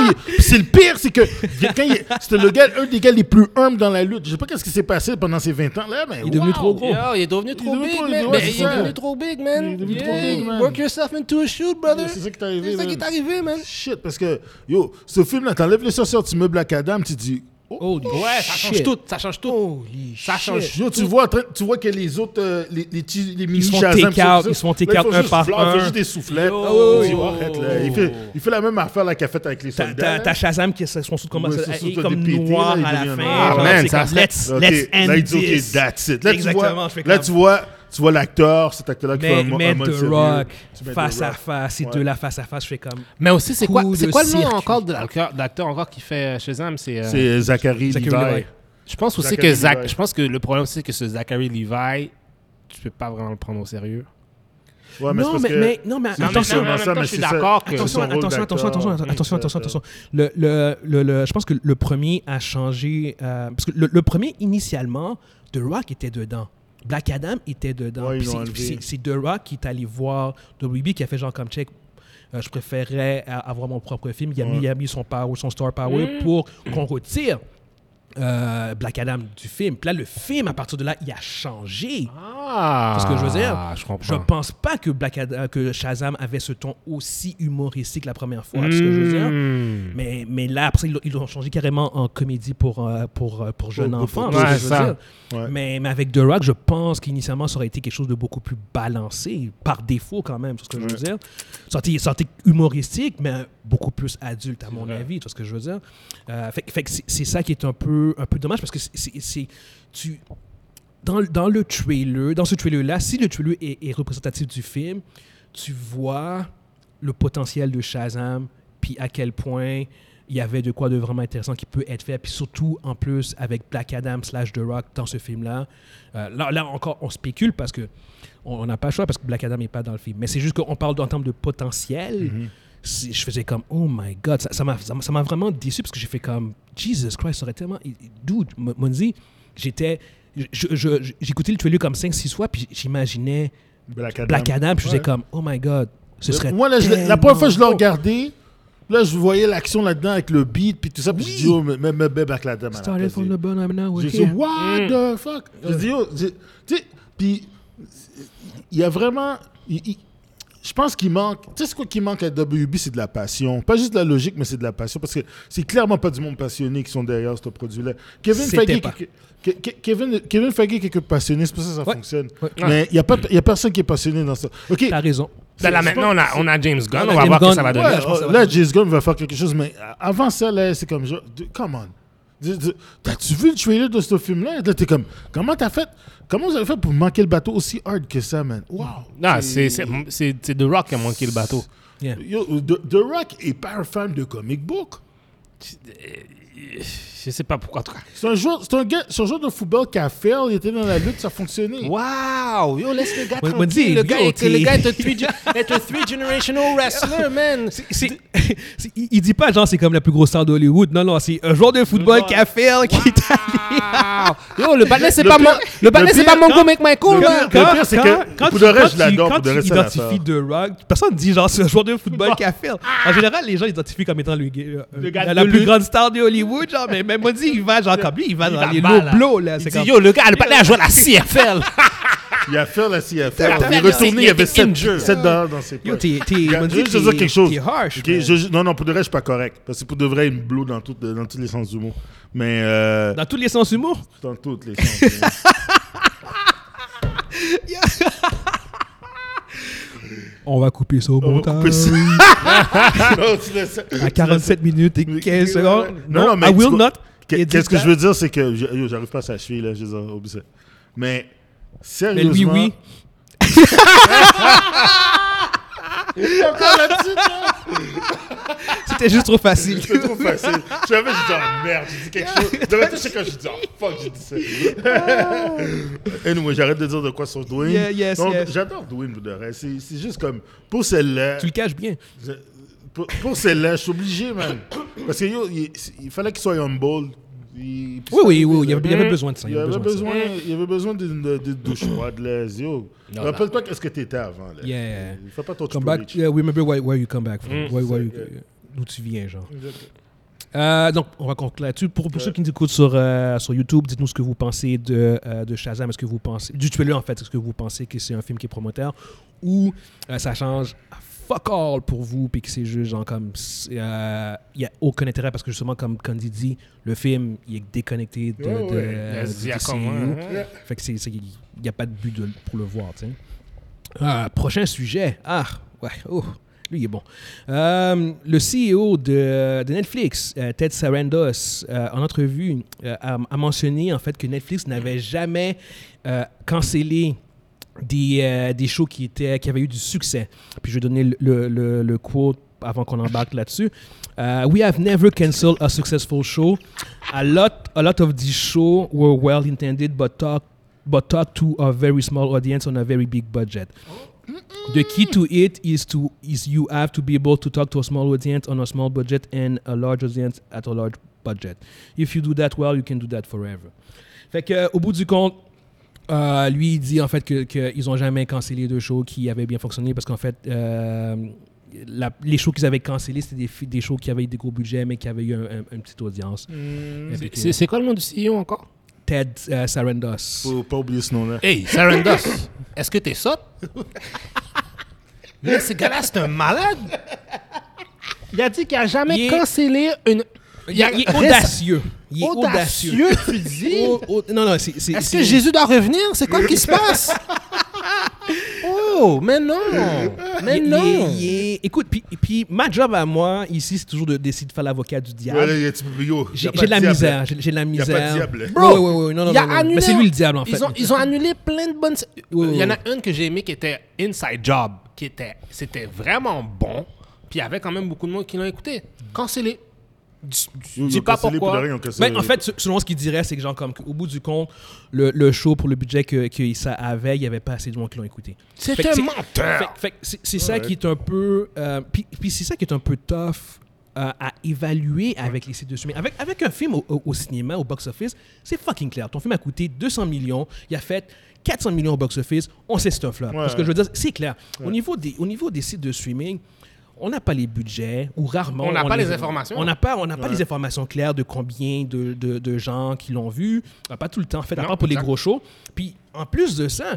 Speaker 3: Yo, il- c'est le pire, c'est que quelqu'un, il- c'était le gars, un des gars les plus humbles dans la lutte. Je sais pas qu'est-ce qui s'est passé pendant ces 20 ans là, mais
Speaker 1: Il est devenu
Speaker 3: wow.
Speaker 1: trop gros.
Speaker 2: Yo, il est devenu trop
Speaker 3: devenu
Speaker 2: big,
Speaker 3: trop-
Speaker 2: man.
Speaker 3: ouais,
Speaker 2: Mais
Speaker 3: c'est
Speaker 2: Il est
Speaker 3: ça.
Speaker 2: devenu trop big, man.
Speaker 3: Il est devenu trop
Speaker 2: Yeah,
Speaker 3: big, man.
Speaker 2: Work yourself into a shoot, brother.
Speaker 3: C'est ça qui est arrivé,
Speaker 2: C'est ça qui est
Speaker 3: man.
Speaker 2: arrivé, man.
Speaker 3: Shit, parce que yo, ce film là, t'enlèves les sorcières, tu mets Black Adam, tu dis. oh,
Speaker 1: Holy
Speaker 2: Ouais, ça change
Speaker 1: shit.
Speaker 2: tout. Ça change tout. Ça change
Speaker 3: Yo, tu vois, en train- tu vois que les autres, euh, les, les, petits- les mini
Speaker 1: se font
Speaker 3: Shazam,
Speaker 1: take out,
Speaker 3: tout ça,
Speaker 1: ils se font
Speaker 3: là,
Speaker 1: take
Speaker 3: ils
Speaker 1: out
Speaker 3: font
Speaker 1: un
Speaker 3: juste
Speaker 1: par
Speaker 3: blanc, ils font
Speaker 1: un.
Speaker 3: juste des soufflets.
Speaker 2: Yo.
Speaker 3: On dit, oh, arrête, là. Il, fait, il fait la même affaire là, qu'il a faite avec les
Speaker 1: T'as-
Speaker 3: soldats.
Speaker 1: T'as
Speaker 3: là.
Speaker 1: t'as Shazam qui est son sous de combat,
Speaker 3: Ouais,
Speaker 1: ça-
Speaker 3: son
Speaker 1: il est
Speaker 3: sous
Speaker 1: comme
Speaker 3: de pété, là,
Speaker 1: noir
Speaker 3: il
Speaker 1: à la
Speaker 3: devient-
Speaker 1: fin.
Speaker 3: Ah,
Speaker 1: genre,
Speaker 2: man,
Speaker 1: c'est
Speaker 2: ça
Speaker 1: comme,
Speaker 2: serait-
Speaker 1: let's,
Speaker 3: Ok,
Speaker 1: let's end
Speaker 3: là, il dit,
Speaker 1: this.
Speaker 3: OK, that's it. Là, tu
Speaker 1: Exactement,
Speaker 3: vois,
Speaker 1: je fais
Speaker 3: là,
Speaker 1: comme-
Speaker 3: tu vois, tu vois l'acteur, cet acteur-là qui fait
Speaker 1: Mais,
Speaker 3: un, mo-
Speaker 1: mais
Speaker 3: un mode
Speaker 1: The
Speaker 3: sérieux.
Speaker 1: Rock,
Speaker 3: Tu mets The
Speaker 1: face à
Speaker 3: Rock.
Speaker 1: face, ces
Speaker 3: Ouais.
Speaker 1: deux-là face à face, je fais comme.
Speaker 2: Mais aussi, c'est
Speaker 1: Coup
Speaker 2: quoi,
Speaker 1: de
Speaker 2: c'est quoi le nom
Speaker 1: circuit.
Speaker 2: encore de l'acteur de l'acteur encore qui fait euh, Shazam C'est. euh,
Speaker 3: C'est Zachary
Speaker 1: Zachary
Speaker 3: Levi.
Speaker 1: Levi.
Speaker 2: Je pense aussi
Speaker 3: Zachary
Speaker 2: que Zach,
Speaker 3: Levi.
Speaker 2: je pense que le problème c'est que ce Zachary Levi, tu peux pas vraiment le prendre au sérieux.
Speaker 3: Ouais, mais
Speaker 1: Non,
Speaker 3: c'est parce
Speaker 1: mais-
Speaker 3: que
Speaker 1: mais- non, mais
Speaker 3: c'est
Speaker 1: attention,
Speaker 3: seulement
Speaker 2: mais en
Speaker 3: ça,
Speaker 2: même temps,
Speaker 3: mais
Speaker 2: je suis
Speaker 3: c'est ça-
Speaker 2: d'accord que-
Speaker 3: c'est son
Speaker 1: Attention,
Speaker 3: rôle
Speaker 1: attention, attention,
Speaker 3: d'acteur. euh,
Speaker 1: attention, attention, attention, attention, attention. Le, le, le, le- je pense que le premier a changé. euh, parce que le, le premier, initialement, The Rock était dedans. Black Adam était dedans.
Speaker 3: Ouais, ils
Speaker 1: Puis
Speaker 3: l'ont
Speaker 1: c'est-
Speaker 3: enlevé.
Speaker 1: puis c'est c'est The Rock qui est allé voir WB qui a fait genre comme check. euh, je préférais euh, avoir mon propre film. Il a, mis, il a mis son power, son star power pour qu'on retire euh, Black Adam du film. Puis là, le film, à partir de là, il a changé.
Speaker 2: Ah!
Speaker 1: Parce que je veux dire,
Speaker 2: je comprends.
Speaker 1: Je pense pas que, Black Ad- euh, que Shazam avait ce ton aussi humoristique la première fois. parce que je veux dire.
Speaker 2: Hmm.
Speaker 1: Mais, mais là, après, ils l'ont- ils l'ont changé carrément en comédie pour, euh, pour, euh, pour jeunes
Speaker 3: pour-
Speaker 1: enfants. c'est ce
Speaker 3: pour-
Speaker 1: que
Speaker 2: ouais,
Speaker 1: je veux
Speaker 2: ça.
Speaker 1: dire.
Speaker 3: Ouais.
Speaker 1: Mais, mais avec The Rock, je pense qu'initialement, ça aurait été quelque chose de beaucoup plus balancé, par défaut quand même, c'est ce que je veux dire. Sorti, sorti humoristique, mais beaucoup plus adulte, à mon avis, c'est ce que je veux dire. Euh, fait, que- fait que c'est- c'est ça qui est un peu, un peu dommage, parce que c'est- c'est... c'est- tu dans, dans le trailer, dans ce trailer-là, si le trailer est, est représentatif du film, tu vois le potentiel de Shazam, puis à quel point il y avait de quoi de vraiment intéressant qui peut être fait, puis surtout en plus avec Black Adam slash The Rock dans ce film-là. Euh, là, là encore, on spécule parce que on on n'a pas le choix parce que Black Adam n'est pas dans le film. Mais c'est juste qu'on parle en termes de potentiel. C'est- Je faisais comme, oh my god, ça ça m'a ça m'a- ça m'a vraiment déçu parce que j'ai fait comme, Jesus Christ, ça aurait tellement. Dude, Mo- Monzi, j'étais. je- je- je- J'écoutais le trailer comme 5-6 fois, puis j'imaginais
Speaker 3: Black Adam.
Speaker 1: Black Adam, puis je faisais
Speaker 3: Ouais.
Speaker 1: comme, oh my god, ce serait.
Speaker 3: Moi, là, je l'ai- la première fois que je l'ai
Speaker 1: tellement bon.
Speaker 3: regardé, là, je voyais l'action là-dedans avec le beat puis tout ça. Puis
Speaker 1: Oui.
Speaker 3: je dis, oh, mais, mais, mais Black Adam. à la
Speaker 1: Started
Speaker 3: place,
Speaker 1: from
Speaker 3: j'ai-
Speaker 1: the bottom, now we're
Speaker 3: J'ai dit,
Speaker 1: here.
Speaker 3: what the fuck? J'ai dit, Mm. yo, j'ai- tu sais, puis il y a vraiment. il- il- je pense qu'il manque. Tu sais, ce quoi qui manque à WB, c'est de la passion. Pas juste de la logique, mais c'est de la passion. Parce que c'est clairement pas du monde passionné qui sont derrière ce produit-là. Kevin
Speaker 1: C'était
Speaker 3: Feige,
Speaker 1: pas.
Speaker 3: que- que- que- Kevin, Kevin Feige est quelqu'un de passionné, c'est pour ça que ça
Speaker 1: Ouais.
Speaker 3: fonctionne.
Speaker 1: Ouais.
Speaker 3: Mais il n'y a, pas- il y a personne qui est passionné dans ça. OK,
Speaker 1: T'as raison.
Speaker 2: Ben là,
Speaker 3: c'est
Speaker 2: maintenant, on a, on a James Gunn.
Speaker 1: On a
Speaker 2: On, va
Speaker 1: James
Speaker 2: voir ce
Speaker 1: Gunn.
Speaker 2: que ça va donner.
Speaker 1: Ouais. je pense que ça
Speaker 3: euh,
Speaker 1: va
Speaker 3: là,
Speaker 1: être-
Speaker 3: James Gunn va faire quelque chose, mais euh, avant ça, là, c'est comme genre, d- come on. D- d- T'as-tu vu le trailer de ce film-là? Là, t'es comme, comment t'as fait? Comment vous avez fait pour manquer le bateau aussi hard que ça, man? Wow!
Speaker 2: Non, c'est c'est- c'est- c'est The Rock qui a manqué le bateau.
Speaker 1: Yeah.
Speaker 3: Yo, The, The Rock est pas un fan de comic book.
Speaker 2: Je sais pas pourquoi, en tout cas.
Speaker 3: C'est un joueur, c'est un gars, c'est un joueur de football qui a fait, il était dans la lutte, ça fonctionnait.
Speaker 2: Wow! Yo, laisse le gars
Speaker 1: Ouais, tranquille. Mondi, Le gars yo, est- t'es- le gars est un three
Speaker 2: three-generational wrestler, man.
Speaker 1: C'est- c'est- il, il dit pas genre c'est comme la plus grosse star d'Hollywood. Non, non, c'est un joueur de football
Speaker 2: Non.
Speaker 1: qui a fait qui est allé.
Speaker 2: Yo, le balai, c'est
Speaker 3: Le
Speaker 2: pas,
Speaker 3: pire-
Speaker 2: mon... le balai,
Speaker 3: le
Speaker 2: c'est pas
Speaker 3: pire-
Speaker 2: Mongo McMichael,
Speaker 3: le
Speaker 2: là.
Speaker 3: pire- le pire, c'est que, pour le reste, je l'adore, pour
Speaker 1: Quand
Speaker 3: le
Speaker 1: tu
Speaker 3: reste, c'est
Speaker 1: identifies
Speaker 3: l'affaire.
Speaker 1: The Rock, personne dit genre c'est un joueur de football qui a fait. En général, les gens l'identifient comme étant le, euh,
Speaker 2: Le gars
Speaker 1: la,
Speaker 2: de
Speaker 1: Ah, la plus
Speaker 2: lutte.
Speaker 1: grande star de Hollywood. Genre, mais même moi, dit, il va genre comme lui, il va dans
Speaker 2: va
Speaker 1: les
Speaker 2: bas,
Speaker 1: low
Speaker 2: là.
Speaker 3: hein.
Speaker 1: blows. Là,
Speaker 2: Il
Speaker 1: c'est
Speaker 2: dit,
Speaker 1: comme.
Speaker 2: yo, le gars, le balai a joué à la CFL.
Speaker 3: Il a fait, là, s'il a fait.
Speaker 2: Il a
Speaker 3: Il
Speaker 2: fait,
Speaker 3: est
Speaker 2: il
Speaker 3: retourné, il y avait
Speaker 2: était
Speaker 3: 7
Speaker 2: injured.
Speaker 3: dollars dans ses poches.
Speaker 1: Yo, t'es. t'es-
Speaker 3: Regarde,
Speaker 1: Mondi,
Speaker 3: Je veux
Speaker 1: t'es-
Speaker 3: juste dire quelque chose.
Speaker 1: T'es harsh.
Speaker 3: Ok,
Speaker 1: man.
Speaker 3: je- je- non, non, pour de vrai, je suis pas correct. Parce que pour de vrai, il me blow dans, tout- dans tous les sens du mot. Mais euh,
Speaker 1: Dans tous les sens humour.
Speaker 3: dans... tous les sens. du mot.
Speaker 1: On va couper ça au
Speaker 3: On va couper
Speaker 1: montage.
Speaker 3: ça. Non, tu laisses-
Speaker 1: À 47 minutes et 15 secondes.
Speaker 3: Non, non, mais
Speaker 1: I
Speaker 3: tu
Speaker 1: will
Speaker 3: co-
Speaker 1: not.
Speaker 3: Qu'est-
Speaker 1: Edit
Speaker 3: Qu'est-ce que
Speaker 1: that.
Speaker 3: je veux dire, c'est que je- yo, j'arrive pas à s'achever, là. Je les ai oubliés. Mais
Speaker 1: Mais
Speaker 3: sérieusement.
Speaker 1: lui, oui.
Speaker 3: Encore là-dessus, toi?
Speaker 1: C'était juste trop facile.
Speaker 3: C'est trop facile. Je savais, j'ai dit, oh merde, j'ai dit quelque chose. J'avais touché quand j'ai dit, oh fuck, j'ai dit ça. anyway, j'arrête de dire de quoi sur Dwayne.
Speaker 1: Ah. Yeah, yes,
Speaker 3: Donc,
Speaker 1: yes.
Speaker 3: J'adore Dwayne, vous de reste. C'est c'est juste comme, pour celle-là,
Speaker 1: Tu le caches bien.
Speaker 3: je- pour, pour celle-là, je suis obligé, man. Parce que yo, il, il fallait qu'il soit humble. Il- puis
Speaker 1: Oui,
Speaker 3: ça,
Speaker 1: oui, oui, il y avait, il y avait
Speaker 2: Mhm.
Speaker 1: besoin de ça.
Speaker 3: Il y avait
Speaker 1: de ça.
Speaker 3: besoin, il y avait besoin d'une de- d'une douche froide, là. Yo, rappelle-toi qu'est-ce que t'étais avant, là.
Speaker 1: Yeah.
Speaker 3: Fais pas ton
Speaker 1: Come
Speaker 3: triple
Speaker 1: back,
Speaker 3: H.
Speaker 1: yeah, remember where, where you come back from,
Speaker 2: Mm,
Speaker 1: where- where you- euh, d'où tu viens, genre. Euh, donc, on va conclure là-dessus. Pour, pour ceux qui nous écoutent sur, euh, sur YouTube, dites-nous ce que vous pensez de, euh, de Shazam. Est-ce que vous pensez, du tuer en fait, est-ce que vous pensez que c'est un film qui est promoteur ou euh, ça change à fuck all pour vous puis que c'est juste genre comme. c'est, euh, Il n'y a aucun intérêt parce que justement, comme Candy dit, le film il est déconnecté de.
Speaker 3: Ouais,
Speaker 1: de-
Speaker 3: ouais.
Speaker 1: euh,
Speaker 2: Il y a
Speaker 1: du
Speaker 2: comme
Speaker 1: DCU.
Speaker 3: hein.
Speaker 2: un-
Speaker 1: Fait que c'est, c'est- il n'y a pas de but de- pour le voir, tu sais. Ah, prochain sujet. Ah, ouais, oh, lui, il est bon. Euh, le CEO de, de Netflix, euh, Ted Sarandos, euh, en entrevue, euh, a, a mentionné en fait que Netflix n'avait jamais euh, cancellé des, euh, des shows qui, étaient, qui avaient eu du succès. Puis je vais donner le, le, le- le quote avant qu'on embarque là-dessus. Euh, We have never canceled a successful show. A lot, a lot of these shows were well intended, but talk, but talk to a very small audience on a very big budget. The
Speaker 2: Hmm.
Speaker 1: key to it is to is you have to be able to talk to a small audience on a small budget and a large audience at a large budget. If you do that well, you can do that forever. Fait que euh, au bout du compte, euh, lui il dit en fait que qu'ils ont jamais cancellé de shows qui avaient bien fonctionné parce qu'en fait euh, la- les shows qu'ils avaient cancellés, c'était des, fi- des shows qui avaient eu des gros budgets, mais qui avaient eu un- un- une petite audience. Et puis,
Speaker 2: Hmm. C'est- C'est c'est quoi le nom du CEO encore?
Speaker 1: Ted euh, Sarandos.
Speaker 3: Faut pas oublier ce nom-là.
Speaker 1: Eh.
Speaker 2: Hey, Sarandos, est-ce que t'es sotte? Mais ce gars-là, c'est un malade. Il a dit qu'il a jamais
Speaker 1: Il est-
Speaker 2: cancellé une.
Speaker 1: Il, est- il est
Speaker 2: Reste-
Speaker 1: audacieux. Il est audacieux.
Speaker 2: Audacieux, tu dis?
Speaker 1: Oh, oh, non, non, c'est. c'est-
Speaker 2: Est-ce
Speaker 1: c'est-
Speaker 2: que Jésus doit revenir? C'est quoi qui se passe? Oh, mais non! Mais
Speaker 1: il- il
Speaker 2: non!
Speaker 1: est- il est- Écoute, puis, puis ma job à moi ici, c'est toujours de d'essayer de faire l'avocat du diable.
Speaker 3: Ouais, là, y a- tu peux- yo, y
Speaker 1: J'ai
Speaker 3: a pas
Speaker 1: j'ai de la
Speaker 3: diable.
Speaker 1: misère, j'ai j'ai de la
Speaker 3: Y a pas de
Speaker 1: misère.
Speaker 3: diable.
Speaker 1: Bro, ouais, ouais, ouais, non, non,
Speaker 2: il a
Speaker 1: non, non.
Speaker 2: annulé-
Speaker 1: Mais c'est lui le diable en fait.
Speaker 2: Ils ont, ils ont annulé plein de bonnes.
Speaker 1: Oui,
Speaker 2: Il y en a
Speaker 1: oui,
Speaker 2: une que j'ai aimée qui était Inside Job, qui était, c'était vraiment bon. Puis il y avait quand même beaucoup de monde qui l'ont écouté. Cancellé. Dis,
Speaker 3: Yo, ils
Speaker 2: dis
Speaker 3: ont
Speaker 2: pas
Speaker 3: cancellé pour
Speaker 2: pourquoi.
Speaker 3: de rien, ils ont cancellé.
Speaker 1: Ben, en fait, se- selon ce qu'il dirait, c'est que genre comme au bout du compte, le, le show pour le budget que, que ça avait, il n'y avait pas assez de gens qui l'ont écouté.
Speaker 2: C'est
Speaker 1: Fait que
Speaker 2: un
Speaker 1: c'est-
Speaker 2: menteur.
Speaker 1: Fait- fait que c'est c'est ça qui est un peu. euh, puis puis c'est ça qui est un peu tough euh, à évaluer avec les sites de streaming. Avec, avec un film au, au- au cinéma, au box-office, c'est fucking clair. Ton film a coûté 200 millions, il a fait 400 millions au box-office, on sait ce là Parce que je veux dire, c'est clair. Au, niveau des, au niveau des sites de streaming, on n'a pas les budgets, ou rarement.
Speaker 2: On n'a pas les
Speaker 1: a.
Speaker 2: informations.
Speaker 1: On n'a pas, on n'a pas les informations claires de combien de, de- de gens qui l'ont vu. Ah, Pas tout le temps, en fait, à
Speaker 2: Non,
Speaker 1: part pour les
Speaker 2: exact.
Speaker 1: gros shows. Puis, en plus de ça,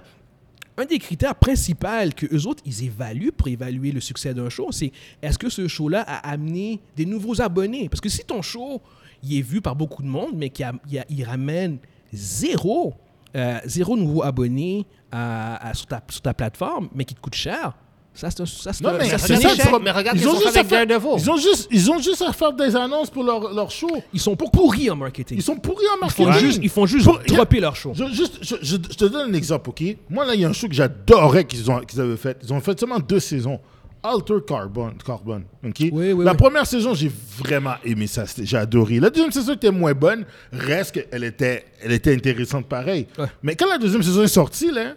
Speaker 1: un des critères principaux que eux autres ils évaluent pour évaluer le succès d'un show, c'est est-ce que ce show-là a amené des nouveaux abonnés Parce que si ton show il est vu par beaucoup de monde, mais qu'il a- il a- il ramène zéro, euh, zéro nouveau abonné à- à- sur, ta, sur ta plateforme, mais qui te coûte cher, ça c'est un, ça, c'est
Speaker 2: Non,
Speaker 1: un-
Speaker 2: mais
Speaker 1: ça, c'est
Speaker 2: regarde
Speaker 1: un
Speaker 2: ça,
Speaker 1: échec.
Speaker 2: tu- mais regarde
Speaker 3: Ils
Speaker 2: qu'est-ce
Speaker 3: ont
Speaker 2: qu'on fait
Speaker 3: juste à
Speaker 2: avec
Speaker 3: faire-
Speaker 2: Daredevil.
Speaker 3: Ils ont juste- ils ont juste à faire des annonces pour leur leur show.
Speaker 1: Ils sont pourris en marketing.
Speaker 3: Ils sont pourris en
Speaker 1: Ils font
Speaker 3: marketing.
Speaker 1: juste, ils font juste
Speaker 3: Pour-
Speaker 1: dropper leur show.
Speaker 3: Je, juste, je, je- je te donne un exemple, OK? Moi, là, il y a un show que j'adorais qu'ils ont- qu'ils avaient fait. Ils ont fait seulement deux saisons. Alter Carbon, Carbon OK?
Speaker 1: oui,
Speaker 3: la
Speaker 1: oui.
Speaker 3: première saison, j'ai vraiment aimé ça. c'était- J'ai adoré. La deuxième saison était moins bonne. Reste qu'elle était, elle était intéressante pareil.
Speaker 1: Ouais.
Speaker 3: Mais quand la deuxième saison est sortie, là,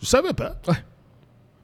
Speaker 3: je savais pas.
Speaker 1: Ouais.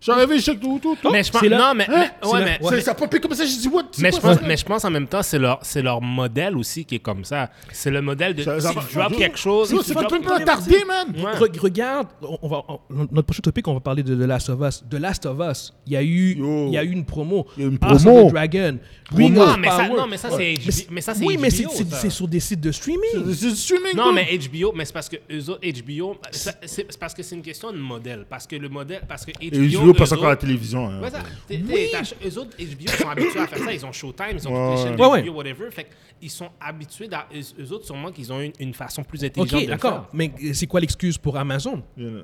Speaker 3: J'ai arrivé, je check tout, tout, tout.
Speaker 2: Mais je pense.
Speaker 1: Oh, c'est là.
Speaker 2: Non, mais.
Speaker 3: Hein?
Speaker 2: mais-
Speaker 1: C'est
Speaker 2: ouais,
Speaker 1: là.
Speaker 2: mais.
Speaker 3: Ça- Ça a popé comme ça. J'ai dit, what? C'est
Speaker 2: Mais je,
Speaker 3: quoi
Speaker 2: pense,
Speaker 3: ça?
Speaker 2: mais je pense en même temps, c'est leur, c'est leur modèle aussi qui est comme ça. C'est le modèle de.
Speaker 3: Ça-
Speaker 2: Si
Speaker 3: ça-
Speaker 2: tu drops quelque chose.
Speaker 3: Yo,
Speaker 2: tu
Speaker 3: C'est pas
Speaker 2: drops-
Speaker 3: même pas attardé, man.
Speaker 2: Ouais.
Speaker 1: Re- regarde, on on va, on- notre prochain topic, on va parler de The Last of Us. The Last of Us, il y a eu,
Speaker 3: Yo.
Speaker 1: il y a eu une promo.
Speaker 3: Il y a eu une
Speaker 1: House of
Speaker 3: promo.
Speaker 1: the Dragon.
Speaker 3: Promo.
Speaker 1: Ring
Speaker 2: Non,
Speaker 1: of
Speaker 2: mais ça,
Speaker 1: Power.
Speaker 2: non, mais ça, c'est HBO. Mais ça, c'est
Speaker 1: oui, mais c'est-
Speaker 2: HBO,
Speaker 1: c'est
Speaker 2: ça.
Speaker 1: c'est sur des sites de streaming.
Speaker 3: C'est du streaming.
Speaker 2: Non,
Speaker 3: dude.
Speaker 2: mais HBO, mais c'est parce que eux autres, HBO, ça, c'est c'est parce que c'est une question de modèle. Parce que le modèle, parce que
Speaker 3: Et
Speaker 2: HBO.
Speaker 3: Julio passe
Speaker 2: eux
Speaker 3: encore à la
Speaker 2: autres-
Speaker 3: télévision. hein.
Speaker 2: Ouais, ça, t'es- t'es-
Speaker 1: Oui.
Speaker 2: t'as- Eux autres, HBO sont habitués à faire ça. Ils ont Showtime, ils ont toutes les chaînes
Speaker 1: Ouais, ouais.
Speaker 2: HBO, whatever. Fait qu'ils sont habitués, à, eux, eux autres, sûrement qu'ils ont une, une façon plus intelligente
Speaker 1: Ok,
Speaker 2: de le
Speaker 1: d'accord.
Speaker 2: faire.
Speaker 1: Mais euh, c'est quoi l'excuse pour Amazon
Speaker 3: Il y en a.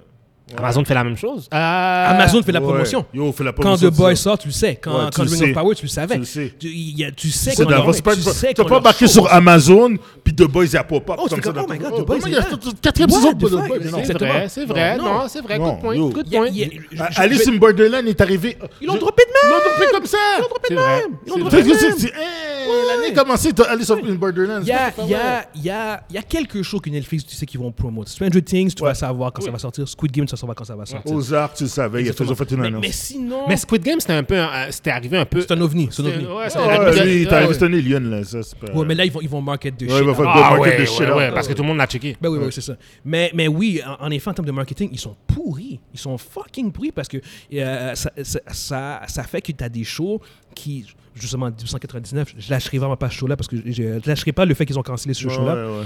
Speaker 2: Amazon fait la même chose.
Speaker 1: Amazon fait la
Speaker 3: Ah, Ouais.
Speaker 1: promotion.
Speaker 3: Yo, fait la
Speaker 1: Quand
Speaker 3: promotion.
Speaker 1: The Boys sort, tu le sais. Quand,
Speaker 3: Ouais, tu
Speaker 1: quand
Speaker 3: le
Speaker 1: Ring
Speaker 3: sais.
Speaker 1: of Power, tu le savais.
Speaker 3: Tu le sais.
Speaker 1: Tu, il y a- tu sais
Speaker 3: C'est
Speaker 1: qu'on leur-
Speaker 3: d'avance. C'est pas-
Speaker 1: tu
Speaker 3: T'as
Speaker 1: sais
Speaker 3: pas,
Speaker 1: qu'on leur
Speaker 3: marqué
Speaker 1: show.
Speaker 3: sur Amazon, puis The Boys, il a pop-up.
Speaker 1: Oh, tu
Speaker 3: comme
Speaker 1: fais
Speaker 3: ça.
Speaker 1: comme, oh my God,
Speaker 3: Oh,
Speaker 1: The Boys,
Speaker 3: comment
Speaker 1: c'est
Speaker 3: il y a
Speaker 1: là.
Speaker 3: tout- tout- Quatrième
Speaker 1: What
Speaker 3: saison
Speaker 1: the
Speaker 3: de The
Speaker 1: fuck?
Speaker 3: Boys. mais non.
Speaker 1: C'est
Speaker 2: C'est
Speaker 1: vrai,
Speaker 2: vrai, c'est vrai. Non, c'est vrai.
Speaker 3: Non,
Speaker 2: Good point.
Speaker 3: yo.
Speaker 2: Good
Speaker 1: Il y
Speaker 2: point.
Speaker 1: a- il y a- je- je- je-
Speaker 3: Alice in Borderland est arrivée.
Speaker 1: Ils l'ont droppé de
Speaker 3: Ils l'ont
Speaker 1: même.
Speaker 3: droppé comme ça.
Speaker 1: Ils l'ont droppé de
Speaker 2: C'est vrai.
Speaker 1: même. Ils l'ont
Speaker 2: C'est
Speaker 1: droppé
Speaker 3: C'est
Speaker 1: de
Speaker 3: que c'est-
Speaker 1: même.
Speaker 3: c'est- hey, L'année commencée, t'as Alice in Borderland.
Speaker 1: Il y a, il y, a, il y, a, il y a quelques shows que Netflix, tu sais, qu'ils vont promouvoir. Stranger Things, tu vas savoir quand ça va sortir. Squid Game, tu vas savoir quand ça va sortir.
Speaker 3: Ozark, tu le savais, il a toujours fait une
Speaker 1: Mais,
Speaker 3: annonce.
Speaker 1: mais sinon,
Speaker 2: Mais Squid Game, c'était un peu. un- euh, C'était arrivé un peu.
Speaker 1: c'est un ovni. C'est un
Speaker 2: C'était-
Speaker 1: ovni.
Speaker 2: ouais, c'était
Speaker 3: Ah,
Speaker 2: arrivé-
Speaker 3: lui, il est arrivé,
Speaker 2: ouais.
Speaker 3: c'est un alien, là. Ça, c'est pas.
Speaker 1: Ouais, mais là, ils vont, ils vont market de
Speaker 3: il
Speaker 1: shit.
Speaker 3: va faire
Speaker 1: là.
Speaker 3: go
Speaker 2: Ah
Speaker 3: market
Speaker 2: ouais,
Speaker 3: de
Speaker 2: ouais,
Speaker 3: shit,
Speaker 2: ouais,
Speaker 3: là.
Speaker 2: parce que tout le monde l'a checké.
Speaker 1: Ben oui, oui, c'est ça. Mais, mais oui, en, en effet, en termes de marketing, ils sont pourris. Ils sont fucking pourris parce que euh, ça, ça, ça, ça fait que tu as des shows qui, justement, en 1999, je lâcherai vraiment pas ce show-là parce que je, je lâcherai pas le fait qu'ils ont cancellé ce
Speaker 3: Ouais,
Speaker 1: show-là.
Speaker 3: ouais, ouais.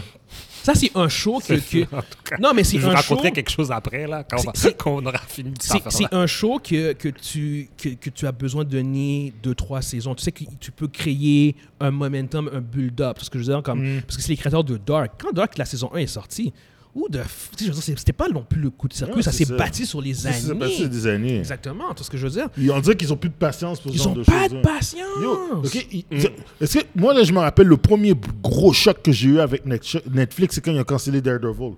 Speaker 1: Ça, c'est un show que. que-
Speaker 2: En tout cas,
Speaker 1: Non, mais c'est
Speaker 2: Je vous
Speaker 1: un show.
Speaker 2: raconterai quelque chose après, là, quand, on va-
Speaker 1: C'est-
Speaker 2: quand on aura fini de
Speaker 1: C'est c'est un show que, que, tu, que, que tu as besoin de donner deux, trois saisons. Tu sais que tu peux créer un momentum, un build-up. Parce que je veux dire, comme,
Speaker 3: Mm.
Speaker 1: parce que c'est les créateurs de Dark. Quand Dark, la saison 1 est sortie, ou de. f- tu sais, je veux dire, c'est- C'était pas non plus le coup de circuit.
Speaker 3: Ouais,
Speaker 1: ça
Speaker 3: c'est
Speaker 1: s'est
Speaker 3: ça.
Speaker 1: bâti sur les
Speaker 3: Ça, c'est
Speaker 1: années.
Speaker 3: passé des années.
Speaker 1: Exactement, tout ce que je veux dire.
Speaker 3: Ils- On dirait qu'ils ont plus de patience pour ce
Speaker 1: Ils
Speaker 3: genre
Speaker 1: ont
Speaker 3: de choses.
Speaker 1: pas de
Speaker 3: hein.
Speaker 1: patience.
Speaker 3: Yo, ok, il- c'est- Est-ce que moi là je me rappelle le premier gros choc que j'ai eu avec Net- Netflix c'est quand ils ont cancellé Daredevil.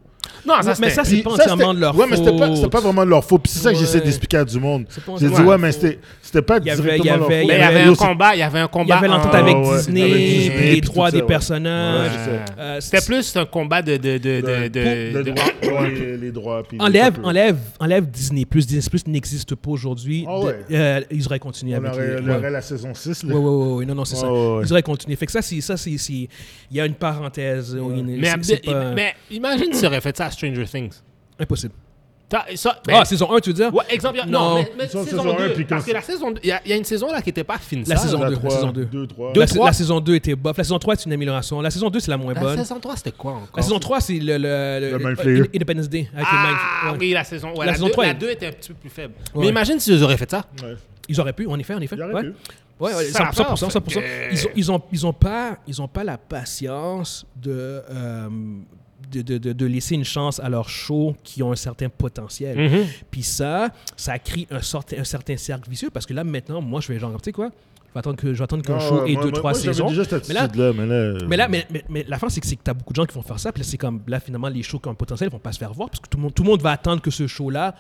Speaker 2: Non, ça,
Speaker 1: mais
Speaker 2: c'était-
Speaker 1: ça, c'est
Speaker 3: Puis
Speaker 1: pas
Speaker 3: ça,
Speaker 1: entièrement
Speaker 3: c'était-
Speaker 1: de leur
Speaker 3: Ouais mais c'était pas
Speaker 1: faute.
Speaker 3: c'était pas vraiment de leur faute. Puis c'est ça que j'essaie
Speaker 1: Ouais.
Speaker 3: d'expliquer à du monde.
Speaker 1: C'est pas
Speaker 3: J'ai dit
Speaker 1: entièrement
Speaker 3: ouais
Speaker 1: leur
Speaker 3: mais
Speaker 1: faute.
Speaker 3: c'était c'était pas
Speaker 1: Il y avait-
Speaker 3: directement
Speaker 1: il y
Speaker 3: leur faute.
Speaker 1: avait-
Speaker 2: Mais il y avait
Speaker 1: avait-
Speaker 2: un Ah
Speaker 1: yo, c'est-
Speaker 2: combat, il y avait un combat.
Speaker 1: Il y avait l'entente
Speaker 2: en-
Speaker 1: avec,
Speaker 3: ouais,
Speaker 1: Disney,
Speaker 3: avec Disney,
Speaker 1: puis les
Speaker 3: puis tout
Speaker 1: trois
Speaker 3: ça,
Speaker 1: des
Speaker 3: ouais.
Speaker 1: personnages.
Speaker 3: Ouais, c'est ça.
Speaker 1: Euh, c'est-
Speaker 2: C'était plus un combat de. de, de, de, de-
Speaker 3: Le
Speaker 2: de-
Speaker 3: droit- ouais, les- les droits. puis-
Speaker 1: Enlève,
Speaker 3: On
Speaker 1: enlève, enlève Disney Plus. Disney Plus n'existe pas aujourd'hui.
Speaker 3: Ah ouais.
Speaker 1: De- euh, ils auraient continué avec
Speaker 3: aurait-
Speaker 1: les-
Speaker 3: on
Speaker 1: ouais.
Speaker 3: aurait la saison 6 là.
Speaker 1: Ouais, ouais, ouais, ouais, non, non, c'est
Speaker 3: Ouais,
Speaker 1: ça.
Speaker 3: ouais, ouais.
Speaker 1: Ils auraient continué. Fait que ça, c'est, ça, c'est, c'est- il y a une parenthèse. euh, il-
Speaker 2: Mais,
Speaker 1: c'est, c'est pas
Speaker 2: mais imagine s'ils auraient fait ça à Stranger Things.
Speaker 1: impossible.
Speaker 2: T'as- ça- ben,
Speaker 1: Ah, saison 1, tu veux dire
Speaker 2: ouais, exemple, y a- non,
Speaker 1: Non.
Speaker 2: mais, mais
Speaker 3: Ils sont
Speaker 2: saison
Speaker 3: saison un,
Speaker 2: 2,
Speaker 3: puis
Speaker 2: parce
Speaker 3: quand-
Speaker 2: que la saison 2, il y, a- y a une saison là qui n'était pas finie.
Speaker 1: La saison- deux, saison deux.
Speaker 3: 2, 3.
Speaker 1: la,
Speaker 2: Deux,
Speaker 1: sa-
Speaker 2: trois.
Speaker 1: la saison 2 était bof. La saison 3, c'est une amélioration. La saison 2, c'est la moins
Speaker 2: La
Speaker 1: bonne.
Speaker 2: saison 3, c'était quoi encore
Speaker 1: La saison 3, c'est le, le, le-
Speaker 3: Le Mind
Speaker 1: le-
Speaker 3: Flayer.
Speaker 1: Independence Day. Avec
Speaker 2: Ah
Speaker 1: le Mind- ouais.
Speaker 2: oui, la saison, ouais,
Speaker 1: La
Speaker 2: la,
Speaker 1: saison
Speaker 2: deux-
Speaker 1: trois,
Speaker 2: la
Speaker 1: elle-
Speaker 2: 2 était un petit peu plus faible.
Speaker 1: Ouais.
Speaker 2: Mais imagine s'ils auraient fait ça.
Speaker 1: Ils auraient pu, en effet, en effet.
Speaker 3: Ils auraient
Speaker 1: ouais.
Speaker 3: pu.
Speaker 1: Ouais, ouais,
Speaker 2: Ça l'a
Speaker 1: 100%,
Speaker 2: pas,
Speaker 1: 100%,
Speaker 2: fait
Speaker 1: 100%.
Speaker 2: que-
Speaker 1: Ils, ont, ils, ont, ils, ont pas, ils ont pas la patience de, euh, de, de, de- de laisser une chance à leurs shows qui ont un certain potentiel.
Speaker 3: Mm-hmm.
Speaker 1: Puis ça, ça crée un, sorti- un certain cercle vicieux parce que là, maintenant, moi, je vais genre, tu sais quoi, je vais attendre que- je vais
Speaker 3: Ah
Speaker 1: attendre qu'un show ait deux, trois saisons. mais là,
Speaker 3: là, mais là,
Speaker 1: mais là, mais, mais- mais la fin, c'est que, c'est que t'as beaucoup de gens qui vont faire ça. Puis là, c'est comme, là, finalement, les shows qui ont un potentiel vont pas se faire voir parce que tout le monde, tout le monde va attendre que ce show-là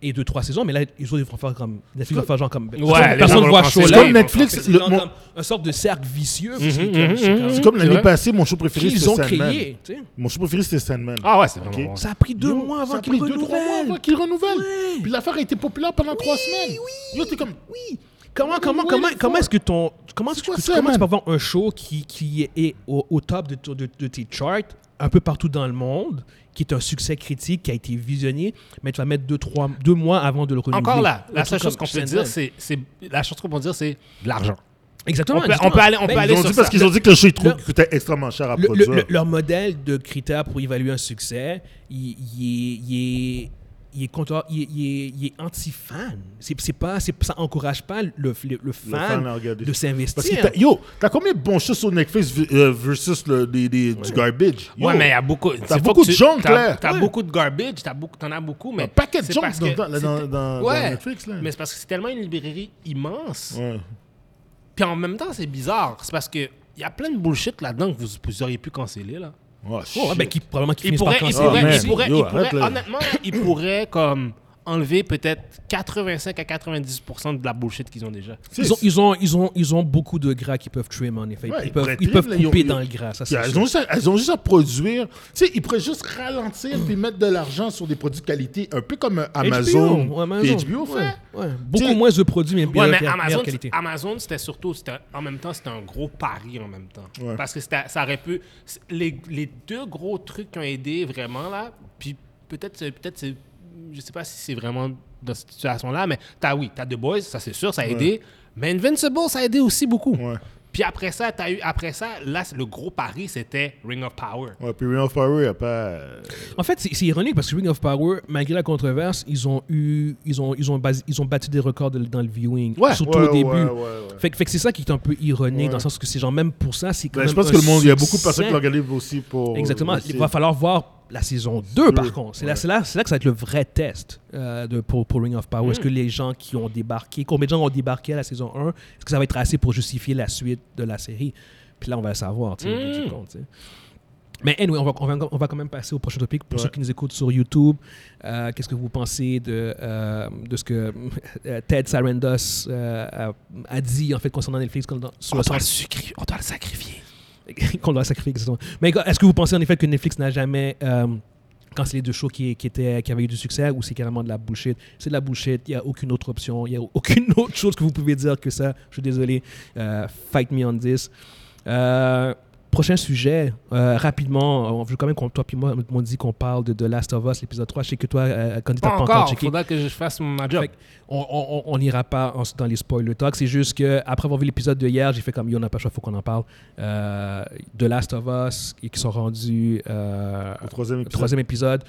Speaker 1: ait deux, trois saisons. Mais là, les autres, ils vont faire comme. Netflix va faire genre comme.
Speaker 2: les gens
Speaker 1: personne
Speaker 2: vont
Speaker 1: voit
Speaker 2: le
Speaker 1: ce show-là.
Speaker 3: C'est comme
Speaker 2: là,
Speaker 1: C'est
Speaker 3: Netflix. le-
Speaker 1: genre
Speaker 3: mon-
Speaker 1: comme un sorte de cercle vicieux.
Speaker 3: C'est comme
Speaker 2: C'est
Speaker 3: l'année
Speaker 2: vrai.
Speaker 3: passée, mon show préféré,
Speaker 1: Mmh. Ils
Speaker 3: c'était
Speaker 1: ont
Speaker 3: Sandman.
Speaker 1: créé. tu sais.
Speaker 3: Mon show préféré, c'était Sandman.
Speaker 2: Ah ouais, c'est
Speaker 3: Ok.
Speaker 2: vraiment bon.
Speaker 1: Ça a pris deux
Speaker 4: Yo,
Speaker 1: mois
Speaker 4: ça
Speaker 1: avant
Speaker 4: a
Speaker 1: qu'ils
Speaker 4: pris deux, trois mois
Speaker 1: renouvellent.
Speaker 4: avant qu'il renouvelle.
Speaker 1: Ouais.
Speaker 4: Puis l'affaire a été populaire pendant trois semaines. Yo, t'es comme,
Speaker 1: Oui. Comment, comment,
Speaker 4: Oui,
Speaker 1: comment,
Speaker 4: oui,
Speaker 1: comment est-ce que ton. Comment est-ce
Speaker 4: C'est quoi
Speaker 1: que tu,
Speaker 4: ça,
Speaker 1: comment tu
Speaker 4: man?
Speaker 1: peux avoir un show qui, qui est au, au top de, ton- de, de tes charts, un peu partout dans le monde, qui est un succès critique, qui a été visionné, mais tu vas mettre deux, trois, deux mois avant de le renouveler
Speaker 2: Encore là,
Speaker 1: Un
Speaker 2: la
Speaker 1: truc
Speaker 2: seule chose
Speaker 1: comme
Speaker 2: qu'on peut
Speaker 1: Sandman.
Speaker 2: dire, c'est c'est- la chose qu'on peut dire, c'est de l'argent.
Speaker 1: Exactement.
Speaker 2: on peut- on
Speaker 1: exactement.
Speaker 2: peut aller- on peut
Speaker 1: Ben,
Speaker 2: aller
Speaker 3: Ils ont
Speaker 2: sur
Speaker 3: dit parce
Speaker 2: ça.
Speaker 3: qu'ils ont dit que le show, ils trouvent
Speaker 1: Le-
Speaker 3: qu'il coûtait extrêmement cher à
Speaker 1: le- le-
Speaker 3: produire.
Speaker 1: le- leur modèle de critères pour évaluer un succès, il, il est- il est, il est contre- il est- il est- il est anti-fan. C'est, c'est pas, c'est- ça encourage pas le, le- le fan,
Speaker 3: fan à
Speaker 1: de
Speaker 3: regarder. Parce que
Speaker 1: s'investir.
Speaker 3: t'as- yo, t'as combien de bons shows sur Netflix vi- euh, versus le, des, des- du garbage? Yo,
Speaker 2: Ouais, mais il y a beaucoup. c'est faut
Speaker 3: beaucoup
Speaker 2: que
Speaker 3: de
Speaker 2: tu-
Speaker 3: junk,
Speaker 2: t'as-
Speaker 3: là.
Speaker 2: T'as
Speaker 3: Ouais.
Speaker 2: beaucoup de garbage, t'as beaucoup- t'en as beaucoup, mais.
Speaker 3: Un paquet de
Speaker 2: c'est
Speaker 3: junk
Speaker 2: parce
Speaker 3: dans-
Speaker 2: que
Speaker 3: dans-
Speaker 2: c'est-
Speaker 3: dans- dans- dans
Speaker 2: Ouais.
Speaker 3: Netflix, là.
Speaker 2: Mais c'est parce que c'est tellement une librairie immense.
Speaker 3: Ouais.
Speaker 2: Puis en même temps, c'est bizarre. C'est parce que il y a plein de bullshit là-dedans que vous, vous auriez pu canceller, là.
Speaker 3: Oh,
Speaker 1: Oh, ouais,
Speaker 3: shit.
Speaker 1: ben, qui, probablement qu'ils
Speaker 2: Il
Speaker 1: finissent par
Speaker 2: pourrait, il
Speaker 1: canceller.
Speaker 2: pourrait,
Speaker 3: Ah,
Speaker 2: il
Speaker 3: man.
Speaker 2: pourrait,
Speaker 3: Yo,
Speaker 2: il pourrait-
Speaker 3: arrête, là.
Speaker 2: honnêtement, il pourrait comme enlever peut-être 85 à 90% de la bullshit qu'ils ont déjà.
Speaker 1: Ils ont, ils, ont, ils, ont, ils ont beaucoup de gras qu'ils peuvent tuer, mais en effet. Ils-
Speaker 3: Ouais,
Speaker 1: ils, peuvent,
Speaker 3: pourraient
Speaker 1: ils peuvent
Speaker 3: triple, là,
Speaker 1: couper
Speaker 3: ils ont-
Speaker 1: dans le gras. Ça,
Speaker 3: Puis
Speaker 1: c'est
Speaker 3: elles,
Speaker 1: sûr.
Speaker 3: ont juste à, elles ont juste à produire. Tu sais, ils pourraient juste ralentir puis
Speaker 1: Mm.
Speaker 3: mettre de l'argent sur des produits de qualité, un peu comme euh,
Speaker 1: HBO,
Speaker 3: Amazon.
Speaker 1: ouais,
Speaker 3: puis
Speaker 1: Amazon.
Speaker 3: HBO fait.
Speaker 1: Ouais, ouais.
Speaker 3: T'sais-
Speaker 1: Beaucoup moins de produits, mais,
Speaker 2: Ouais,
Speaker 1: bien
Speaker 2: mais
Speaker 1: meilleure
Speaker 2: Amazon,
Speaker 1: qualité.
Speaker 2: Amazon c'était surtout, c'était- en même temps, c'était un gros pari en même temps.
Speaker 3: Ouais.
Speaker 2: Parce que c'était- ça aurait pu. c'est- Les, les deux gros trucs qui ont aidé vraiment, là, puis peut-être, c'est- peut-être, c'est- je sais pas si c'est vraiment dans cette situation-là, mais t'as, oui, t'as The Boys, ça c'est sûr, ça a aidé. Mais Invincible, ça a aidé aussi beaucoup.
Speaker 3: Ouais.
Speaker 2: Puis après ça, t'as eu, après ça, là, c'est- le gros pari, c'était Ring of Power.
Speaker 3: Ouais, puis Ring of Fire, a pas. euh,
Speaker 1: En fait, c'est c'est ironique parce que Ring of Power, malgré la controverse, ils ont eu, ils ont, ils ont, basi- ils ont battu des records de- dans le viewing,
Speaker 2: Ouais.
Speaker 1: surtout
Speaker 3: Ouais,
Speaker 1: au début.
Speaker 3: ouais, ouais, ouais.
Speaker 1: Fait, que- fait que c'est ça qui est un peu ironique dans le sens que ces gens même pour ça, c'est quand
Speaker 3: Ben,
Speaker 1: même
Speaker 3: je pense
Speaker 1: un
Speaker 3: que le monde, il y a beaucoup de
Speaker 1: succès.
Speaker 3: personnes qui l'ont regardé aussi pour. euh,
Speaker 1: Exactement.
Speaker 3: aussi.
Speaker 1: Il va falloir voir la saison 2, par
Speaker 3: Deux,
Speaker 1: contre. C'est là, c'est là, c'est là que ça va être le vrai test euh, de, pour, pour Ring of Power.
Speaker 3: Mm.
Speaker 1: Est-ce que les gens qui ont débarqué, combien de gens ont débarqué à la saison 1, est-ce que ça va être assez pour justifier la suite de la série? Puis là, on va le savoir, tu sais, au
Speaker 3: Mm.
Speaker 1: bout du compte, tu sais. Mais anyway, on va, on, va, on va quand même passer au prochain topic. Pour
Speaker 3: Ouais.
Speaker 1: ceux qui nous écoutent sur YouTube, euh, qu'est-ce que vous pensez de, euh, de ce que euh, Ted Sarandos euh, a, a dit en fait concernant Netflix quand-
Speaker 3: Ah,
Speaker 1: dans- sur le sens-
Speaker 2: sucri- on doit le sacrifier.
Speaker 1: qu'on doit sacrifier exactement. Mais est-ce que vous pensez en effet que Netflix n'a jamais euh, cancellé de shows qui, qui, étaient, qui avaient eu du succès ou c'est carrément de la bullshit C'est de la bullshit, il n'y a aucune autre option, il n'y a aucune autre chose que vous pouvez dire que ça. Je suis désolé, Euh, fight me on this. Euh, prochain sujet, euh, rapidement, on veut quand même qu'on, toi puis moi, on dit qu'on parle de The Last of Us, l'épisode 3. Je sais que toi, euh, quand tu
Speaker 2: Pas
Speaker 1: pas encore
Speaker 2: encore,
Speaker 1: checké, Ah,
Speaker 2: faudra que je fasse mon ma job.
Speaker 1: Fait que on- on on- on n'ira pas en- dans les spoiler talks. C'est juste que après avoir vu l'épisode de hier, j'ai fait comme yo, on n'a pas le choix, faut qu'on en parle. Euh, de Last of Us et qui sont rendus euh,
Speaker 3: Au troisième
Speaker 1: au
Speaker 3: épisode.
Speaker 1: troisième épisode.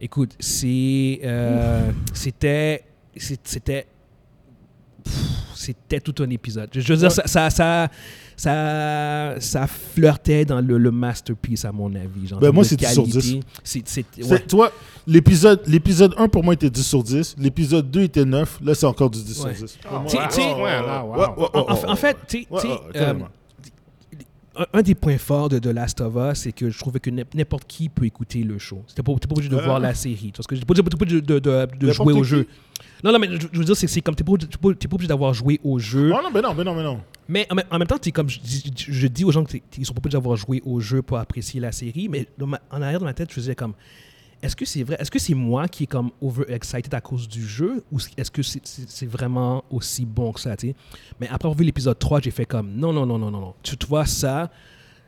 Speaker 1: Écoute, c'est euh, c'était c'est- c'était pff, c'était tout un épisode. Je, je veux dire, ça, ça, ça, ça, ça flirtait dans le, le masterpiece, à mon avis. genre,
Speaker 3: Ben,
Speaker 1: en
Speaker 3: moi,
Speaker 1: termes
Speaker 3: c'est
Speaker 1: de
Speaker 3: 10
Speaker 1: qualité.
Speaker 3: sur 10.
Speaker 1: C'est- c'est-
Speaker 3: C'est-
Speaker 1: ouais.
Speaker 3: Tu vois, l'épisode l'épisode 1 pour moi était 10 sur 10. L'épisode 2 était 9. Là, c'est encore du 10
Speaker 1: Ouais.
Speaker 3: sur 10.
Speaker 2: Oh,
Speaker 1: Tu-
Speaker 2: wow.
Speaker 1: tu-
Speaker 2: Ouais, là, wow.
Speaker 3: Ouais, ouais,
Speaker 1: En,
Speaker 3: ouais,
Speaker 1: en-
Speaker 3: ouais,
Speaker 1: en fait,
Speaker 3: ouais.
Speaker 1: tu sais,
Speaker 3: Oh, Ouais,
Speaker 1: tu sais,
Speaker 3: ouais,
Speaker 1: euh,
Speaker 3: carrément.
Speaker 1: un, un des points forts de The Last of Us, c'est que je trouvais que n'im- n'importe qui peut écouter le show. T'es pas, t'es pas obligé de
Speaker 3: Euh.
Speaker 1: voir la série. Parce que t'es pas obligé t'es pas obligé de, de- de
Speaker 3: N'importe
Speaker 1: jouer au
Speaker 3: qui.
Speaker 1: jeu. Non, non, mais je, je veux dire, c'est- c'est comme t'es pas, obligé- t'es pas- t'es pas obligé d'avoir joué au jeu.
Speaker 3: Oh non, mais non, mais non, mais non.
Speaker 1: Mais en, même- en même temps, t'es comme je, dis- je- je dis aux gens qu'ils sont pas obligés d'avoir joué au jeu pour apprécier la série. Mais dans ma- en arrière de ma tête, je faisais comme. Est-ce que c'est vrai? Est-ce que c'est moi qui est comme overexcited à cause du jeu ou est-ce que c'est c'est- c'est vraiment aussi bon que ça? tu sais? Mais après avoir vu l'épisode 3, j'ai fait comme non, non, non, non, non, non. Tu, tu vois ça,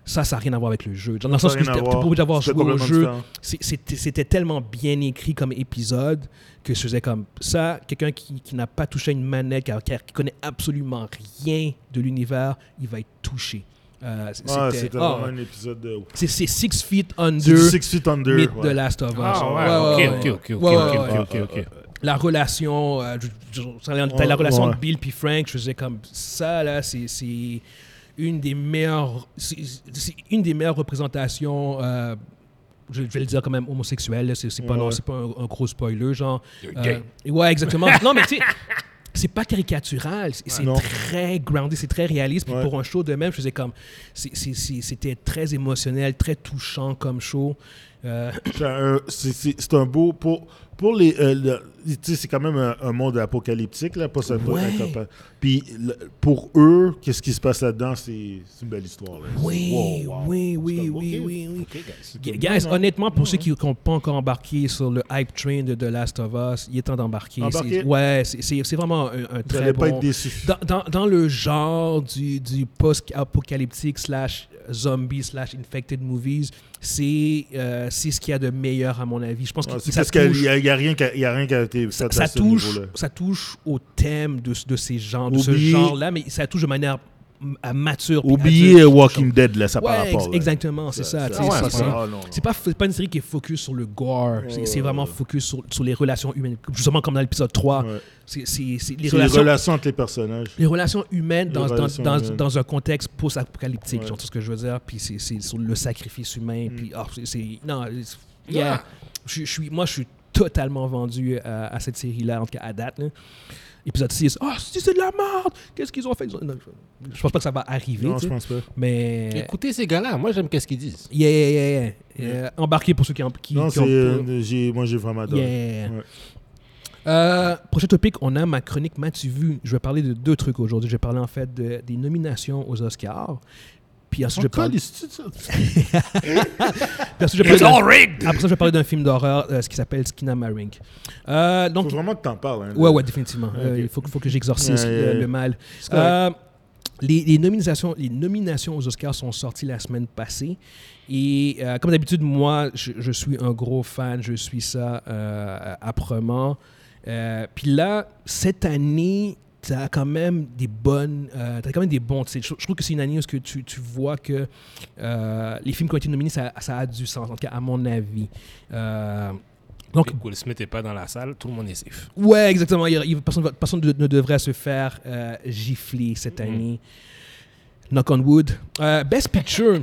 Speaker 1: ça, ça n'a rien à voir avec le jeu. Dans le sens
Speaker 3: a
Speaker 1: que
Speaker 3: rien à
Speaker 1: t'es t'es pas
Speaker 3: voir.
Speaker 1: obligé d'avoir
Speaker 3: C'était
Speaker 1: joué au
Speaker 3: complètement
Speaker 1: jeu.
Speaker 3: différent.
Speaker 1: C'est- C'était c'était tellement bien écrit comme épisode que je faisais comme ça. Quelqu'un qui, qui n'a pas touché une manette, qui, a- qui a- qui connaît absolument rien de l'univers, il va être touché. Euh, c-
Speaker 3: Ah,
Speaker 1: c'était-
Speaker 3: c'était
Speaker 1: ah,
Speaker 3: vraiment un épisode de.
Speaker 1: c'est c'est Six Feet
Speaker 3: C'est du
Speaker 1: Under,
Speaker 3: Six Feet Under.
Speaker 1: Myth de
Speaker 3: ouais.
Speaker 1: Last of Us.
Speaker 2: Ah, ouais,
Speaker 1: Ouais, ouais,
Speaker 2: ok,
Speaker 1: ouais.
Speaker 2: ok, ok,
Speaker 1: Ouais,
Speaker 2: ok,
Speaker 1: ouais,
Speaker 2: ok,
Speaker 1: ouais.
Speaker 2: ok, ok, ok.
Speaker 1: La relation, euh, je- je- je- ça allait en détail, la
Speaker 3: Ouais,
Speaker 1: relation
Speaker 3: ouais.
Speaker 1: de Bill puis Frank, je faisais comme ça, là, c'est c'est une des meilleures, c'est c'est une des meilleures représentations, euh, je, je vais le dire quand même, homosexuelle, là, c'est c'est pas, non,
Speaker 3: Ouais.
Speaker 1: c'est pas un, un gros spoiler, genre.
Speaker 2: You're gay.
Speaker 1: euh, ouais, exactement. non, mais tu sais, c'est pas caricatural, c'est c'est
Speaker 3: Non.
Speaker 1: très groundé, c'est très réaliste. Puis
Speaker 3: Ouais.
Speaker 1: pour un show de même, je faisais comme, c'est- c'est- c'est- c'était très émotionnel, très touchant comme show. Euh,
Speaker 3: C'est un- C'est c'est- c'est un beau. Pour, pour les. euh, le- tu sais, c'est quand même un, un monde apocalyptique, là, pas ça. pas-
Speaker 1: Ouais.
Speaker 3: pas- Puis le- pour eux, qu'est-ce qui se passe là-dedans, c'est c'est une belle histoire. là.
Speaker 1: Oui,
Speaker 3: Wow, wow.
Speaker 1: oui,
Speaker 3: C'est
Speaker 1: oui,
Speaker 3: un beau
Speaker 1: oui,
Speaker 3: film.
Speaker 1: oui, oui.
Speaker 2: Ok,
Speaker 1: Gu-
Speaker 2: guys.
Speaker 1: Guys, honnêtement, pour ceux qui n'ont pas encore embarqué sur le hype train de The Last of Us, il est temps d'embarquer. C'est-
Speaker 3: Embarquer.
Speaker 1: Ouais, c'est- c'est c'est vraiment un, un
Speaker 3: Vous
Speaker 1: très
Speaker 3: n'allez
Speaker 1: bon...
Speaker 3: pas être déçus.
Speaker 1: Dans, dans- dans le genre du, du post-apocalyptique slash euh, zombie slash infected movies, c'est euh, c'est ce qu'il y a de meilleur à mon avis. Je pense que
Speaker 3: Ah, c'est
Speaker 1: ça
Speaker 3: parce qu'il
Speaker 1: touche-
Speaker 3: n'y a, il y a rien qui a- il y a rien qui a été fait
Speaker 1: ça
Speaker 3: à ce
Speaker 1: touche,
Speaker 3: niveau-là.
Speaker 1: ça touche au thème de, ce- de ces genres, de ce
Speaker 3: Oubliez-
Speaker 1: genre-là, mais ça touche de manière m- à mature. puis
Speaker 3: Oubliez
Speaker 1: adulte.
Speaker 3: euh, Walking Dead, là, ça
Speaker 1: Ouais,
Speaker 3: par
Speaker 1: ex-
Speaker 3: rapport. là.
Speaker 1: exactement, c'est ça. tu sais,
Speaker 2: ouais,
Speaker 1: c'est-
Speaker 2: ouais.
Speaker 1: c'est-
Speaker 3: Ah, non, non.
Speaker 1: c'est pas, c'est pas une série qui est focus sur le gore, c'est c'est vraiment focus sur, sur les relations humaines. Justement, comme dans l'épisode 3,
Speaker 3: Ouais.
Speaker 1: c'est c'est- c'est les,
Speaker 3: C'est les
Speaker 1: relations,
Speaker 3: relations entre les personnages.
Speaker 1: les relations humaines dans,
Speaker 3: Les
Speaker 1: dans-
Speaker 3: relations
Speaker 1: dans,
Speaker 3: humaines.
Speaker 1: dans un contexte post-apocalyptique,
Speaker 3: Ouais. Mm.
Speaker 1: genre tout ce que je veux dire, puis c'est c'est sur le sacrifice humain, puis ah, c'est- c'est. Non, c'est- yeah. Je, je suis, moi, je suis totalement vendu euh, à, à cette série-là, en tout cas à date. là. Épisode 6, ah, si c'est de la merde! Qu'est-ce qu'ils ont fait? Ils ont- non, je, je pense pas que ça va arriver,
Speaker 3: Non,
Speaker 1: tu
Speaker 3: je
Speaker 1: sais,
Speaker 3: pense pas.
Speaker 1: mais.
Speaker 2: Écoutez ces gars-là, moi j'aime qu'est-ce qu'ils disent.
Speaker 1: Yeah, yeah, yeah, yeah. Euh, embarqué pour ceux qui, en- qui,
Speaker 3: Non,
Speaker 1: qui
Speaker 3: c'est,
Speaker 1: ont
Speaker 3: euh, j'ai- moi, j'ai vraiment adoré.
Speaker 1: Yeah.
Speaker 3: Ouais.
Speaker 1: Euh, prochain topic, on a ma chronique M'as-tu vu Je vais parler de deux trucs aujourd'hui. Je vais parler en fait de- des nominations aux Oscars. Puis ensuite, je vais
Speaker 3: Encore
Speaker 1: parler,
Speaker 3: les studios, ça.
Speaker 1: puis ensuite, je vais parler d'un-
Speaker 2: rigged!
Speaker 1: après ça, je vais parler d'un film d'horreur euh, ce qui s'appelle Skinama Ring. Euh,
Speaker 3: Faut
Speaker 1: donc,
Speaker 3: vraiment que t'en parles. hein.
Speaker 1: ouais, ouais, définitivement. Euh,
Speaker 3: Ok.
Speaker 1: il faut, que- faut que j'exorcise
Speaker 3: Ouais,
Speaker 1: le-
Speaker 3: ouais.
Speaker 1: le, mal.
Speaker 3: C'est correct.
Speaker 1: Euh, les, les nominations, les nominations aux Oscars sont sorties la semaine passée. Et euh, comme d'habitude, moi, je, je suis un gros fan, je suis ça euh, âprement. Euh, Puis là, cette année, tu as quand même des bonnes, euh, t'as quand même des bons titres. Je, je trouve que c'est une année où ce que tu, tu vois que euh, les films qui ont été nominés, ça, ça a du sens, en tout cas à mon avis. Euh, donc,
Speaker 2: Will Smith n'est pas dans la salle, tout le monde est safe.
Speaker 1: Ouais, exactement. Il y a- il- personne va- personne de- ne devrait se faire euh, gifler
Speaker 2: Mm-hmm.
Speaker 1: cette année. Knock on wood. Euh, Best Picture.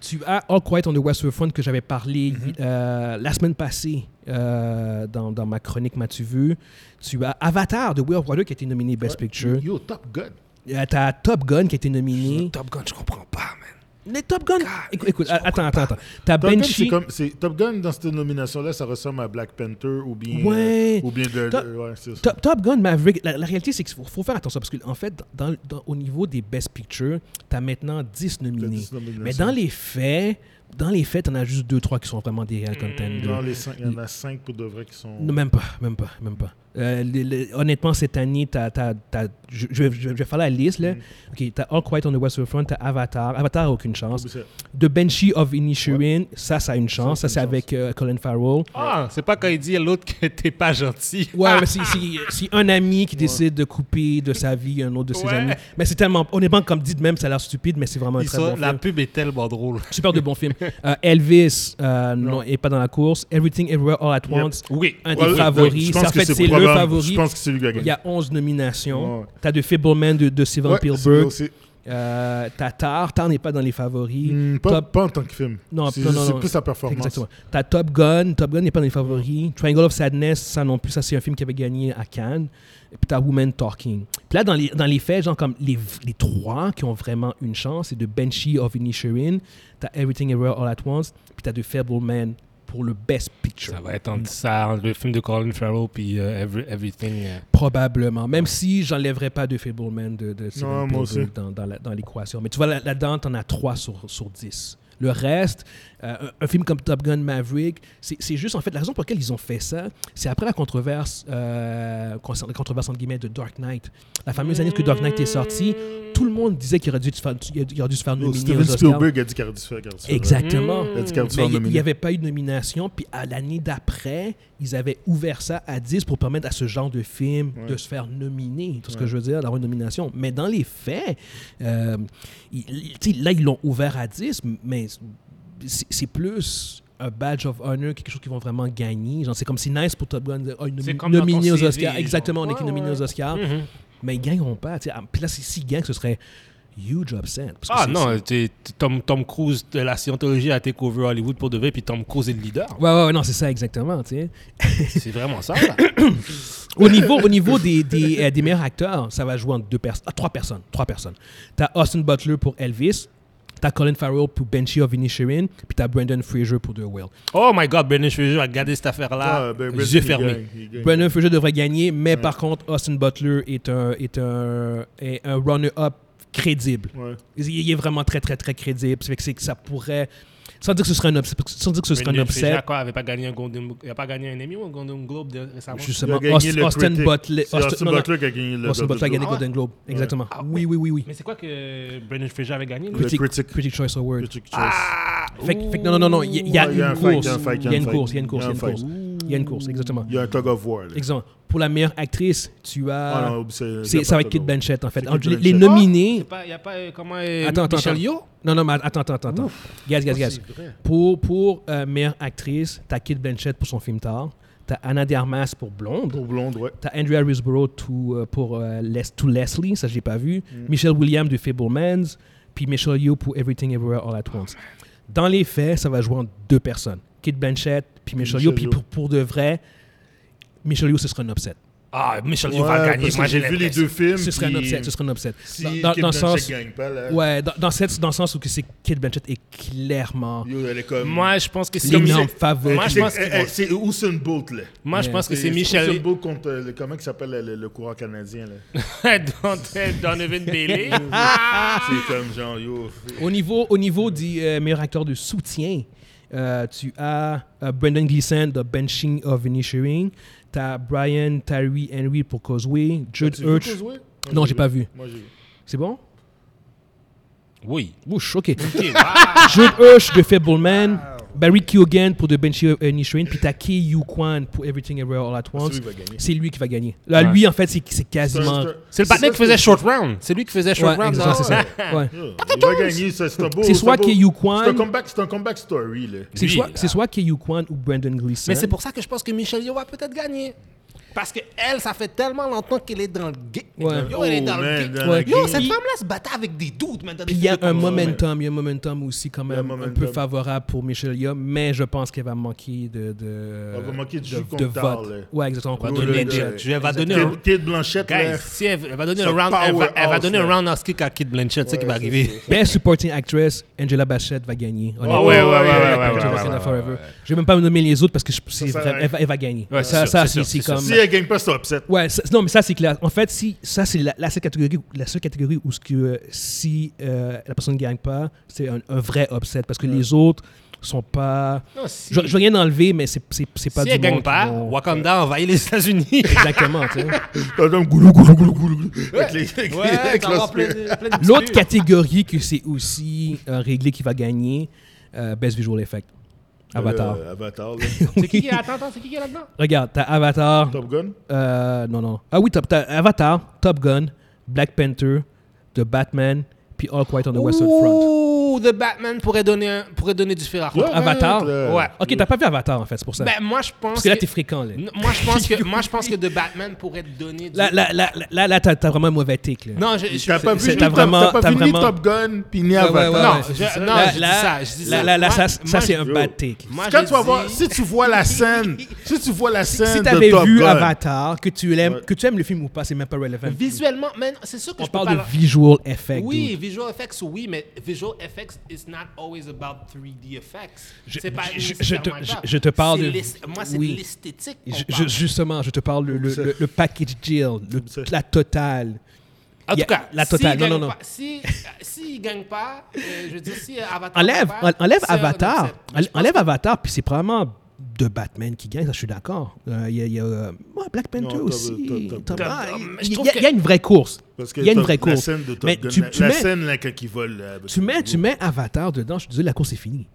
Speaker 1: Tu as All Quiet on the Western Front que j'avais parlé
Speaker 2: Mm-hmm.
Speaker 1: euh, la semaine passée euh, dans, dans ma chronique M'as-tu vu Tu as Avatar de Will Wilder qui a été nominé Best Picture.
Speaker 4: Yo, Top Gun.
Speaker 1: Euh, Tu as Top Gun qui a été nominé.
Speaker 2: Top Gun, je comprends pas, man.
Speaker 1: Les Top Gun Écoute, écoute, a- attends, attends, attends. Tu as
Speaker 3: Top Gun, c'est
Speaker 1: Banshee.
Speaker 3: comme, c'est- Top Gun, dans cette nomination-là, ça ressemble à Black Panther ou bien.
Speaker 1: Ouais.
Speaker 3: euh, ou bien de.
Speaker 1: Top-
Speaker 3: ouais, c'est ça.
Speaker 1: Top, Top Gun Maverick, la, la réalité, c'est qu'il faut, faut faire attention parce qu'en fait, dans- dans- au niveau des Best Pictures, tu as maintenant 10
Speaker 3: T'as
Speaker 1: nominés.
Speaker 3: 10 nominations.
Speaker 1: Mais dans les faits, dans les faits, tu en as juste 2-3 qui sont vraiment des real contenders.
Speaker 3: Dans les cinq, il y en a cinq pour de vrai qui sont.
Speaker 1: Non, même pas, même pas, même pas. Euh, les- les- honnêtement, cette année, t'as- t'as- t'as- je, je vais- je vais- je vais faire la liste.
Speaker 3: Mmh.
Speaker 1: Là. Ok, t'as All Quiet on the Western Front, t'as Avatar. Avatar a aucune chance.
Speaker 3: Ah, C'est-
Speaker 1: The Banshee of Inisherin, ça, ça a une chance. Ça,
Speaker 3: Ça,
Speaker 1: c'est
Speaker 3: c'est une
Speaker 1: avec euh, Colin Farrell.
Speaker 2: Ah, c'est pas quand il dit à l'autre que t'es pas gentil.
Speaker 1: Ouais, mais si, si- si un ami qui décide de couper de sa vie un autre de ses
Speaker 2: Ouais.
Speaker 1: amis. Mais c'est tellement. Honnêtement, comme dit de même, ça a l'air stupide, mais c'est vraiment un
Speaker 2: Ils
Speaker 1: très
Speaker 2: sont-
Speaker 1: bon
Speaker 2: la
Speaker 1: film.
Speaker 2: pub est tellement drôle.
Speaker 1: Super de bon film. Euh, Elvis, euh, non, est pas dans la course. Everything Everywhere All at Once.
Speaker 2: Oui.
Speaker 1: Un des
Speaker 3: Ouais, ouais, ouais,
Speaker 1: favoris.
Speaker 3: je
Speaker 1: Ça,
Speaker 3: pense
Speaker 1: en
Speaker 3: que
Speaker 1: fait, c'est le
Speaker 3: probable-
Speaker 1: favori.
Speaker 3: Je pense que c'est lui qui a
Speaker 1: Il
Speaker 3: gagné.
Speaker 1: y a 11 nominations.
Speaker 3: Ouais.
Speaker 1: T'as The Fableman de, de Steven
Speaker 3: Ouais,
Speaker 1: Spielberg.
Speaker 3: c'est-
Speaker 1: Euh, T'as Tar. Tar n'est pas dans les favoris.
Speaker 3: Hmm, pas,
Speaker 1: Top-
Speaker 3: pas en tant que film.
Speaker 1: Non,
Speaker 3: c'est
Speaker 1: non,
Speaker 3: juste-
Speaker 1: non,
Speaker 3: c'est
Speaker 1: non.
Speaker 3: plus sa performance.
Speaker 1: Exactement. T'as Top Gun. Top Gun n'est pas dans les favoris. Triangle of Sadness, ça non plus. Ça, c'est un film qui avait gagné à Cannes. Et puis t'as Woman Talking. Puis là, dans les, dans les faits, genre comme les, les trois qui ont vraiment une chance, c'est de Banshee of Inisherin, t'as Everything Everywhere All at Once, puis t'as The Fableman pour le Best Picture.
Speaker 2: Ça va être entre ça, entre le film de Colin Farrell puis euh, Every- Everything. euh.
Speaker 1: Probablement. Même si j'enlèverais pas de Fableman de, de Steven
Speaker 3: Non, moi
Speaker 1: Spielberg dans, dans la- dans l'équation. Mais tu vois, là- là-dedans, t'en as 3 sur, sur 10. Le reste, euh, un, un film comme Top Gun Maverick, c'est c'est juste, en fait, la raison pour laquelle ils ont fait ça, c'est après la controverse, euh, concernant- la controverse entre guillemets de Dark Knight. La fameuse année que Dark Knight est sorti, tout le monde disait qu'il aurait dû se faire, il aurait dû se faire nominer
Speaker 3: Oh, Steven
Speaker 1: aux Oscars.
Speaker 3: Spielberg a dit qu'il aurait dû se faire qu'il aurait dû se faire-
Speaker 1: Exactement.
Speaker 2: Hmm.
Speaker 3: Il a dit qu'il aurait dû se
Speaker 1: Mais
Speaker 3: faire
Speaker 1: il
Speaker 3: nominer.
Speaker 1: n'y avait pas eu de nomination. Puis à l'année d'après, ils avaient ouvert ça à 10 pour permettre à ce genre de film de se faire nominer. Tout ce que je veux dire, d'avoir une nomination. Mais dans les faits, euh, il- il- tu sais, là, ils l'ont ouvert à 10, mais c'est c'est plus un badge of honor, quelque chose qu'ils vont vraiment gagner. Genre, C'est comme si nice pour Top Gun, de dire, Ah, une
Speaker 2: C'est
Speaker 1: nomi-
Speaker 2: comme dans ton
Speaker 1: nominé aux
Speaker 2: CV,
Speaker 1: Oscars.
Speaker 2: genre.
Speaker 1: Exactement, on
Speaker 2: Ouais,
Speaker 1: est nominé
Speaker 2: ouais.
Speaker 1: aux Oscars.
Speaker 2: Mhm.
Speaker 1: Mais ils gagneront pas. tu sais. Ah, Puis là, si- s'ils gagnent, ce serait huge upset. Parce que
Speaker 2: Ah
Speaker 1: c'est-
Speaker 2: non, t'es- t'es- Tom, Tom Cruise de la scientologie a take over Hollywood pour de vrai, puis Tom Cruise est le leader.
Speaker 1: Ouais, ouais, ouais, non, c'est ça exactement. tu sais.
Speaker 2: C'est vraiment ça. là.
Speaker 1: Au niveau, au niveau des, des, euh, des meilleurs acteurs, ça va jouer entre deux personnes, ah, trois personnes, trois personnes. T'as Austin Butler pour Elvis, t'as Colin Farrell pour Benchy of Inisherin, puis t'as Brendan Fraser pour The Whale.
Speaker 3: Mm.
Speaker 2: Oh my God, Brendan Fraser a gardé cette affaire-là.
Speaker 3: Ah, ben, Brandon,
Speaker 2: les yeux
Speaker 3: il
Speaker 2: fermés.
Speaker 3: gagne, il gagne.
Speaker 1: Brendan Fraser devrait gagner, mais
Speaker 3: Mm.
Speaker 1: par contre, Austin Butler est un, est un, est un runner-up crédible.
Speaker 3: Ouais.
Speaker 1: Il, il est vraiment très, très, très crédible. Ça fait que, c'est que ça pourrait... Sans dire que ce serait un upset, parce que- sans dire que ce serait un
Speaker 2: Brendan Fraser,
Speaker 1: upset,
Speaker 2: quoi, avait pas gagné un Golden, il a pas gagné un Emmy ou un Golden Globe de- récemment.
Speaker 3: Il a
Speaker 1: justement,
Speaker 3: gagné
Speaker 1: Austin,
Speaker 3: le
Speaker 1: Austin
Speaker 3: critic.
Speaker 1: Butler...
Speaker 3: C'est Austin
Speaker 1: non, non,
Speaker 3: Butler qui a gagné le
Speaker 1: Austin Butler a gagné
Speaker 2: Ah ouais?
Speaker 1: Golden Globe, exactement.
Speaker 2: Ah ouais.
Speaker 1: Oui, oui, oui, oui.
Speaker 2: Mais c'est quoi que Brendan Fraser avait gagné lui?
Speaker 3: Le Critic.
Speaker 1: Critic Choice Award.
Speaker 3: Critic Choice.
Speaker 2: Ah!
Speaker 1: Fait, que- fait que non, non, non, non, il y, il y a
Speaker 3: Ouais,
Speaker 1: une
Speaker 3: un fight,
Speaker 1: course.
Speaker 3: il y a un fight,
Speaker 1: Il y a une
Speaker 3: fight.
Speaker 1: course, il y a une course, il y a une
Speaker 3: fight.
Speaker 1: course. Il y a une course, exactement.
Speaker 3: Il y a un tug of war. là.
Speaker 1: Exemple. Pour la meilleure actrice, tu
Speaker 3: Ah,
Speaker 1: as.
Speaker 3: non, c'est-
Speaker 1: c'est-
Speaker 3: c'est
Speaker 1: ça va être Kate
Speaker 3: pas tug of war.
Speaker 1: Blanchett, en fait.
Speaker 3: C'est
Speaker 1: Entre
Speaker 3: Kate
Speaker 1: les, les
Speaker 3: Blanchett.
Speaker 1: nominés.
Speaker 2: Il n'y a pas euh, comment. euh,
Speaker 1: Attends, attends,
Speaker 2: Michel
Speaker 1: attends.
Speaker 2: Yeoh?
Speaker 1: Non, non, mais attends, attends, attends. attends. Gaz, gaz, gaz. Pour, pour euh, meilleure actrice, t'as Kate Blanchett pour son film Tard. T'as Anna de Armas pour Blonde.
Speaker 3: Pour Blonde, ouais.
Speaker 1: T'as Andrea Riseborough to, euh, pour euh, Les- To Leslie, ça j'ai pas vu.
Speaker 3: Mm.
Speaker 1: Michelle Williams de Fablemans. Puis Michelle Yeoh pour Everything Everywhere All at Once. Dans les faits, ça va jouer entre deux personnes. Kate Blanchett puis Michelle Yeoh.
Speaker 3: Michelle
Speaker 1: Puis
Speaker 3: Yeoh.
Speaker 1: pour, pour de vrai, Michelle Yeoh, ce serait un upset.
Speaker 2: Ah, Michel Yeoh
Speaker 3: Ouais,
Speaker 2: va gagner.
Speaker 3: parce que
Speaker 2: Moi,
Speaker 3: j'ai
Speaker 2: j'ai
Speaker 3: vu les
Speaker 2: l'impression.
Speaker 3: deux films.
Speaker 1: Ce serait un
Speaker 3: puis
Speaker 1: upset. Ce serait un upset.
Speaker 3: Si
Speaker 1: Dans-
Speaker 3: Kate
Speaker 1: dans, dans le
Speaker 3: Blanchett
Speaker 1: sens...
Speaker 3: gagne pas, là,
Speaker 1: Ouais, dans, dans, cette- dans le sens où que c'est Kate Blanchett est clairement
Speaker 3: yo, elle est comme...
Speaker 2: Moi, je pense que c'est.
Speaker 1: l'énorme
Speaker 2: Michel-
Speaker 1: favori.
Speaker 2: Moi, je
Speaker 3: C'est-
Speaker 2: pense
Speaker 3: eh,
Speaker 2: qu'ils
Speaker 3: eh,
Speaker 2: vont-
Speaker 3: C'est Usain Bolt, là.
Speaker 2: Moi, je pense que c'est
Speaker 3: Usain
Speaker 2: Michel
Speaker 3: Bolt contre euh, le... Comment il s'appelle le, le- le coureur canadien, là?
Speaker 2: Don- Donovan Bailey. Ah!
Speaker 3: c'est comme genre, yo...
Speaker 1: Au niveau, au niveau du euh, meilleur acteur de soutien, euh, tu as euh, Brendan Gleeson de Benching of Inisherin. Tu as Brian Tyree Henry pour Causeway. Judd
Speaker 3: Tu veux
Speaker 1: Hirsch.
Speaker 3: Causeway? Moi,
Speaker 1: Non, j'ai pas vu.
Speaker 3: Moi, j'ai vu.
Speaker 1: C'est bon?
Speaker 2: Oui.
Speaker 1: Bouche, ok.
Speaker 2: Ok, wow.
Speaker 1: Judd Hirsch de Fableman. Barry Keoghan pour The Banshee of Inisherin. Puis t'as Ki Yu Kwan pour Everything Everywhere All At Once.
Speaker 3: Celui qui va gagner.
Speaker 1: C'est lui qui va gagner. Là,
Speaker 2: Ouais.
Speaker 1: lui, en fait, c'est c'est
Speaker 3: C'est
Speaker 1: quasiment...
Speaker 3: un-
Speaker 2: C'est le partenaire qui faisait Short Round. C'est lui qui faisait Short
Speaker 1: Ouais,
Speaker 2: Round.
Speaker 1: exactement,
Speaker 2: dans-
Speaker 1: c'est ça. Ouais.
Speaker 3: Yo, Il va gagner, ça, c'est un beau...
Speaker 1: C'est soit
Speaker 3: un beau-
Speaker 1: Kei Yu
Speaker 3: C'est un
Speaker 1: Kwan-
Speaker 3: comeback- C'est un comeback story, là.
Speaker 1: C'est
Speaker 2: Lui,
Speaker 1: soit,
Speaker 2: là.
Speaker 1: c'est soit Ki-Yu Kwan ou Brendan Gleeson.
Speaker 2: Mais c'est pour ça que je pense que Michel Yeoh va peut-être gagner. Parce que elle, ça fait tellement longtemps qu'elle est dans le game.
Speaker 1: Ouais.
Speaker 2: Yo, elle est dans
Speaker 3: Oh,
Speaker 2: le
Speaker 3: man,
Speaker 2: game.
Speaker 3: dans
Speaker 1: Ouais.
Speaker 3: la
Speaker 2: Yo,
Speaker 3: game.
Speaker 2: cette femme-là se battait avec des doutes, man. dans des
Speaker 1: Puis il y a
Speaker 2: films de
Speaker 1: un
Speaker 2: comme-
Speaker 1: momentum, il y a un momentum aussi quand même un
Speaker 3: momentum.
Speaker 1: peu favorable pour Michelle Yeoh, mais je pense qu'elle va manquer de, de,
Speaker 3: Elle va manquer de jus
Speaker 1: de,
Speaker 3: contre Tard,
Speaker 1: vote.
Speaker 3: là.
Speaker 1: Ouais, exactement.
Speaker 2: Elle va
Speaker 1: contre
Speaker 2: donner,
Speaker 1: Lynch.
Speaker 3: le-
Speaker 2: tu elle va donner un...
Speaker 3: Kate- Kate Blanchett, là...
Speaker 2: Guys, si elle, elle va donner
Speaker 3: C'est
Speaker 2: un round, elle va, elle va
Speaker 3: powerhouse,
Speaker 2: donner un
Speaker 3: là.
Speaker 2: round house kick à Kid Blanchett, c'est ce qui va
Speaker 3: Ouais,
Speaker 2: arriver.
Speaker 1: Best Supporting Actress, Angela Bassett va gagner. honnêtement.
Speaker 2: Ah ouais, ouais, ouais, ouais, ouais,
Speaker 1: Angela
Speaker 2: ouais, ouais,
Speaker 1: Bassett
Speaker 2: ouais,
Speaker 1: va
Speaker 2: ouais,
Speaker 1: forever. Je vais même pas nommer les autres parce que je- c'est
Speaker 3: ça,
Speaker 1: vrai-
Speaker 3: ouais.
Speaker 1: elle, va, elle va gagner.
Speaker 2: Ouais, c'est
Speaker 1: ça,
Speaker 2: sûr,
Speaker 1: ça,
Speaker 2: c'est sûr,
Speaker 1: c'est
Speaker 2: c'est
Speaker 1: c'est
Speaker 2: sûr.
Speaker 1: comme.
Speaker 3: Si elle gagne pas, c'est un upset.
Speaker 1: Ouais, ça- non, mais ça, c'est clair. En fait, si ça, c'est la, la seule catégorie, la seule catégorie où ce que, euh, si euh, la personne ne gagne pas, c'est un, un vrai upset parce que les autres sont pas.
Speaker 2: Non, si-
Speaker 1: Je, je veux rien enlever, mais c'est c'est- c'est pas
Speaker 2: si
Speaker 1: du
Speaker 2: elle gagne
Speaker 1: monde
Speaker 2: pas,
Speaker 1: qui vont-
Speaker 2: Wakanda envahit les États-Unis.
Speaker 1: Exactement. tu sais.
Speaker 3: T'as comme goulou, goulou, goulou, goulou. Avec les- avec les- avec
Speaker 2: ça
Speaker 3: le
Speaker 2: va plein
Speaker 3: spear.
Speaker 2: de- plein de petits
Speaker 1: L'autre
Speaker 2: trucs.
Speaker 1: catégorie que c'est aussi euh, réglé qui va gagner, euh, Best Visual Effect. Avatar.
Speaker 3: Euh, Avatar, là.
Speaker 2: C'est qui qui est- Attends, attends, c'est qui qui est là-dedans
Speaker 1: Regarde, t'as Avatar.
Speaker 3: Top Gun.
Speaker 1: euh, non, non. Ah oui, t'as t'as Avatar, Top Gun, Black Panther, The Batman, puis All Quiet on the Western Front.
Speaker 2: Ouh, The Batman pourrait donner, un- pourrait donner du fer à
Speaker 1: Pour
Speaker 2: retordre.
Speaker 1: Avatar
Speaker 3: là.
Speaker 2: Ouais.
Speaker 1: Ok, t'as pas vu Avatar en fait, c'est pour ça.
Speaker 2: Ben, moi, je pense
Speaker 1: Parce que là,
Speaker 2: que-
Speaker 1: t'es fréquent. Là,
Speaker 2: Non, Moi, je pense que, moi, je pense que The Batman pourrait donner du...
Speaker 1: là, là, là, là, là, t'as t'as vraiment un mauvais tic. Là.
Speaker 2: Non, je... je-
Speaker 3: T'as pas vu
Speaker 1: c'est-
Speaker 3: ni
Speaker 1: t'as
Speaker 3: Top-
Speaker 1: vraiment-
Speaker 3: t'as pas
Speaker 1: t'as
Speaker 3: vu ni
Speaker 1: vraiment-
Speaker 3: Top Gun, puis ni
Speaker 1: Ouais, ouais, ouais,
Speaker 3: Avatar.
Speaker 1: ouais,
Speaker 2: je-
Speaker 1: c'est ça.
Speaker 2: non,
Speaker 1: Là,
Speaker 2: je dis
Speaker 1: là,
Speaker 2: ça, je dis
Speaker 1: là,
Speaker 2: ça.
Speaker 1: là, là,
Speaker 2: Moi-
Speaker 1: ça,
Speaker 2: moi,
Speaker 1: ça, c'est
Speaker 2: je-
Speaker 1: un bad take.
Speaker 2: Moi,
Speaker 3: Quand
Speaker 2: je
Speaker 3: tu vas
Speaker 2: dis-
Speaker 3: voir, si tu vois la scène, si tu vois la scène
Speaker 1: Si
Speaker 3: de
Speaker 1: t'avais
Speaker 3: Top
Speaker 1: vu
Speaker 3: Gun,
Speaker 1: Avatar, que tu l'aimes,
Speaker 3: Ouais.
Speaker 1: que tu aimes le film ou pas, c'est même pas relevant.
Speaker 2: Visuellement, man, c'est sûr que
Speaker 1: On
Speaker 2: je peux
Speaker 1: parle
Speaker 2: pas...
Speaker 1: de
Speaker 2: la-
Speaker 1: visual effect.
Speaker 2: Oui,
Speaker 1: dude.
Speaker 2: visual effects, oui, mais visual effects is not always about 3D effects.
Speaker 1: Je-
Speaker 2: C'est pas
Speaker 1: je- je- je
Speaker 2: nécessairement
Speaker 1: te-
Speaker 2: ça.
Speaker 1: je- je te parle
Speaker 2: C'est
Speaker 1: de-
Speaker 2: l'est- Moi, c'est
Speaker 1: oui.
Speaker 2: l'esthétique. qu'on
Speaker 1: Je-
Speaker 2: parle.
Speaker 1: je- justement, je te parle le, le,
Speaker 3: Ça-
Speaker 1: le- le package deal, le- la totale.
Speaker 2: En
Speaker 1: y a-
Speaker 2: tout cas,
Speaker 1: la totale,
Speaker 2: s'il
Speaker 1: non,
Speaker 2: gagne
Speaker 1: non, non.
Speaker 2: pas- Si s'il gagne pas, euh, je veux dire, si Avatar.
Speaker 1: Enlève,
Speaker 2: gagne pas,
Speaker 1: en- enlève
Speaker 2: c'est un
Speaker 1: Avatar,
Speaker 2: upset.
Speaker 1: enlève Avatar, puis c'est probablement de Batman qui gagne, ça je suis d'accord. Euh, Il y a, il y a, euh, ouais, Black Panther
Speaker 3: t'as-
Speaker 1: aussi.
Speaker 3: t'as- t'as-
Speaker 1: Tom-
Speaker 2: t'as-
Speaker 1: ah,
Speaker 2: t'as-
Speaker 1: Il
Speaker 2: je
Speaker 1: il
Speaker 2: trouve
Speaker 1: y, a-
Speaker 2: que-
Speaker 1: il y a une vraie course.
Speaker 3: Parce que
Speaker 1: Il y a une
Speaker 3: Top-
Speaker 1: vraie
Speaker 3: La
Speaker 1: course.
Speaker 3: scène de Top
Speaker 1: Mais
Speaker 3: Gun,
Speaker 1: tu-
Speaker 3: la,
Speaker 1: tu
Speaker 3: la
Speaker 1: mets-
Speaker 3: scène là, quand il vole. euh, là,
Speaker 1: Tu mets, tu mets Avatar dedans, je te dis, la course est finie.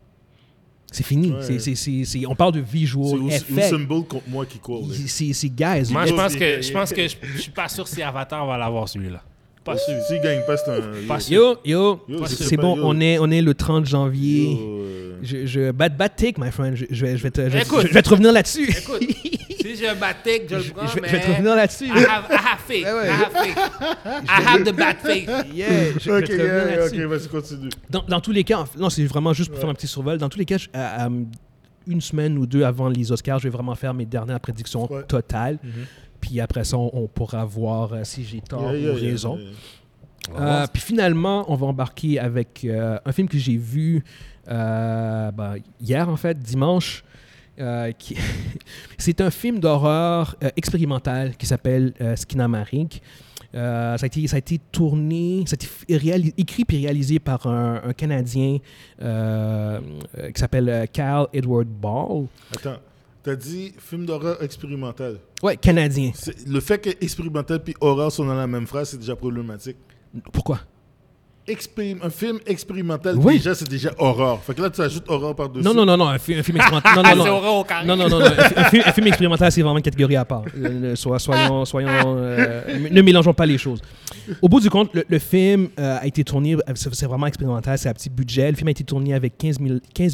Speaker 1: C'est fini.
Speaker 3: Ouais.
Speaker 1: C'est- c'est- c'est- c'est- on parle de
Speaker 3: C'est
Speaker 1: visual
Speaker 3: Us-
Speaker 1: effect.
Speaker 3: Usain Bolt contre moi qui court. là.
Speaker 1: C'est- C'est c'est guys.
Speaker 2: Moi, je
Speaker 1: let's-
Speaker 2: pense que je pense que je, je suis pas sûr si Avatar va l'avoir celui-là. Pas sûr.
Speaker 3: S'il gagne pas, c'est un.
Speaker 2: Pas sûr.
Speaker 1: Yo, yo,
Speaker 3: Yo,
Speaker 1: c'est
Speaker 3: c'est
Speaker 1: c'est
Speaker 3: pas-
Speaker 1: bon,
Speaker 3: yo.
Speaker 1: on est, on est le 30
Speaker 3: Yo,
Speaker 1: janvier.
Speaker 3: euh,
Speaker 1: Je, je, bad, bad take, my friend. Je, je vais, je, vais te, je, vais-
Speaker 2: Écoute.
Speaker 1: je vais te revenir là-dessus.
Speaker 2: Écoute, si j'ai un batek, je le prends,
Speaker 1: je, vais,
Speaker 2: mais... Ah,
Speaker 1: je vais te revenir là-dessus.
Speaker 2: I have, I have faith.
Speaker 1: Ouais, ouais.
Speaker 2: I have faith. I have the bad faith.
Speaker 1: Yeah, je- je vais
Speaker 3: Ok,
Speaker 1: te revenir
Speaker 3: yeah,
Speaker 1: là-dessus.
Speaker 3: ok, vas-y, continue.
Speaker 1: dans, dans tous les cas, en fait, non, c'est vraiment juste pour faire un petit survol. Dans tous les cas, je- à- à, euh, une semaine ou deux avant les Oscars, je vais vraiment faire mes dernières prédictions
Speaker 3: Ouais. Mm-hmm.
Speaker 1: totales. Puis après ça, on, on pourra voir euh, si j'ai tort
Speaker 3: Yeah, yeah,
Speaker 1: ou
Speaker 3: yeah,
Speaker 1: raison.
Speaker 3: yeah.
Speaker 1: Euh, puis finalement, on va embarquer avec euh, un film que j'ai vu euh, ben, hier, en fait, dimanche. Euh, qui- C'est un film d'horreur euh, expérimental qui s'appelle euh, Skinamarink. Euh, ça, a été, ça a été tourné, ça a été f- réalis- écrit et réalisé par un, un Canadien euh, euh, qui s'appelle euh, Carl Edward Ball.
Speaker 3: Attends, t'as dit film d'horreur expérimental.
Speaker 1: Ouais, Canadien.
Speaker 3: C'est- Le fait que expérimental puis horreur sont dans la même phrase, c'est déjà problématique.
Speaker 1: Pourquoi?
Speaker 3: Expérim- un film expérimental,
Speaker 1: Oui.
Speaker 3: déjà, c'est déjà horreur. Fait que là, tu ajoutes horreur par-dessus.
Speaker 1: Non, non, non, non, un, fi- un film expérimental. non,
Speaker 2: Ah,
Speaker 1: non,
Speaker 2: c'est
Speaker 1: non.
Speaker 2: horreur au carré.
Speaker 1: Non, non, non. non. Un, fi- un film, un film expérimental, c'est vraiment une catégorie à part. Euh, le- sois- soyons, soyons, euh, m- ne mélangeons pas les choses. Au bout du compte, le, le film euh, a été tourné, euh, c'est c'est vraiment expérimental, c'est à petit budget. Le film a été tourné avec 15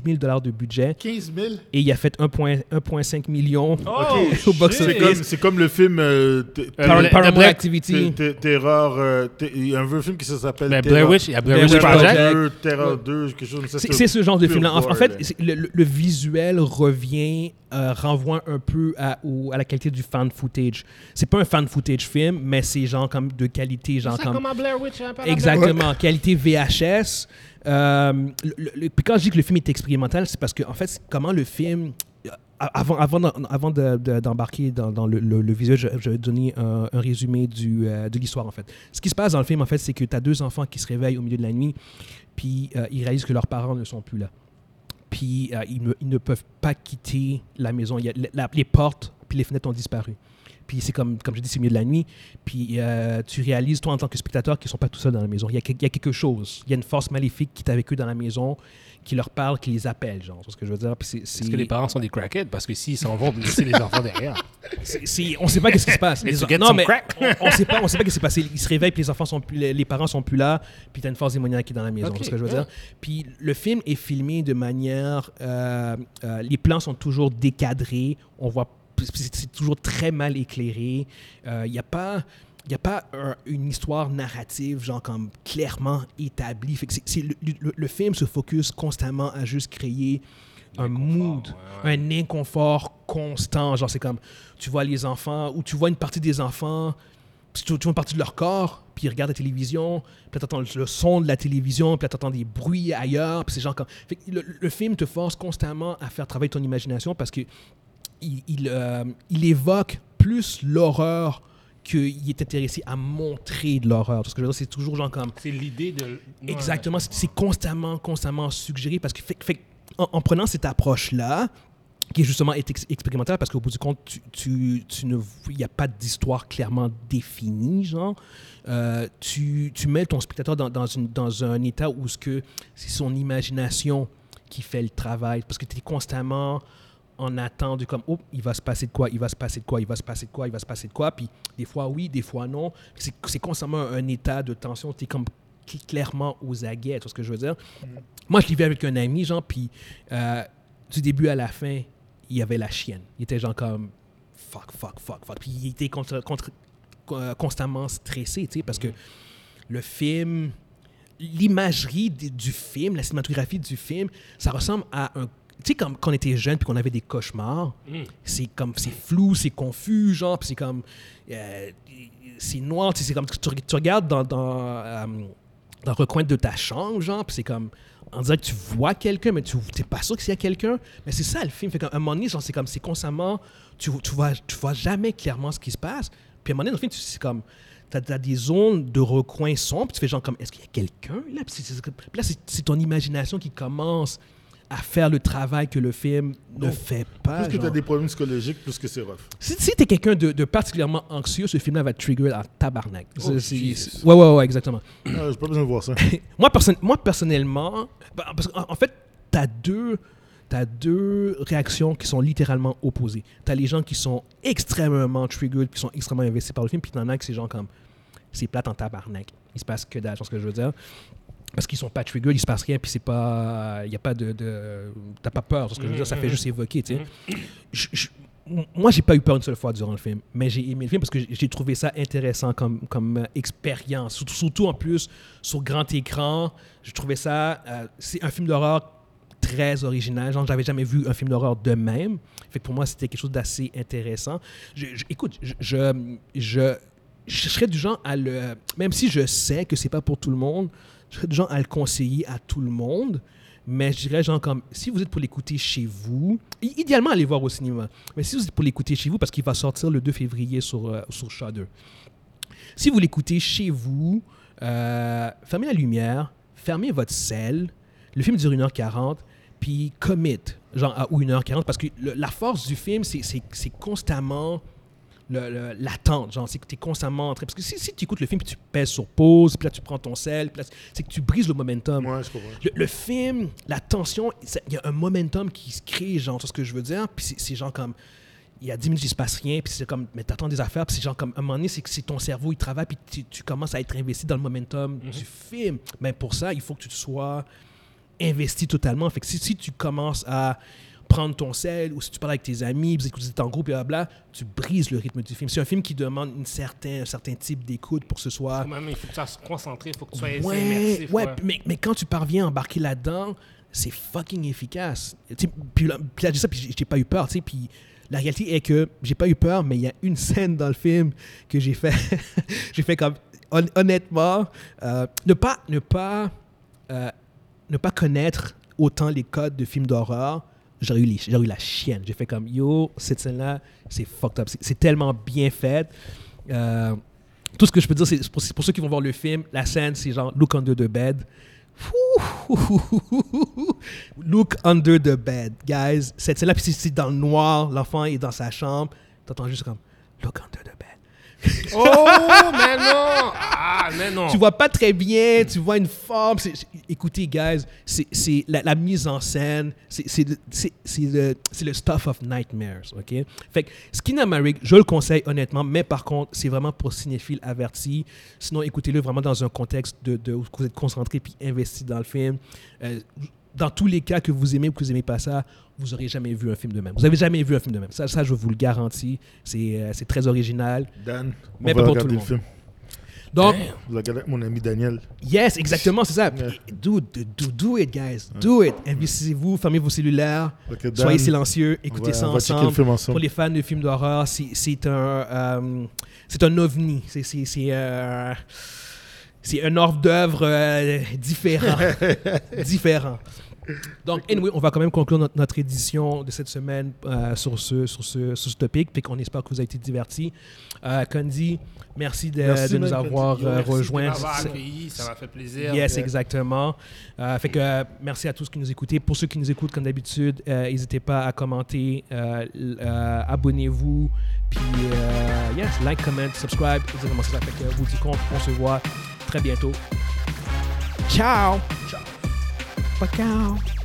Speaker 1: 000 dollars de budget
Speaker 3: 15 000?
Speaker 1: et il a fait 1,1 1,5 million
Speaker 2: Oh,
Speaker 1: au box
Speaker 3: C'est
Speaker 2: shit.
Speaker 3: comme, c'est comme le film euh, t-
Speaker 2: Euh,
Speaker 1: Par-
Speaker 2: le-
Speaker 1: Paranormal
Speaker 2: The Black-
Speaker 1: Activity.
Speaker 3: t- t- Terror. euh, t- Il y a un vieux film qui s'appelle
Speaker 2: Mais Blair
Speaker 3: Terror-
Speaker 2: Witch, il y a Blair
Speaker 1: Ben, Blair
Speaker 2: Witch
Speaker 1: Witch
Speaker 3: Terror
Speaker 2: Project.
Speaker 1: Project.
Speaker 3: 2, Terror 2, quelque chose comme ça.
Speaker 1: C'est c'est ce genre de
Speaker 3: pure
Speaker 1: film-là. En, en
Speaker 3: gore,
Speaker 1: fait,
Speaker 3: là.
Speaker 1: c'est- le, le- le visuel revient, euh, renvoie un peu à, au- à la qualité du fan footage. C'est pas un fan footage film, mais c'est genre comme de qualité, genre
Speaker 2: Ça
Speaker 1: comme
Speaker 2: comme à Blair Witch, hein, par la
Speaker 1: Exactement, qualité VHS. Euh, le- le- le- puis quand je dis que le film est expérimental, c'est parce que, en fait, c'est comment le film. euh, Avant, avant, d'en- avant de- de- d'embarquer dans, dans le, le- le visuel, je, je vais donner un, un résumé du, euh, de l'histoire, en fait. Ce qui se passe dans le film, en fait, c'est que tu as deux enfants qui se réveillent au milieu de la nuit, puis euh, ils réalisent que leurs parents ne sont plus là. Puis euh, ils, ne, ils ne peuvent pas quitter la maison. Il y a- la- les portes, puis les fenêtres ont disparu. Puis c'est comme, comme je dis, c'est au milieu de la nuit. Puis euh, tu réalises, toi, en tant que spectateur, qu'ils ne sont pas tout seuls dans la maison. Il y, a, quel- il y a quelque chose. Il y a une force maléfique qui est avec eux dans la maison, qui leur parle, qui les appelle, genre. C'est ce que je veux dire. Puis c'est- c'est-
Speaker 2: Est-ce que les parents sont des crackheads? Parce que s'ils s'en vont, laisser les enfants derrière.
Speaker 1: c'est- c'est- on ne sait pas qu'est-ce qui se passe.
Speaker 2: Need
Speaker 1: Les
Speaker 2: to
Speaker 1: en-
Speaker 2: get
Speaker 1: non,
Speaker 2: some
Speaker 1: mais
Speaker 2: crack.
Speaker 1: on ne sait pas, on sait pas qu'est-ce qui s'est passé. Ils se réveillent, puis les enfants sont plus, les, les parents sont plus là, puis tu as une force démoniaque qui est dans la maison.
Speaker 2: Ok,
Speaker 1: C'est ce que je veux
Speaker 2: ouais.
Speaker 1: dire. Puis le film est filmé de manière, euh, euh, les plans sont toujours décadrés. On voit, c'est c'est toujours très mal éclairé. Euh, Il n'y a pas il n'y a pas un- une histoire narrative, genre comme clairement établie. Fait que c'est- c'est le, le- le film se focus constamment à juste créer un mood, un inconfort constant. Genre, c'est comme tu vois les enfants ou tu vois une partie des enfants, puis tu, tu vois une partie de leur corps, puis ils regardent la télévision, puis t'entends le, le son de la télévision, puis t'entends des bruits ailleurs, puis c'est genre comme. Fait que le, le film te force constamment à faire travailler ton imagination parce que il, il, euh, il évoque plus l'horreur qu'il est intéressé à montrer de l'horreur. Parce que je veux dire, c'est toujours genre comme.
Speaker 2: C'est l'idée de.
Speaker 1: Exactement, c'est c'est constamment, constamment suggéré parce que fait, fait- en, en prenant cette approche-là, qui justement est ex- expérimentale parce qu'au bout du compte, tu, tu, tu ne, il n'y a pas d'histoire clairement définie, genre. Euh, tu, tu mets ton spectateur dans, dans, une, dans un état où ce que c'est son imagination qui fait le travail parce que tu es constamment en attente de comme oh il va se passer de quoi il va se passer de quoi il va se passer de quoi il va se passer de quoi puis des fois oui des fois non c'est c'est constamment un état de tension tu es comme cl- clairement aux aguets tu vois ce que je veux dire moi je l'ai vu avec un ami genre puis euh, du début à la fin il y avait la chienne il était genre comme fuck fuck fuck fuck puis il était contre, contre- euh, constamment stressé tu sais parce que le film l'imagerie d- du film, la cinématographie du film, ça ressemble à un. Tu sais, comme quand on était jeune puis qu'on avait des cauchemars, c'est comme c'est flou, c'est confus, genre, puis c'est comme euh, c'est noir, tu sais, c'est comme tu, tu regardes dans dans, euh, dans le recoin de ta chambre, genre, puis c'est comme on dirait que tu vois quelqu'un, mais tu n'es pas sûr que c'est quelqu'un. Mais c'est ça le film. Fait qu'à un moment donné, genre, c'est comme, c'est constamment, tu, tu, vois, tu vois jamais clairement ce qui se passe. Puis à un moment donné, dans le film, tu- c'est comme, tu as, des zones de recoins sombres, puis tu fais genre comme, est-ce qu'il y a quelqu'un là? Puis, c'est- c'est- puis là, c'est- c'est ton imagination qui commence à faire le travail que le film ne
Speaker 3: Donc,
Speaker 1: fait pas.
Speaker 3: Plus que tu as
Speaker 1: genre.
Speaker 3: des problèmes psychologiques, plus que c'est rough.
Speaker 1: Si, si t'es quelqu'un de, de particulièrement anxieux, ce film-là va te trigger en tabarnak.
Speaker 3: Oh,
Speaker 1: C'est- c'est-
Speaker 3: Jesus.
Speaker 1: ouais, ouais, ouais, exactement.
Speaker 3: Ah, J'ai pas besoin de voir ça.
Speaker 1: moi, perso- moi, personnellement, bah, parce qu'en en fait, t'as deux, t'as deux réactions qui sont littéralement opposées. T'as les gens qui sont extrêmement triggered, qui sont extrêmement investis par le film, puis t'en as que ces gens comme c'est plate en tabarnak. Il se passe que dalle, tu vois ce que je veux dire. Parce qu'ils sont pas triggered, il se passe rien, puis c'est pas. Il n'y a pas de. de- T'as pas peur, tu vois ce que je veux dire, ça fait juste évoquer, tu sais. Je- je- m- moi, j'ai pas eu peur une seule fois durant le film, mais j'ai aimé le film parce que j'ai- j'ai trouvé ça intéressant comme, comme euh, expérience. Surtout, surtout en plus, sur grand écran, je trouvais ça. euh, c'est un film d'horreur très original. Genre, j'avais jamais vu un film d'horreur de même. Fait que pour moi, c'était quelque chose d'assez intéressant. Je- je- écoute, je- je, je je serais du genre à le. Même si je sais que c'est pas pour tout le monde, je serais du genre à le conseiller à tout le monde. Mais je dirais, genre, comme si vous êtes pour l'écouter chez vous, i- idéalement, allez voir au cinéma. Mais si vous êtes pour l'écouter chez vous, parce qu'il va sortir le 2 février sur, euh, sur Shudder. Si vous l'écoutez chez vous, euh, fermez la lumière, fermez votre selle. Le film dure 1h40, puis commit, genre, à- ou 1h40, parce que le- la force du film, c'est- c'est c'est constamment le- le- l'attente. Genre, c'est que tu es constamment en train. Parce que si, tu écoutes le film, puis tu pèses sur pause, puis là, tu prends ton sel, puis là, c'est que tu brises le momentum.
Speaker 3: Moi, je comprends.
Speaker 1: Le, le film, la tension, ça- il y a un momentum qui se crée, genre, tu vois ce que je veux dire. Puis c'est- c'est genre comme. Il y a 10 minutes, il se passe rien, puis c'est comme. Mais t'attends des affaires, puis c'est genre comme. À un moment donné, c'est que c'est ton cerveau, il travaille, puis tu, tu commences à être investi dans le momentum du film. Mais pour ça, il faut que tu te sois investi totalement. Fait que si, si tu commences à prendre ton sel ou si tu parles avec tes amis, puis que vous êtes en groupe, et blabla, tu brises le rythme du film. C'est un film qui demande une certain, un certain type d'écoute pour que ce soit.
Speaker 2: Quand même, il faut que tu sois concentré, il faut que tu sois
Speaker 1: Ouais,
Speaker 2: immersif.
Speaker 1: ouais,
Speaker 2: ouais.
Speaker 1: Mais, mais quand tu parviens à embarquer là-dedans, c'est fucking efficace. Tu sais, Puis là, puis là, j'ai ça, puis j'ai- j'ai pas eu peur, tu sais. Puis la réalité est que j'ai pas eu peur, mais il y a une scène dans le film que j'ai fait, j'ai fait comme hon- honnêtement, euh, ne pas, ne pas, euh, ne pas connaître autant les codes de films d'horreur. J'aurais eu, les- j'aurais eu la chienne. J'ai fait comme yo, cette scène-là, oh, c'est fucked up. C'est- C'est tellement bien fait. Euh, tout ce que je peux dire, c'est pour, c'est pour ceux qui vont voir le film, la scène, c'est genre Look Under the Bed. Fouh! Look Under the Bed, guys. Cette scène-là, puis c'est- c'est dans le noir, l'enfant est dans sa chambre. T'entends juste comme Look Under the Bed.
Speaker 2: Oh, mais non! Ah, mais non!
Speaker 1: Tu vois pas très bien, tu vois une forme. c'est- c'est- écoutez, guys, c'est- c'est la, la mise en scène, c'est- c'est le- c'est- c'est le, c'est le stuff of nightmares, OK? Fait que Skinamarig, je le conseille honnêtement, mais par contre, c'est vraiment pour cinéphiles avertis. Sinon, écoutez-le vraiment dans un contexte de, de- où vous êtes concentré puis investi dans le film. Euh, dans tous les cas que vous aimez ou que vous n'aimez pas ça, vous aurez jamais vu un film de même. Vous avez jamais vu un film de même. Ça, ça je vous le garantis. C'est euh, c'est très original.
Speaker 3: Dan,
Speaker 1: Mais
Speaker 3: on
Speaker 1: pas
Speaker 3: va
Speaker 1: pour tout
Speaker 3: regarder
Speaker 1: le
Speaker 3: le
Speaker 1: monde.
Speaker 3: film.
Speaker 1: Donc,
Speaker 3: Je vais regarder avec mon ami Daniel.
Speaker 1: Yes, exactement, c'est ça.
Speaker 3: Yeah.
Speaker 1: Do, do, do, do it, guys. Do it. Investissez-vous, fermez vos cellulaires,
Speaker 3: Ok, Dan,
Speaker 1: soyez silencieux, écoutez
Speaker 3: va-
Speaker 1: ça
Speaker 3: on va checker le
Speaker 1: ensemble.
Speaker 3: film ensemble.
Speaker 1: Pour les fans de films d'horreur, c'est- c'est un, euh, c'est un ovni. C'est- C'est c'est, euh, c'est un ordre d'œuvre euh, différent. différent. Donc, anyway, on va quand même conclure notre, notre édition de cette semaine euh, sur, ce, sur, ce, sur ce topic. Puis qu'on espère que vous avez été divertis. Euh, Condi, merci de,
Speaker 3: Merci,
Speaker 1: de nous
Speaker 3: man, Condi.
Speaker 1: avoir
Speaker 3: Yo,
Speaker 1: euh,
Speaker 2: Merci de
Speaker 1: rejoints.
Speaker 2: m'avoir
Speaker 1: C'est-
Speaker 2: accueilli, ça m'a fait plaisir.
Speaker 1: Yes, exactement. Euh, fait que euh, merci à tous qui nous écoutez. Pour ceux qui nous écoutent, comme d'habitude, euh, n'hésitez pas à commenter, euh, l- euh, abonnez-vous, puis euh, yes, like, comment, subscribe, exactement ça. Fait que vous dites compte, on se voit très bientôt. Ciao. Ciao. Ciao.